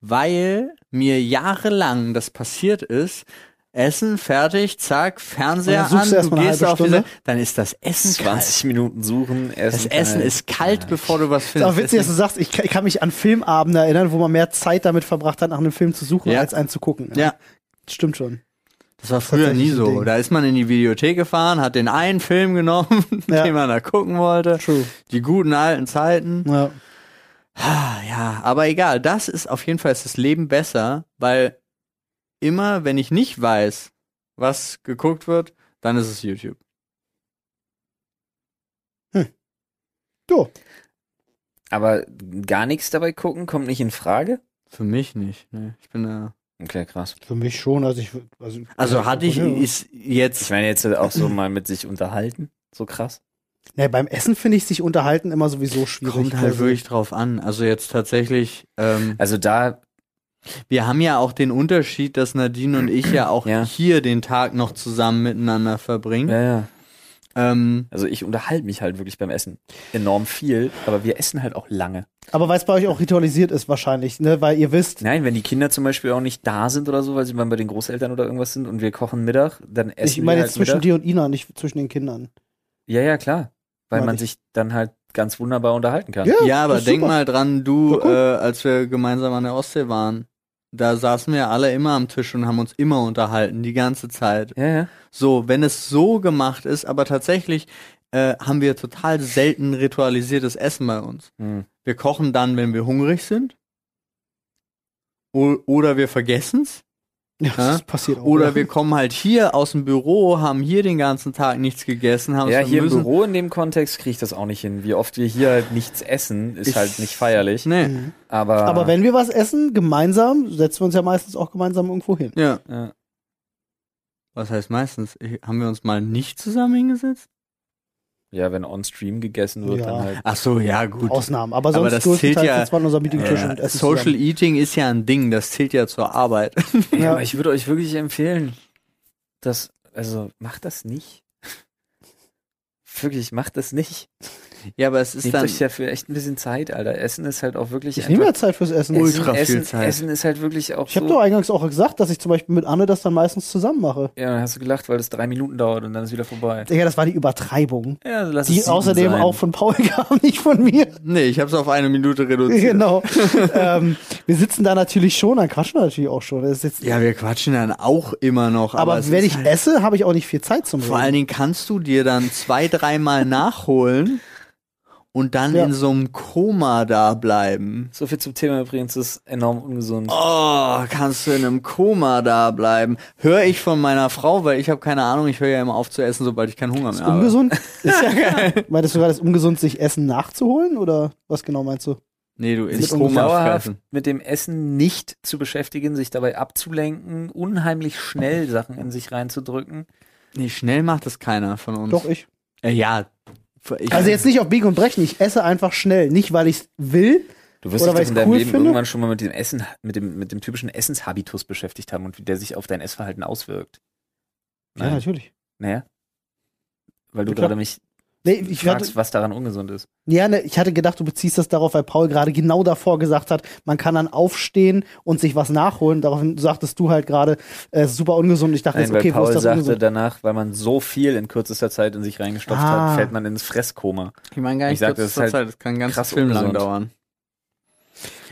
[SPEAKER 3] Weil mir jahrelang das passiert ist, Essen fertig, zack, Fernseher
[SPEAKER 1] Und dann
[SPEAKER 3] an,
[SPEAKER 1] suchst du erstmal
[SPEAKER 3] du
[SPEAKER 1] eine
[SPEAKER 3] gehst
[SPEAKER 1] halbe
[SPEAKER 3] auf diese,
[SPEAKER 1] Stunde.
[SPEAKER 3] dann ist das Essen
[SPEAKER 2] 20 Minuten suchen,
[SPEAKER 3] kalt. Das
[SPEAKER 2] Essen.
[SPEAKER 3] Essen ist kalt, bevor du was
[SPEAKER 1] Ist
[SPEAKER 3] findest.
[SPEAKER 1] auch witzig, dass du sagst, ich, kann- ich kann mich an Filmabende erinnern, wo man mehr Zeit damit verbracht hat, nach einem Film zu suchen,
[SPEAKER 3] Ja.
[SPEAKER 1] als einen zu gucken.
[SPEAKER 3] ja,
[SPEAKER 1] Stimmt schon.
[SPEAKER 3] Das war früher
[SPEAKER 1] tatsächlich
[SPEAKER 3] nie
[SPEAKER 1] ein
[SPEAKER 3] so.
[SPEAKER 1] Ding.
[SPEAKER 3] Da ist man in die Videothek gefahren, hat den einen Film genommen,
[SPEAKER 1] Ja.
[SPEAKER 3] den man da gucken wollte.
[SPEAKER 1] True.
[SPEAKER 3] Die guten alten Zeiten.
[SPEAKER 1] Ja.
[SPEAKER 3] Ah, ja, aber egal. Das ist auf jeden Fall ist das Leben besser, weil immer, wenn ich nicht weiß, was geguckt wird, dann ist es YouTube.
[SPEAKER 1] Du.
[SPEAKER 2] Aber gar nichts dabei gucken kommt nicht in Frage?
[SPEAKER 3] Für mich nicht. Ne? Ich bin da.
[SPEAKER 2] Okay, krass.
[SPEAKER 1] Für mich schon, also ich. Also,
[SPEAKER 3] Also hatte ich ist
[SPEAKER 2] Ich
[SPEAKER 3] jetzt.
[SPEAKER 2] meine jetzt auch so mal mit sich unterhalten. So krass.
[SPEAKER 1] Nee, beim Essen finde ich sich unterhalten immer sowieso schwierig.
[SPEAKER 3] Kommt halt
[SPEAKER 1] Also,
[SPEAKER 3] wirklich drauf an. Also jetzt tatsächlich. Ähm,
[SPEAKER 2] Also da,
[SPEAKER 3] Wir haben ja auch den Unterschied, dass Nadine und ich ja auch
[SPEAKER 2] Ja.
[SPEAKER 3] hier den Tag noch zusammen miteinander verbringen.
[SPEAKER 2] ja, ja.
[SPEAKER 3] Ähm,
[SPEAKER 2] Also ich unterhalte mich halt wirklich beim Essen enorm viel, aber wir essen halt auch lange.
[SPEAKER 1] Aber weil es bei euch auch ritualisiert ist wahrscheinlich, ne? Weil ihr wisst,
[SPEAKER 2] Nein, wenn die Kinder zum Beispiel auch nicht da sind oder so, weil sie mal bei den Großeltern oder irgendwas sind und wir kochen Mittag, dann essen
[SPEAKER 1] ich meine
[SPEAKER 2] wir
[SPEAKER 1] jetzt
[SPEAKER 2] halt
[SPEAKER 1] zwischen
[SPEAKER 2] Mittag.
[SPEAKER 1] dir und Ina, nicht zwischen den Kindern.
[SPEAKER 2] Ja, ja, klar. Weil
[SPEAKER 1] Meine
[SPEAKER 2] man
[SPEAKER 1] ich.
[SPEAKER 2] sich dann halt ganz wunderbar unterhalten kann.
[SPEAKER 3] ja, aber
[SPEAKER 1] ist
[SPEAKER 3] denk
[SPEAKER 1] super.
[SPEAKER 3] mal dran, du,
[SPEAKER 1] Ja, cool.
[SPEAKER 3] äh, als wir gemeinsam an der Ostsee waren, da saßen wir alle immer am Tisch und haben uns immer unterhalten, die ganze Zeit.
[SPEAKER 2] Ja, ja.
[SPEAKER 3] So, wenn es so gemacht ist, aber tatsächlich äh, haben wir total selten ritualisiertes Essen bei uns.
[SPEAKER 2] Hm.
[SPEAKER 3] Wir kochen dann, wenn wir hungrig sind. O oder wir vergessen's.
[SPEAKER 1] Ja, das
[SPEAKER 3] Ja.
[SPEAKER 1] passiert auch.
[SPEAKER 3] Oder
[SPEAKER 1] ja.
[SPEAKER 3] wir kommen halt hier aus dem Büro, haben hier den ganzen Tag nichts gegessen, haben
[SPEAKER 2] Ja,
[SPEAKER 3] es
[SPEAKER 2] hier im
[SPEAKER 3] Also müssen-
[SPEAKER 2] Büro in dem Kontext kriege ich das auch nicht hin. Wie oft wir hier halt nichts essen, ist
[SPEAKER 3] Ich-
[SPEAKER 2] halt nicht feierlich.
[SPEAKER 3] Nee.
[SPEAKER 1] Mhm.
[SPEAKER 2] Aber,
[SPEAKER 1] Aber wenn wir was essen, gemeinsam, setzen wir uns ja meistens auch gemeinsam irgendwo hin.
[SPEAKER 3] Ja.
[SPEAKER 2] Ja.
[SPEAKER 3] Was heißt meistens? Ich, haben wir uns mal nicht zusammen hingesetzt?
[SPEAKER 2] ja, wenn on stream gegessen wird,
[SPEAKER 1] Ja.
[SPEAKER 2] dann halt.
[SPEAKER 3] Ach so, ja, gut.
[SPEAKER 1] Ausnahmen. Aber
[SPEAKER 3] Aber
[SPEAKER 1] sonst
[SPEAKER 3] das zählt
[SPEAKER 1] größtenteils
[SPEAKER 3] ja-
[SPEAKER 1] sitzen wir an unserem Meetingtisch und
[SPEAKER 3] ja,
[SPEAKER 1] essen
[SPEAKER 3] Social
[SPEAKER 1] zusammen.
[SPEAKER 3] Eating ist ja ein Ding, das zählt ja zur Arbeit.
[SPEAKER 2] Ja, aber ich würde euch wirklich empfehlen, das, also macht das nicht. Wirklich, macht das nicht.
[SPEAKER 3] ja, aber es ist
[SPEAKER 2] Nehmt
[SPEAKER 3] dann.
[SPEAKER 2] euch dafür echt ein bisschen Zeit, Alter. Essen ist halt auch wirklich
[SPEAKER 1] Ich nehme
[SPEAKER 2] einfach-
[SPEAKER 1] ja Zeit fürs Essen.
[SPEAKER 3] Ultra.
[SPEAKER 2] Essen,
[SPEAKER 3] viel
[SPEAKER 2] Essen,
[SPEAKER 3] Zeit.
[SPEAKER 2] Essen ist halt wirklich auch
[SPEAKER 1] Ich habe
[SPEAKER 2] so.
[SPEAKER 1] doch eingangs auch gesagt, dass ich zum Beispiel mit Anne das dann meistens zusammen mache.
[SPEAKER 2] Ja, dann hast du gelacht, weil das drei Minuten dauert und dann ist wieder vorbei.
[SPEAKER 1] Digga, das war die Übertreibung.
[SPEAKER 2] Ja, also lass es
[SPEAKER 1] Die
[SPEAKER 2] sieben
[SPEAKER 1] außerdem
[SPEAKER 2] sein.
[SPEAKER 1] auch von Paul kam, nicht von mir.
[SPEAKER 3] Nee, ich hab's auf eine Minute reduziert.
[SPEAKER 1] genau. ähm, wir sitzen da natürlich schon, dann quatschen wir natürlich auch schon. Das ist jetzt,
[SPEAKER 3] Ja, wir quatschen dann auch immer noch. Aber,
[SPEAKER 1] aber
[SPEAKER 3] es
[SPEAKER 1] wenn
[SPEAKER 3] ist
[SPEAKER 1] ich esse, habe ich auch nicht viel Zeit zum
[SPEAKER 3] Vor
[SPEAKER 1] Reden.
[SPEAKER 3] allen Dingen kannst du dir dann zwei, dreimal nachholen und dann
[SPEAKER 1] Ja.
[SPEAKER 3] in so einem Koma da bleiben.
[SPEAKER 2] So viel zum Thema übrigens, das ist enorm ungesund.
[SPEAKER 3] Oh, kannst du in einem Koma da bleiben? Höre ich von meiner Frau, weil ich habe keine Ahnung, ich höre ja immer auf zu essen, sobald ich keinen Hunger mehr habe.
[SPEAKER 1] Ungesund? Ist ja geil. Meintest du gerade, es ist ungesund, sich Essen nachzuholen? Oder was genau meinst du?
[SPEAKER 3] Nee, du
[SPEAKER 2] sich
[SPEAKER 3] isst
[SPEAKER 2] um
[SPEAKER 3] Koma
[SPEAKER 2] dauerhaft
[SPEAKER 3] fressen.
[SPEAKER 2] mit dem Essen nicht zu beschäftigen, sich dabei abzulenken, unheimlich schnell Sachen in sich reinzudrücken.
[SPEAKER 3] Nee, schnell macht das keiner von uns.
[SPEAKER 1] Doch, ich.
[SPEAKER 3] Äh, ja. Ich,
[SPEAKER 1] Also jetzt nicht auf Biegen und Brechen, ich esse einfach schnell. Nicht, weil ich es will.
[SPEAKER 2] Du wirst
[SPEAKER 1] Oder weil
[SPEAKER 2] dich doch
[SPEAKER 1] ich's
[SPEAKER 2] in deinem
[SPEAKER 1] cool
[SPEAKER 2] Leben
[SPEAKER 1] finde?
[SPEAKER 2] irgendwann schon mal mit dem Essen, mit dem, mit dem typischen Essenshabitus beschäftigt haben und wie der sich auf dein Essverhalten auswirkt.
[SPEAKER 1] Ja,
[SPEAKER 2] Nein.
[SPEAKER 1] natürlich.
[SPEAKER 2] naja. Weil du
[SPEAKER 1] Ja, klar.
[SPEAKER 2] gerade mich
[SPEAKER 1] Nee, ich, hatte,
[SPEAKER 2] fragst, was daran ungesund ist.
[SPEAKER 1] ja, ne, ich hatte gedacht, du beziehst das darauf, weil Paul gerade genau davor gesagt hat, man kann dann aufstehen und sich was nachholen. Daraufhin sagtest du halt gerade, äh, super ungesund. Ich dachte
[SPEAKER 2] Nein,
[SPEAKER 1] jetzt,
[SPEAKER 2] weil
[SPEAKER 1] okay, wo
[SPEAKER 2] Paul
[SPEAKER 1] ist das
[SPEAKER 2] sagte
[SPEAKER 1] ungesund?
[SPEAKER 2] danach, weil man so viel in kürzester Zeit in sich reingestopft
[SPEAKER 1] Ah.
[SPEAKER 2] hat, fällt man ins Fresskoma.
[SPEAKER 3] ich meine gar
[SPEAKER 2] Ich
[SPEAKER 3] nicht
[SPEAKER 2] sag,
[SPEAKER 3] kurz
[SPEAKER 2] das ist halt
[SPEAKER 3] Zeit, das kann ganz
[SPEAKER 2] krass
[SPEAKER 3] Film lang
[SPEAKER 2] ungesund.
[SPEAKER 3] dauern.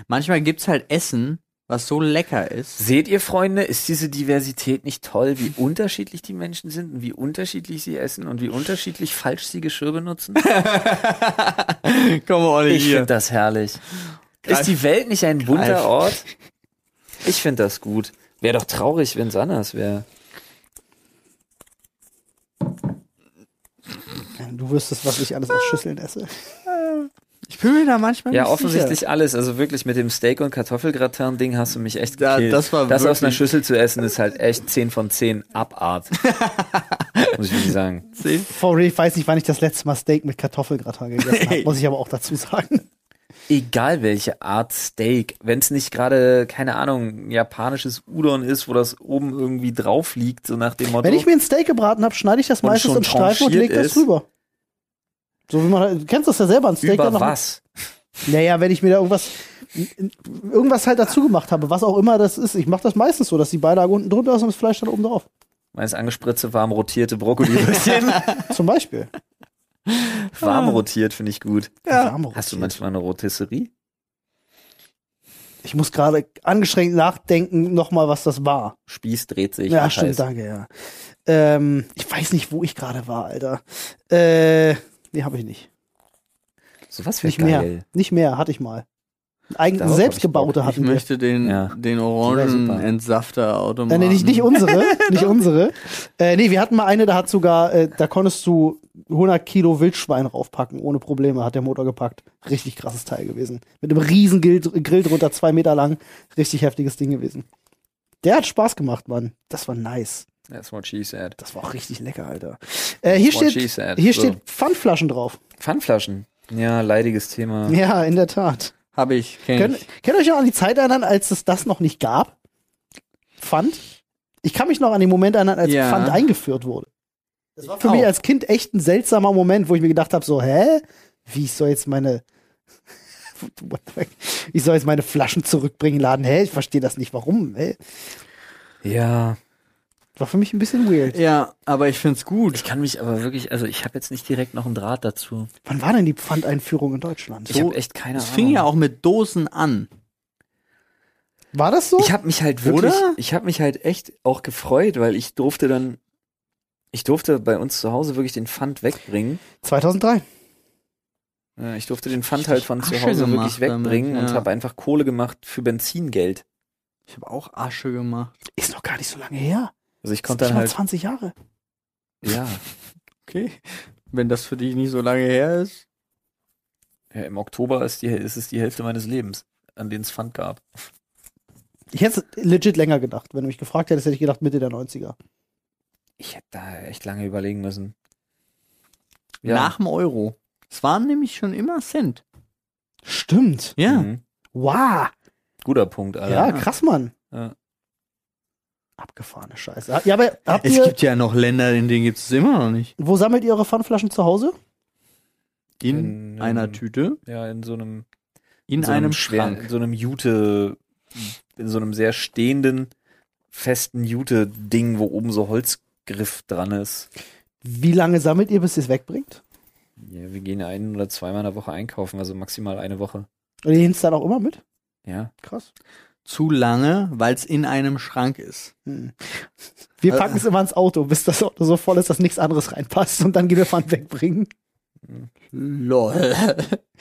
[SPEAKER 3] Manchmal gibt's halt Essen, was so lecker ist.
[SPEAKER 2] Seht ihr, Freunde, ist diese Diversität nicht toll, wie unterschiedlich die Menschen sind und wie unterschiedlich sie essen und wie unterschiedlich falsch sie Geschirr benutzen?
[SPEAKER 3] Komm, Olli,
[SPEAKER 2] Ich
[SPEAKER 3] hier.
[SPEAKER 2] finde das herrlich.
[SPEAKER 3] Greif.
[SPEAKER 2] Ist die Welt nicht ein bunter
[SPEAKER 3] Greif.
[SPEAKER 2] Ort? Ich finde das gut. Wäre doch traurig, wenn es anders wäre.
[SPEAKER 1] Du wüsstest, was ich alles aus Schüsseln esse.
[SPEAKER 3] Ich bin mir da manchmal
[SPEAKER 2] Ja,
[SPEAKER 3] nicht
[SPEAKER 2] offensichtlich alles. Also wirklich mit dem Steak- und Kartoffelgratin-Ding hast du mich echt
[SPEAKER 3] Da-
[SPEAKER 2] gekillt.
[SPEAKER 3] das war
[SPEAKER 2] das aus einer
[SPEAKER 3] wirklich-
[SPEAKER 2] Schüssel zu essen ist halt echt 10 von 10 Abart. Muss ich wirklich sagen.
[SPEAKER 3] sicher.
[SPEAKER 1] For real, ich weiß nicht, wann ich das letzte Mal Steak mit Kartoffelgratin gegessen habe. Muss ich aber auch dazu sagen.
[SPEAKER 2] Egal welche Art Steak, wenn es nicht gerade, keine Ahnung, ein japanisches Udon ist, wo das oben irgendwie drauf liegt, so nach dem Motto.
[SPEAKER 1] Wenn ich mir ein Steak gebraten habe, schneide ich das
[SPEAKER 2] Also Und
[SPEAKER 1] meistens
[SPEAKER 2] schon
[SPEAKER 1] in Streifen und
[SPEAKER 2] tranchiert
[SPEAKER 1] lege das
[SPEAKER 2] ist.
[SPEAKER 1] drüber. So wie man, halt, du kennst das ja selber, ein Steak
[SPEAKER 2] Über
[SPEAKER 1] dann noch.
[SPEAKER 2] was?
[SPEAKER 1] Naja, wenn ich mir da irgendwas, irgendwas halt dazu gemacht habe, was auch immer das ist. Ich mache das meistens so, dass die Beilage unten drunter ist und das Fleisch dann oben drauf.
[SPEAKER 2] Meines angespritzte, warm rotierte Brokkoli-Würstchen.
[SPEAKER 1] Zum Beispiel.
[SPEAKER 3] Ah.
[SPEAKER 2] warm rotiert finde ich gut.
[SPEAKER 1] Warm
[SPEAKER 2] Hast du
[SPEAKER 1] rotiert.
[SPEAKER 2] manchmal eine Rotisserie?
[SPEAKER 1] Ich muss gerade angeschränkt nachdenken, nochmal, was das war.
[SPEAKER 2] Spieß dreht sich.
[SPEAKER 1] ja,
[SPEAKER 2] das
[SPEAKER 1] stimmt,
[SPEAKER 2] heißt.
[SPEAKER 1] danke, ja. Ähm, ich weiß nicht, wo ich gerade war, Alter. Äh, nee, habe ich nicht.
[SPEAKER 2] So was für
[SPEAKER 1] Nicht
[SPEAKER 2] geil.
[SPEAKER 1] mehr. Nicht mehr, hatte ich mal. Eigen,
[SPEAKER 2] Darauf hab
[SPEAKER 1] selbstgebaute
[SPEAKER 3] Ich
[SPEAKER 1] hatten wir.
[SPEAKER 3] möchte den,
[SPEAKER 2] Ja.
[SPEAKER 3] den
[SPEAKER 2] super.
[SPEAKER 3] Orangenentsafter-Automaten.
[SPEAKER 1] Äh, nee, nicht, nicht unsere, nicht unsere. Äh, nee, wir hatten mal eine, da hat sogar, äh, da konntest du 100 Kilo Wildschwein raufpacken, ohne Probleme, hat der Motor gepackt. Richtig krasses Teil gewesen. Mit einem riesen Grill, Grill drunter, zwei Meter lang. Richtig heftiges Ding gewesen. Der hat Spaß gemacht, Mann. Das war nice.
[SPEAKER 2] That's what she said.
[SPEAKER 1] Das war auch richtig lecker, Alter. Äh, hier
[SPEAKER 2] That's what
[SPEAKER 1] steht,
[SPEAKER 2] she said.
[SPEAKER 1] hier
[SPEAKER 2] So.
[SPEAKER 1] steht Pfandflaschen drauf.
[SPEAKER 2] Pfandflaschen. Ja, leidiges Thema.
[SPEAKER 1] Ja, in der Tat.
[SPEAKER 3] Hab ich, kenn
[SPEAKER 1] Könnt,
[SPEAKER 3] ich.
[SPEAKER 1] könnt ihr euch noch an die Zeit erinnern, als es das noch nicht gab? Pfand? Ich kann mich noch an den Moment erinnern, als
[SPEAKER 3] Ja.
[SPEAKER 1] Pfand eingeführt wurde. Das war für
[SPEAKER 3] Auch.
[SPEAKER 1] mich als Kind echt ein seltsamer Moment, wo ich mir gedacht habe, so, hä? Wie ich soll jetzt meine What the fuck? ich soll jetzt meine Flaschen zurückbringen, laden, hä? Ich verstehe das nicht, warum, hä?
[SPEAKER 2] Ja.
[SPEAKER 1] War für mich ein bisschen weird.
[SPEAKER 3] Ja, aber ich find's gut.
[SPEAKER 2] Ich kann mich aber wirklich, also ich habe jetzt nicht direkt noch einen Draht dazu.
[SPEAKER 1] Wann war denn die Pfandeinführung in Deutschland?
[SPEAKER 2] Ich habe echt keine
[SPEAKER 3] Es
[SPEAKER 2] Ahnung.
[SPEAKER 3] fing ja auch mit Dosen an.
[SPEAKER 1] War das so?
[SPEAKER 2] Ich habe mich halt wirklich,
[SPEAKER 3] Oder?
[SPEAKER 2] ich habe mich halt echt auch gefreut, weil ich durfte dann, ich durfte bei uns zu Hause wirklich den Pfand wegbringen.
[SPEAKER 1] 2003.
[SPEAKER 2] Ja, Ich durfte den Pfand
[SPEAKER 3] Richtig
[SPEAKER 2] halt von zu
[SPEAKER 3] Asche
[SPEAKER 2] Hause
[SPEAKER 3] gemacht
[SPEAKER 2] wirklich wegbringen
[SPEAKER 3] damit,
[SPEAKER 2] und
[SPEAKER 3] ja.
[SPEAKER 2] habe einfach Kohle gemacht für Benzingeld.
[SPEAKER 3] Ich habe auch Asche gemacht.
[SPEAKER 1] Ist noch gar nicht so lange her.
[SPEAKER 2] Also ich
[SPEAKER 1] Ist
[SPEAKER 2] konnte
[SPEAKER 1] nicht
[SPEAKER 2] dann
[SPEAKER 1] mal
[SPEAKER 2] halt,
[SPEAKER 1] 20 Jahre.
[SPEAKER 2] ja,
[SPEAKER 3] Okay. Wenn das für dich nicht so lange her ist.
[SPEAKER 2] ja, im Oktober ist, die, ist es die Hälfte meines Lebens, an denen es Pfand gab.
[SPEAKER 1] Ich hätte es legit länger gedacht. Wenn du mich gefragt hättest, hätte ich gedacht Mitte der 90er.
[SPEAKER 2] Ich hätte da echt lange überlegen müssen. Ja.
[SPEAKER 3] Nach dem Euro. Es waren nämlich schon immer Cent.
[SPEAKER 1] Stimmt.
[SPEAKER 3] Ja.
[SPEAKER 2] Mhm.
[SPEAKER 1] Wow.
[SPEAKER 2] Guter Punkt,
[SPEAKER 1] Ja,
[SPEAKER 2] Alter.
[SPEAKER 1] krass, Mann.
[SPEAKER 2] Ja.
[SPEAKER 1] Abgefahrene Scheiße. Ja, aber habt
[SPEAKER 3] Es
[SPEAKER 1] ihr,
[SPEAKER 3] gibt ja noch Länder, in denen gibt's es immer noch nicht.
[SPEAKER 1] wo sammelt ihr eure Pfandflaschen zu Hause?
[SPEAKER 3] In,
[SPEAKER 2] In
[SPEAKER 3] einer
[SPEAKER 2] einem-
[SPEAKER 3] Tüte,
[SPEAKER 2] ja, in so einem
[SPEAKER 3] in
[SPEAKER 2] so
[SPEAKER 3] einem
[SPEAKER 2] schweren-
[SPEAKER 3] Schrank.
[SPEAKER 2] In so einem Jute, in so einem sehr stehenden, festen Jute-Ding, wo oben so Holzgriff dran ist.
[SPEAKER 1] Wie lange sammelt ihr, bis ihr es wegbringt?
[SPEAKER 2] Ja, wir gehen ein oder zweimal in der Woche einkaufen, also maximal eine Woche.
[SPEAKER 1] Und ihr nehmt es dann auch immer mit?
[SPEAKER 2] Ja.
[SPEAKER 1] Krass.
[SPEAKER 3] Zu lange, weil's in einem Schrank ist.
[SPEAKER 1] Hm. Wir
[SPEAKER 3] Äh.
[SPEAKER 1] packen es immer ins Auto, bis das Auto so voll ist, dass nichts anderes reinpasst und dann gehen wir Pfand wegbringen.
[SPEAKER 3] Lol.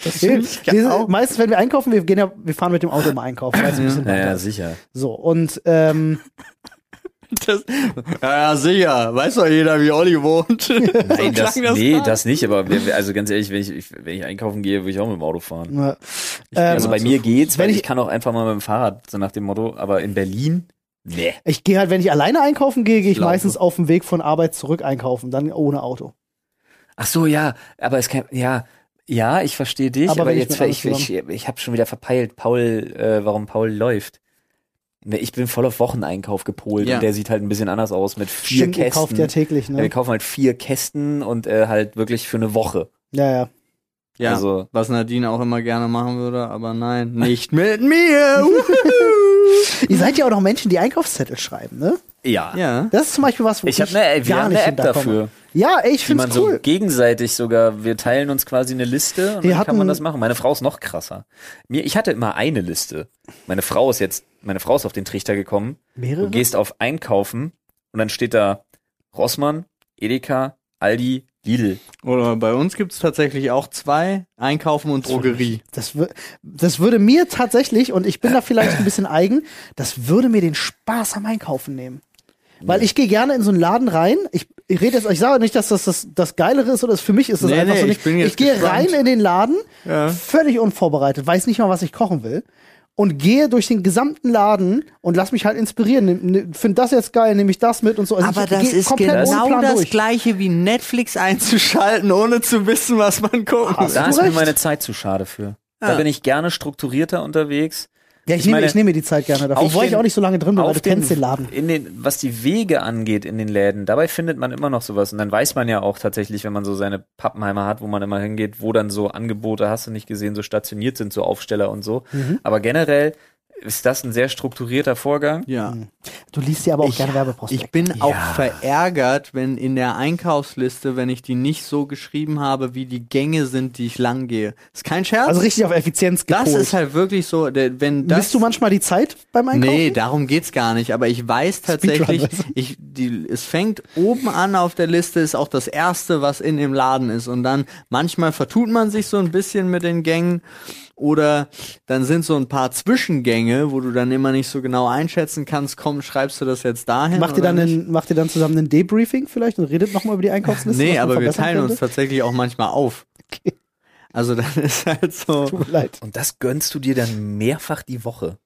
[SPEAKER 1] Das
[SPEAKER 3] hilft ja auch.
[SPEAKER 1] Meistens, wenn wir einkaufen, wir gehen ja, wir fahren mit dem Auto immer einkaufen, weil es ein
[SPEAKER 3] Ja.
[SPEAKER 1] bisschen weiter
[SPEAKER 2] Naja,
[SPEAKER 1] ist.
[SPEAKER 2] sicher.
[SPEAKER 1] So, und ähm,
[SPEAKER 3] Das, ja, ja, sicher. Weiß doch jeder, wie Olli wohnt.
[SPEAKER 2] Nein, das,
[SPEAKER 3] klang das
[SPEAKER 2] nee,
[SPEAKER 3] gerade.
[SPEAKER 2] das nicht, aber wir, wir- also ganz ehrlich, wenn ich, ich, wenn ich einkaufen gehe, würde ich auch mit dem Auto fahren.
[SPEAKER 1] äh,
[SPEAKER 2] also
[SPEAKER 1] ähm,
[SPEAKER 2] bei
[SPEAKER 3] zu
[SPEAKER 2] mir geht's,
[SPEAKER 1] Wenn
[SPEAKER 2] weil ich,
[SPEAKER 1] ich-
[SPEAKER 2] kann auch einfach mal mit dem Fahrrad, so nach dem Motto, aber in Berlin, nee.
[SPEAKER 1] ich gehe halt, wenn ich alleine einkaufen gehe, gehe ich
[SPEAKER 3] Laufe.
[SPEAKER 1] meistens auf dem Weg von Arbeit zurück einkaufen, dann ohne Auto.
[SPEAKER 2] Ach so, ja, aber es kann, ja, ja, ich verstehe dich,
[SPEAKER 1] Aber
[SPEAKER 2] aber,
[SPEAKER 1] wenn ich
[SPEAKER 2] jetzt,
[SPEAKER 1] mit
[SPEAKER 2] ich,
[SPEAKER 1] alles
[SPEAKER 2] ich, ich, habe schon wieder verpeilt, Paul, äh, warum Paul läuft. Ne, Ich bin voll auf Wocheneinkauf gepolt
[SPEAKER 3] Ja.
[SPEAKER 2] und der sieht halt ein bisschen anders aus mit vier
[SPEAKER 1] Stimmt, ihr
[SPEAKER 2] Kästen.
[SPEAKER 1] kauft ja täglich,
[SPEAKER 2] Ja, Wir
[SPEAKER 1] ne?
[SPEAKER 2] kaufen halt vier Kästen und äh, halt wirklich für eine Woche.
[SPEAKER 1] Ja, ja.
[SPEAKER 3] Ja,
[SPEAKER 2] Also-
[SPEAKER 3] was Nadine auch immer gerne machen würde, aber nein, nicht mit mir. Wuhu.
[SPEAKER 1] Ihr seid ja auch noch Menschen, die Einkaufszettel schreiben, ne?
[SPEAKER 2] Ja.
[SPEAKER 3] ja.
[SPEAKER 1] Das ist zum Beispiel was, wo ich,
[SPEAKER 2] Ich hab ne, wir
[SPEAKER 1] gar
[SPEAKER 2] haben
[SPEAKER 1] nicht
[SPEAKER 2] eine App
[SPEAKER 1] hinterkomme.
[SPEAKER 2] dafür,
[SPEAKER 1] Ja, ey, ich
[SPEAKER 2] die man
[SPEAKER 1] find's
[SPEAKER 2] so
[SPEAKER 1] cool.
[SPEAKER 2] gegenseitig sogar, wir teilen uns quasi eine Liste und
[SPEAKER 1] Wir
[SPEAKER 2] dann kann man
[SPEAKER 1] hatten-
[SPEAKER 2] das machen. Meine Frau ist noch krasser. Mir, ich hatte immer eine Liste. Meine Frau ist jetzt, meine Frau ist auf den Trichter gekommen.
[SPEAKER 1] Mehrere?
[SPEAKER 2] Du gehst auf Einkaufen und dann steht da Rossmann, Edeka, Aldi, Lidl.
[SPEAKER 3] Oder bei uns gibt's tatsächlich auch zwei, Einkaufen und Drogerie.
[SPEAKER 1] Das, wür- das würde mir tatsächlich, und ich bin da vielleicht ein bisschen eigen, das würde mir den Spaß am Einkaufen nehmen. Weil ich gehe gerne in so einen Laden rein. Ich, ich rede jetzt, ich sage nicht, dass das das, das Geilere ist oder es für mich ist das
[SPEAKER 3] Nee,
[SPEAKER 1] einfach
[SPEAKER 3] nee,
[SPEAKER 1] so
[SPEAKER 3] ich
[SPEAKER 1] nicht.
[SPEAKER 3] bin jetzt
[SPEAKER 1] gehe
[SPEAKER 3] gespannt.
[SPEAKER 1] rein in den Laden,
[SPEAKER 3] Ja.
[SPEAKER 1] völlig unvorbereitet, weiß nicht mal, was ich kochen will. Und gehe durch den gesamten Laden und lass mich halt inspirieren. Nimm- nimm- Find das jetzt geil, nehme ich das mit und so. Also ich geh komplett ohne Plan durch.
[SPEAKER 3] genau gleiche wie Netflix einzuschalten, ohne zu wissen, was man gucken
[SPEAKER 1] Hast
[SPEAKER 2] Da
[SPEAKER 1] du
[SPEAKER 2] ist mir
[SPEAKER 1] recht?
[SPEAKER 2] meine Zeit zu schade für. Da
[SPEAKER 3] Ja.
[SPEAKER 2] bin ich gerne strukturierter unterwegs
[SPEAKER 1] Ja, ich,
[SPEAKER 2] Ich
[SPEAKER 1] nehme,
[SPEAKER 2] meine,
[SPEAKER 1] ich nehme mir die Zeit gerne dafür.
[SPEAKER 2] auf
[SPEAKER 1] Obwohl ich
[SPEAKER 2] den-
[SPEAKER 1] auch nicht so lange drin bin, weil du kennst den Laden.
[SPEAKER 2] In den, was die Wege angeht in den Läden, dabei findet man immer noch sowas. Und dann weiß man ja auch tatsächlich, wenn man so seine Pappenheimer hat, wo man immer hingeht, wo dann so Angebote, hast du nicht gesehen, so stationiert sind, so Aufsteller und so.
[SPEAKER 1] Mhm.
[SPEAKER 2] Aber generell ist das ein sehr strukturierter Vorgang.
[SPEAKER 3] Ja.
[SPEAKER 1] Hm, Du liest dir aber auch
[SPEAKER 3] Ich-
[SPEAKER 1] gerne Werbeprospekte.
[SPEAKER 3] Ich bin auch verärgert, wenn in der Einkaufsliste, wenn ich die nicht so geschrieben habe, wie die Gänge sind, die ich lang gehe. Ist kein Scherz.
[SPEAKER 1] Also richtig auf Effizienz gepolt.
[SPEAKER 3] das ist halt wirklich so, der- wenn das
[SPEAKER 1] Bist du manchmal die Zeit beim Einkaufen?
[SPEAKER 3] Nee, darum geht's gar nicht, aber ich weiß tatsächlich,
[SPEAKER 1] Speedrun, weißt
[SPEAKER 3] ich, die, es fängt oben an auf der Liste, ist auch das erste, was in dem Laden ist und dann manchmal vertut man sich so ein bisschen mit den Gängen oder dann sind so ein paar Zwischengänge, wo du dann immer nicht so genau einschätzen kannst, komm, schreibst du das jetzt dahin?
[SPEAKER 1] Macht ihr,
[SPEAKER 3] oder
[SPEAKER 1] dann
[SPEAKER 3] nicht?
[SPEAKER 1] einen, macht ihr dann zusammen einen Debriefing vielleicht und redet nochmal über die Einkaufsliste? was
[SPEAKER 3] Nee,
[SPEAKER 1] man
[SPEAKER 3] aber wir
[SPEAKER 1] verbessern
[SPEAKER 3] teilen uns
[SPEAKER 1] könnte?
[SPEAKER 3] tatsächlich auch manchmal auf. Also dann ist halt so,
[SPEAKER 1] Tut mir leid.
[SPEAKER 2] Und das gönnst du dir dann mehrfach die Woche.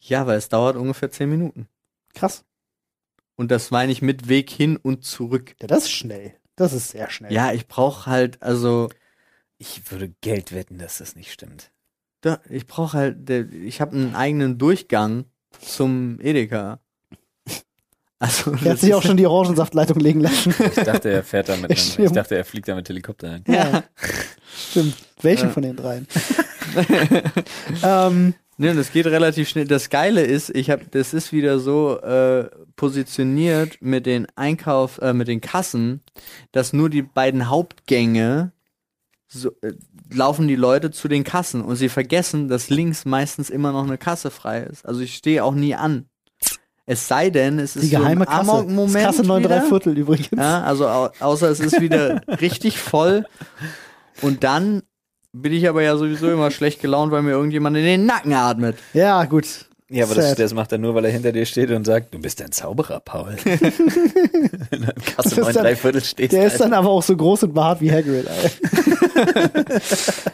[SPEAKER 3] ja, weil es dauert ungefähr zehn Minuten.
[SPEAKER 1] Krass.
[SPEAKER 3] Und das meine ich mit Weg hin und zurück.
[SPEAKER 1] Ja, das ist schnell. Das ist sehr schnell.
[SPEAKER 3] Ja, ich brauche halt, also
[SPEAKER 2] Ich würde Geld wetten, dass das nicht stimmt.
[SPEAKER 3] Da, ich brauche halt, der, ich habe einen eigenen Durchgang zum Edeka. Also,
[SPEAKER 1] Der hat
[SPEAKER 3] das
[SPEAKER 1] sich auch
[SPEAKER 3] ist-
[SPEAKER 1] schon die Orangensaftleitung legen lassen.
[SPEAKER 2] Ich dachte, er fährt damit.
[SPEAKER 1] Ich
[SPEAKER 2] ich dachte, er fliegt damit Helikopter ein.
[SPEAKER 1] Ja. Stimmt. Welchen
[SPEAKER 3] Ja.
[SPEAKER 1] von den dreien? ähm,
[SPEAKER 3] Ne, und das geht relativ schnell. Das Geile ist, ich habe, das ist wieder so äh, positioniert mit den Einkauf, äh, mit den Kassen, dass nur die beiden Hauptgänge so, äh, laufen die Leute zu den Kassen und sie vergessen, dass links meistens immer noch eine Kasse frei ist. Also ich stehe auch nie an. Es sei denn, es ist
[SPEAKER 1] die geheime
[SPEAKER 3] so
[SPEAKER 1] Kasse.
[SPEAKER 3] ein
[SPEAKER 1] Das ist
[SPEAKER 3] Amok-Moment
[SPEAKER 1] Kasse 9
[SPEAKER 3] wieder.
[SPEAKER 1] drei Viertel übrigens.
[SPEAKER 3] Ja, also au außer es ist wieder richtig voll. Und dann bin ich aber ja sowieso immer schlecht gelaunt, weil mir irgendjemand in den Nacken atmet.
[SPEAKER 1] Ja, gut.
[SPEAKER 2] Ja, aber das,
[SPEAKER 1] Sad.
[SPEAKER 2] das macht er nur, weil er hinter dir steht und sagt, du bist ein Zauberer, Paul. Wenn du in Kasse
[SPEAKER 1] ist
[SPEAKER 2] 9
[SPEAKER 1] dann-
[SPEAKER 2] Dreiviertel stehst.
[SPEAKER 1] Der ist dann aber auch so groß und behaart wie Hagrid. Alter.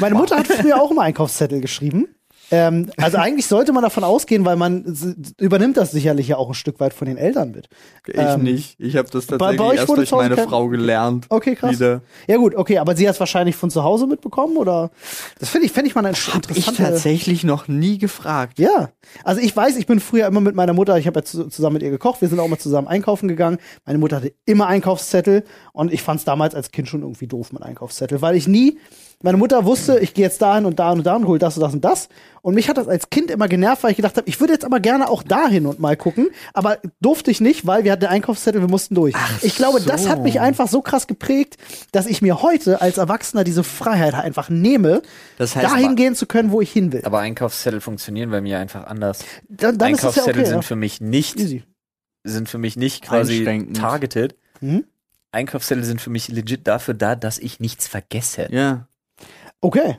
[SPEAKER 1] Meine Mutter hat früher auch immer Einkaufszettel geschrieben. Ähm, also eigentlich sollte man davon ausgehen, weil man s- übernimmt das sicherlich ja auch ein Stück weit von den Eltern mit.
[SPEAKER 3] Ich
[SPEAKER 1] Ähm,
[SPEAKER 3] nicht. Ich habe das
[SPEAKER 1] bei
[SPEAKER 3] tatsächlich
[SPEAKER 1] euch
[SPEAKER 3] erst
[SPEAKER 1] wurde
[SPEAKER 3] durch
[SPEAKER 1] zu Hause
[SPEAKER 3] meine
[SPEAKER 1] kein-
[SPEAKER 3] Frau gelernt.
[SPEAKER 1] Okay, krass.
[SPEAKER 3] Wieder.
[SPEAKER 1] Ja gut, okay, aber sie hat es wahrscheinlich von zu Hause mitbekommen oder? Das finde ich, fände ich mal eine
[SPEAKER 3] Ich
[SPEAKER 1] interessante.
[SPEAKER 3] tatsächlich noch nie gefragt.
[SPEAKER 1] Ja, also ich weiß, ich bin früher immer mit meiner Mutter, ich habe ja zu, zusammen mit ihr gekocht, wir sind auch mal zusammen einkaufen gegangen. Meine Mutter hatte immer Einkaufszettel und ich fand es damals als Kind schon irgendwie doof mit Einkaufszettel, weil ich nie, meine Mutter wusste, ich gehe jetzt dahin und dahin und dahin, hol das und das und das. Und mich hat das als Kind immer genervt, weil ich gedacht habe, ich würde jetzt aber gerne auch dahin und mal gucken, aber durfte ich nicht, weil wir hatten Einkaufszettel, wir mussten durch. ich glaube, das hat mich einfach so krass geprägt, dass ich mir heute als Erwachsener diese Freiheit einfach nehme,
[SPEAKER 3] Das heißt
[SPEAKER 1] dahin
[SPEAKER 3] aber-
[SPEAKER 1] gehen zu können, wo ich hin will.
[SPEAKER 2] Aber Einkaufszettel funktionieren bei mir einfach anders.
[SPEAKER 1] Dann, dann ist es ja
[SPEAKER 2] Einkaufszettel
[SPEAKER 1] okay,
[SPEAKER 2] sind
[SPEAKER 1] ja.
[SPEAKER 2] für mich nicht,
[SPEAKER 1] Easy.
[SPEAKER 2] sind für mich nicht quasi
[SPEAKER 3] Einschränkend.
[SPEAKER 2] targeted.
[SPEAKER 1] Mhm.
[SPEAKER 2] Einkaufszettel sind für mich legit dafür da, dass ich nichts vergesse.
[SPEAKER 3] Ja.
[SPEAKER 1] Okay.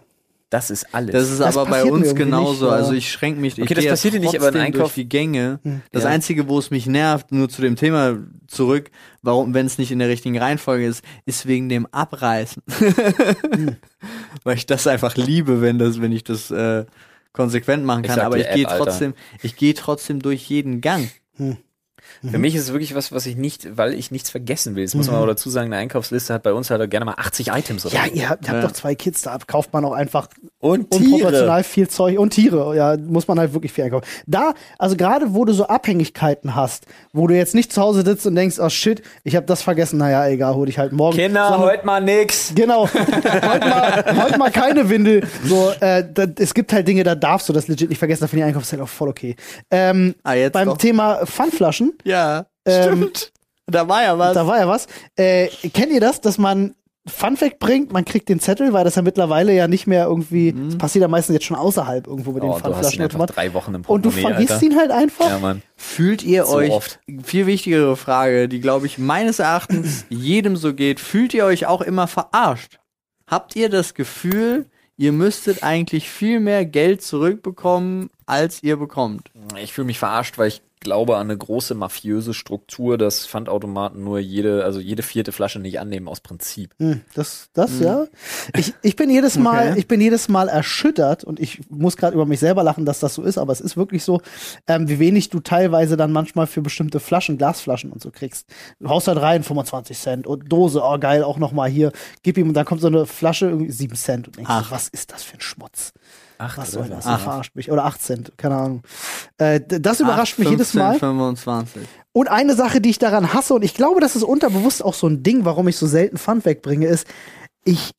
[SPEAKER 2] Das ist alles.
[SPEAKER 3] Das ist
[SPEAKER 1] Das
[SPEAKER 3] aber bei
[SPEAKER 1] passiert mir
[SPEAKER 3] uns
[SPEAKER 1] irgendwie
[SPEAKER 3] genauso.
[SPEAKER 1] nicht,
[SPEAKER 3] also
[SPEAKER 1] aber-
[SPEAKER 3] ich schränke mich.
[SPEAKER 2] Okay,
[SPEAKER 3] ich
[SPEAKER 2] das
[SPEAKER 3] gehe
[SPEAKER 2] passiert dir nicht, aber ein
[SPEAKER 3] trotzdem
[SPEAKER 2] Einkauf- Hm.
[SPEAKER 3] durch die Gänge. Das
[SPEAKER 2] Ja.
[SPEAKER 3] Einzige, wo es mich nervt, nur zu dem Thema zurück, warum, wenn es nicht in der richtigen Reihenfolge ist, ist wegen dem Abreißen.
[SPEAKER 2] Hm.
[SPEAKER 3] Weil ich das einfach liebe, wenn das, wenn ich das äh, konsequent machen
[SPEAKER 2] Ich
[SPEAKER 3] kann.
[SPEAKER 2] sag
[SPEAKER 3] Aber
[SPEAKER 2] dir,
[SPEAKER 3] ich gehe
[SPEAKER 2] App, Alter.
[SPEAKER 3] trotzdem, ich gehe trotzdem durch jeden Gang.
[SPEAKER 1] Mhm.
[SPEAKER 2] Für mich ist es wirklich was, was ich nicht, weil ich nichts vergessen will. Jetzt muss man aber dazu sagen, eine Einkaufsliste hat bei uns halt auch gerne mal 80 Items oder
[SPEAKER 1] Ja,
[SPEAKER 2] so.
[SPEAKER 1] ihr habt, ihr habt
[SPEAKER 3] Ja.
[SPEAKER 1] doch zwei Kids, da kauft man auch einfach
[SPEAKER 2] Und Tiere.
[SPEAKER 1] unproportional viel Zeug und Tiere. Ja, muss man halt wirklich viel einkaufen. Da, also gerade wo du so Abhängigkeiten hast, wo du jetzt nicht zu Hause sitzt und denkst, oh shit, ich habe das vergessen, naja, egal, hol ich halt morgen.
[SPEAKER 2] Kinder,
[SPEAKER 1] Sondern-
[SPEAKER 2] heute mal nix.
[SPEAKER 1] Genau. heute, mal, heute mal keine Windel. So, äh, da, es gibt halt Dinge, da darfst du das legit nicht vergessen, da finde ich Einkaufszeit auch voll okay. Ähm,
[SPEAKER 3] Ah, jetzt
[SPEAKER 1] beim
[SPEAKER 3] doch.
[SPEAKER 1] Thema Pfandflaschen,
[SPEAKER 3] Ja,
[SPEAKER 1] Ähm,
[SPEAKER 3] stimmt. Da war ja was.
[SPEAKER 1] Da war ja was. Äh, kennt ihr das, dass man Funfact bringt, man kriegt den Zettel, weil das ja mittlerweile ja nicht mehr irgendwie, das passiert ja meistens jetzt schon außerhalb irgendwo bei den
[SPEAKER 2] Mhm. Oh, du hast ihn einfach
[SPEAKER 1] Pfandflaschenautomaten.
[SPEAKER 2] drei Wochen im
[SPEAKER 1] Und du
[SPEAKER 2] Portemonnaie,
[SPEAKER 1] vergisst
[SPEAKER 2] Alter.
[SPEAKER 1] ihn halt einfach.
[SPEAKER 2] Ja, Mann.
[SPEAKER 3] Fühlt ihr
[SPEAKER 2] So
[SPEAKER 3] euch,
[SPEAKER 2] oft.
[SPEAKER 3] viel wichtigere Frage, die glaube ich meines Erachtens jedem so geht, fühlt ihr euch auch immer verarscht? Habt ihr das Gefühl, ihr müsstet eigentlich viel mehr Geld zurückbekommen, als ihr bekommt?
[SPEAKER 2] Ich fühle mich verarscht, weil ich glaube an eine große mafiöse Struktur, dass Pfandautomaten nur jede, also jede vierte Flasche nicht annehmen aus Prinzip.
[SPEAKER 1] Hm, Das, das, ja. Ich, ich bin jedes Mal,
[SPEAKER 3] Okay.
[SPEAKER 1] ich bin jedes Mal erschüttert und ich muss gerade über mich selber lachen, dass das so ist, aber es ist wirklich so, ähm, wie wenig du teilweise dann manchmal für bestimmte Flaschen, Glasflaschen und so kriegst. Du haust halt rein, 25 Cent und Dose, oh geil, auch nochmal hier, gib ihm und dann kommt so eine Flasche, irgendwie 7 Cent und denkst,
[SPEAKER 3] Ach.
[SPEAKER 1] was ist das für ein Schmutz?
[SPEAKER 2] Acht
[SPEAKER 1] Was
[SPEAKER 2] oder
[SPEAKER 1] soll das?
[SPEAKER 2] was?
[SPEAKER 1] Ihr Verarscht mich. Oder 18, keine Ahnung. Äh, d- das überrascht mich
[SPEAKER 3] 8,
[SPEAKER 1] jedes
[SPEAKER 3] 15,
[SPEAKER 1] Mal.
[SPEAKER 3] 25.
[SPEAKER 1] Und eine Sache, die ich daran hasse, und ich glaube, das ist unterbewusst auch so ein Ding, warum ich so selten Pfand wegbringe, ist, ich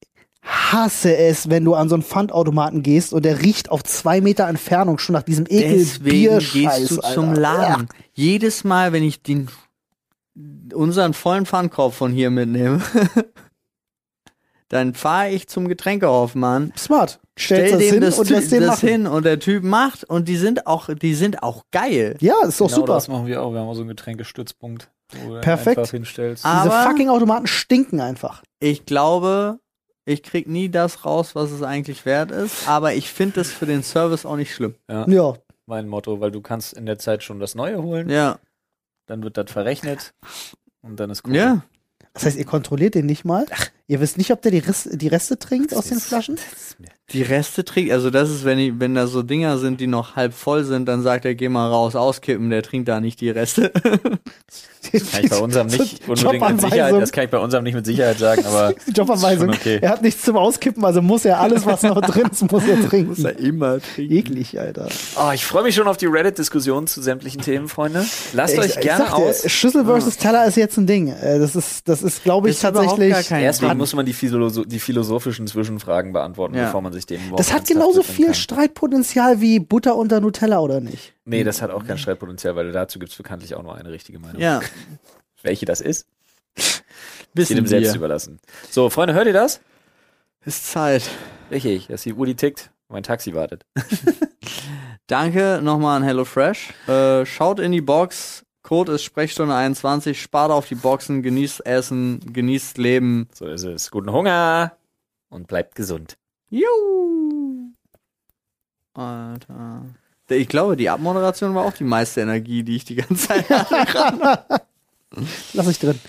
[SPEAKER 1] hasse es, wenn du an so einen Pfandautomaten gehst und der riecht auf zwei Meter Entfernung schon nach diesem ekel
[SPEAKER 3] Deswegen gehst du zum Laden.
[SPEAKER 1] Ja.
[SPEAKER 3] Jedes Mal, wenn ich den unseren vollen Pfandkorb von hier mitnehme, dann fahre ich zum Getränkehoffmann,
[SPEAKER 1] Smart. Stellst
[SPEAKER 3] stell
[SPEAKER 1] das
[SPEAKER 3] dem
[SPEAKER 1] hin
[SPEAKER 3] das,
[SPEAKER 1] und
[SPEAKER 3] Ty-
[SPEAKER 1] lässt den
[SPEAKER 3] das
[SPEAKER 1] machen.
[SPEAKER 3] hin und der Typ macht und die sind auch, die sind auch geil.
[SPEAKER 1] Ja, ist doch
[SPEAKER 2] Genau
[SPEAKER 1] super.
[SPEAKER 2] das machen wir auch. Wir haben auch so einen Getränkestützpunkt, wo du
[SPEAKER 1] Perfekt.
[SPEAKER 2] einfach hinstellst.
[SPEAKER 3] Ah.
[SPEAKER 1] Diese
[SPEAKER 3] Aber-
[SPEAKER 1] fucking Automaten stinken einfach.
[SPEAKER 3] Ich glaube, ich krieg nie das raus, was es eigentlich wert ist, aber ich finde es für den Service auch nicht schlimm.
[SPEAKER 2] Ja,
[SPEAKER 1] Ja.
[SPEAKER 2] mein Motto, weil du kannst in der Zeit schon das Neue holen,
[SPEAKER 3] Ja.
[SPEAKER 2] dann wird das verrechnet und dann ist cool.
[SPEAKER 3] Ja.
[SPEAKER 1] Das heißt, ihr kontrolliert den nicht mal. Ihr wisst nicht, ob der die, Riss, die Reste trinkt aus den
[SPEAKER 2] ist-
[SPEAKER 1] Flaschen.
[SPEAKER 3] Die Reste trinkt, also das ist, wenn, ich, wenn da so Dinger sind, die noch halb voll sind, dann sagt er, geh mal raus, auskippen, der trinkt da nicht die Reste.
[SPEAKER 2] Kann ich bei unserem nicht
[SPEAKER 1] So
[SPEAKER 2] unbedingt mit Sicherheit,
[SPEAKER 1] Jobanweisung.
[SPEAKER 2] das kann ich bei unserem nicht mit Sicherheit sagen, aber
[SPEAKER 1] Die Jobanweisung.
[SPEAKER 2] Ist schon okay.
[SPEAKER 1] Er hat nichts zum Auskippen, also muss er alles, was noch drin ist, muss er trinken.
[SPEAKER 3] immer trinken.
[SPEAKER 1] Eklig, Alter.
[SPEAKER 2] oh, ich freue mich schon auf die Reddit-Diskussion zu sämtlichen Themen, Freunde. Lasst
[SPEAKER 1] Ich-
[SPEAKER 2] euch
[SPEAKER 1] ich
[SPEAKER 2] gerne
[SPEAKER 1] sag dir,
[SPEAKER 2] aus. Ah.
[SPEAKER 1] Schüssel versus Teller ist jetzt ein Ding. Äh, Das ist, das ist, glaube ich,
[SPEAKER 3] Ist überhaupt
[SPEAKER 1] tatsächlich.
[SPEAKER 3] gar kein-
[SPEAKER 2] Erstmal
[SPEAKER 3] Mann.
[SPEAKER 2] muss man die, Philosoph die philosophischen Zwischenfragen beantworten,
[SPEAKER 3] Ja.
[SPEAKER 2] bevor man sich dem überhaupt
[SPEAKER 1] Das hat
[SPEAKER 2] ernsthaft
[SPEAKER 1] genauso
[SPEAKER 2] widmen
[SPEAKER 1] viel
[SPEAKER 2] kann.
[SPEAKER 1] Streitpotenzial wie Butter unter Nutella, oder nicht?
[SPEAKER 2] Nee, das hat auch kein Streitpotenzial, weil dazu gibt es bekanntlich auch nur eine richtige Meinung.
[SPEAKER 3] Ja,
[SPEAKER 2] Welche das ist, ist
[SPEAKER 3] wissen
[SPEAKER 2] jedem selbst
[SPEAKER 3] wir.
[SPEAKER 2] überlassen. So, Freunde, hört ihr das?
[SPEAKER 3] Ist Zeit.
[SPEAKER 2] Richtig, dass die Uhr die tickt, mein Taxi wartet.
[SPEAKER 3] Danke nochmal an HelloFresh. Äh, schaut in die Box. Code ist Sprechstunde 21. Spart auf die Boxen, genießt Essen, genießt Leben.
[SPEAKER 2] So ist es. Guten Hunger und bleibt gesund.
[SPEAKER 3] Juhu. Alter. Ich glaube, die Abmoderation war auch die meiste Energie, die ich die ganze Zeit hatte.
[SPEAKER 1] Lass ich drin.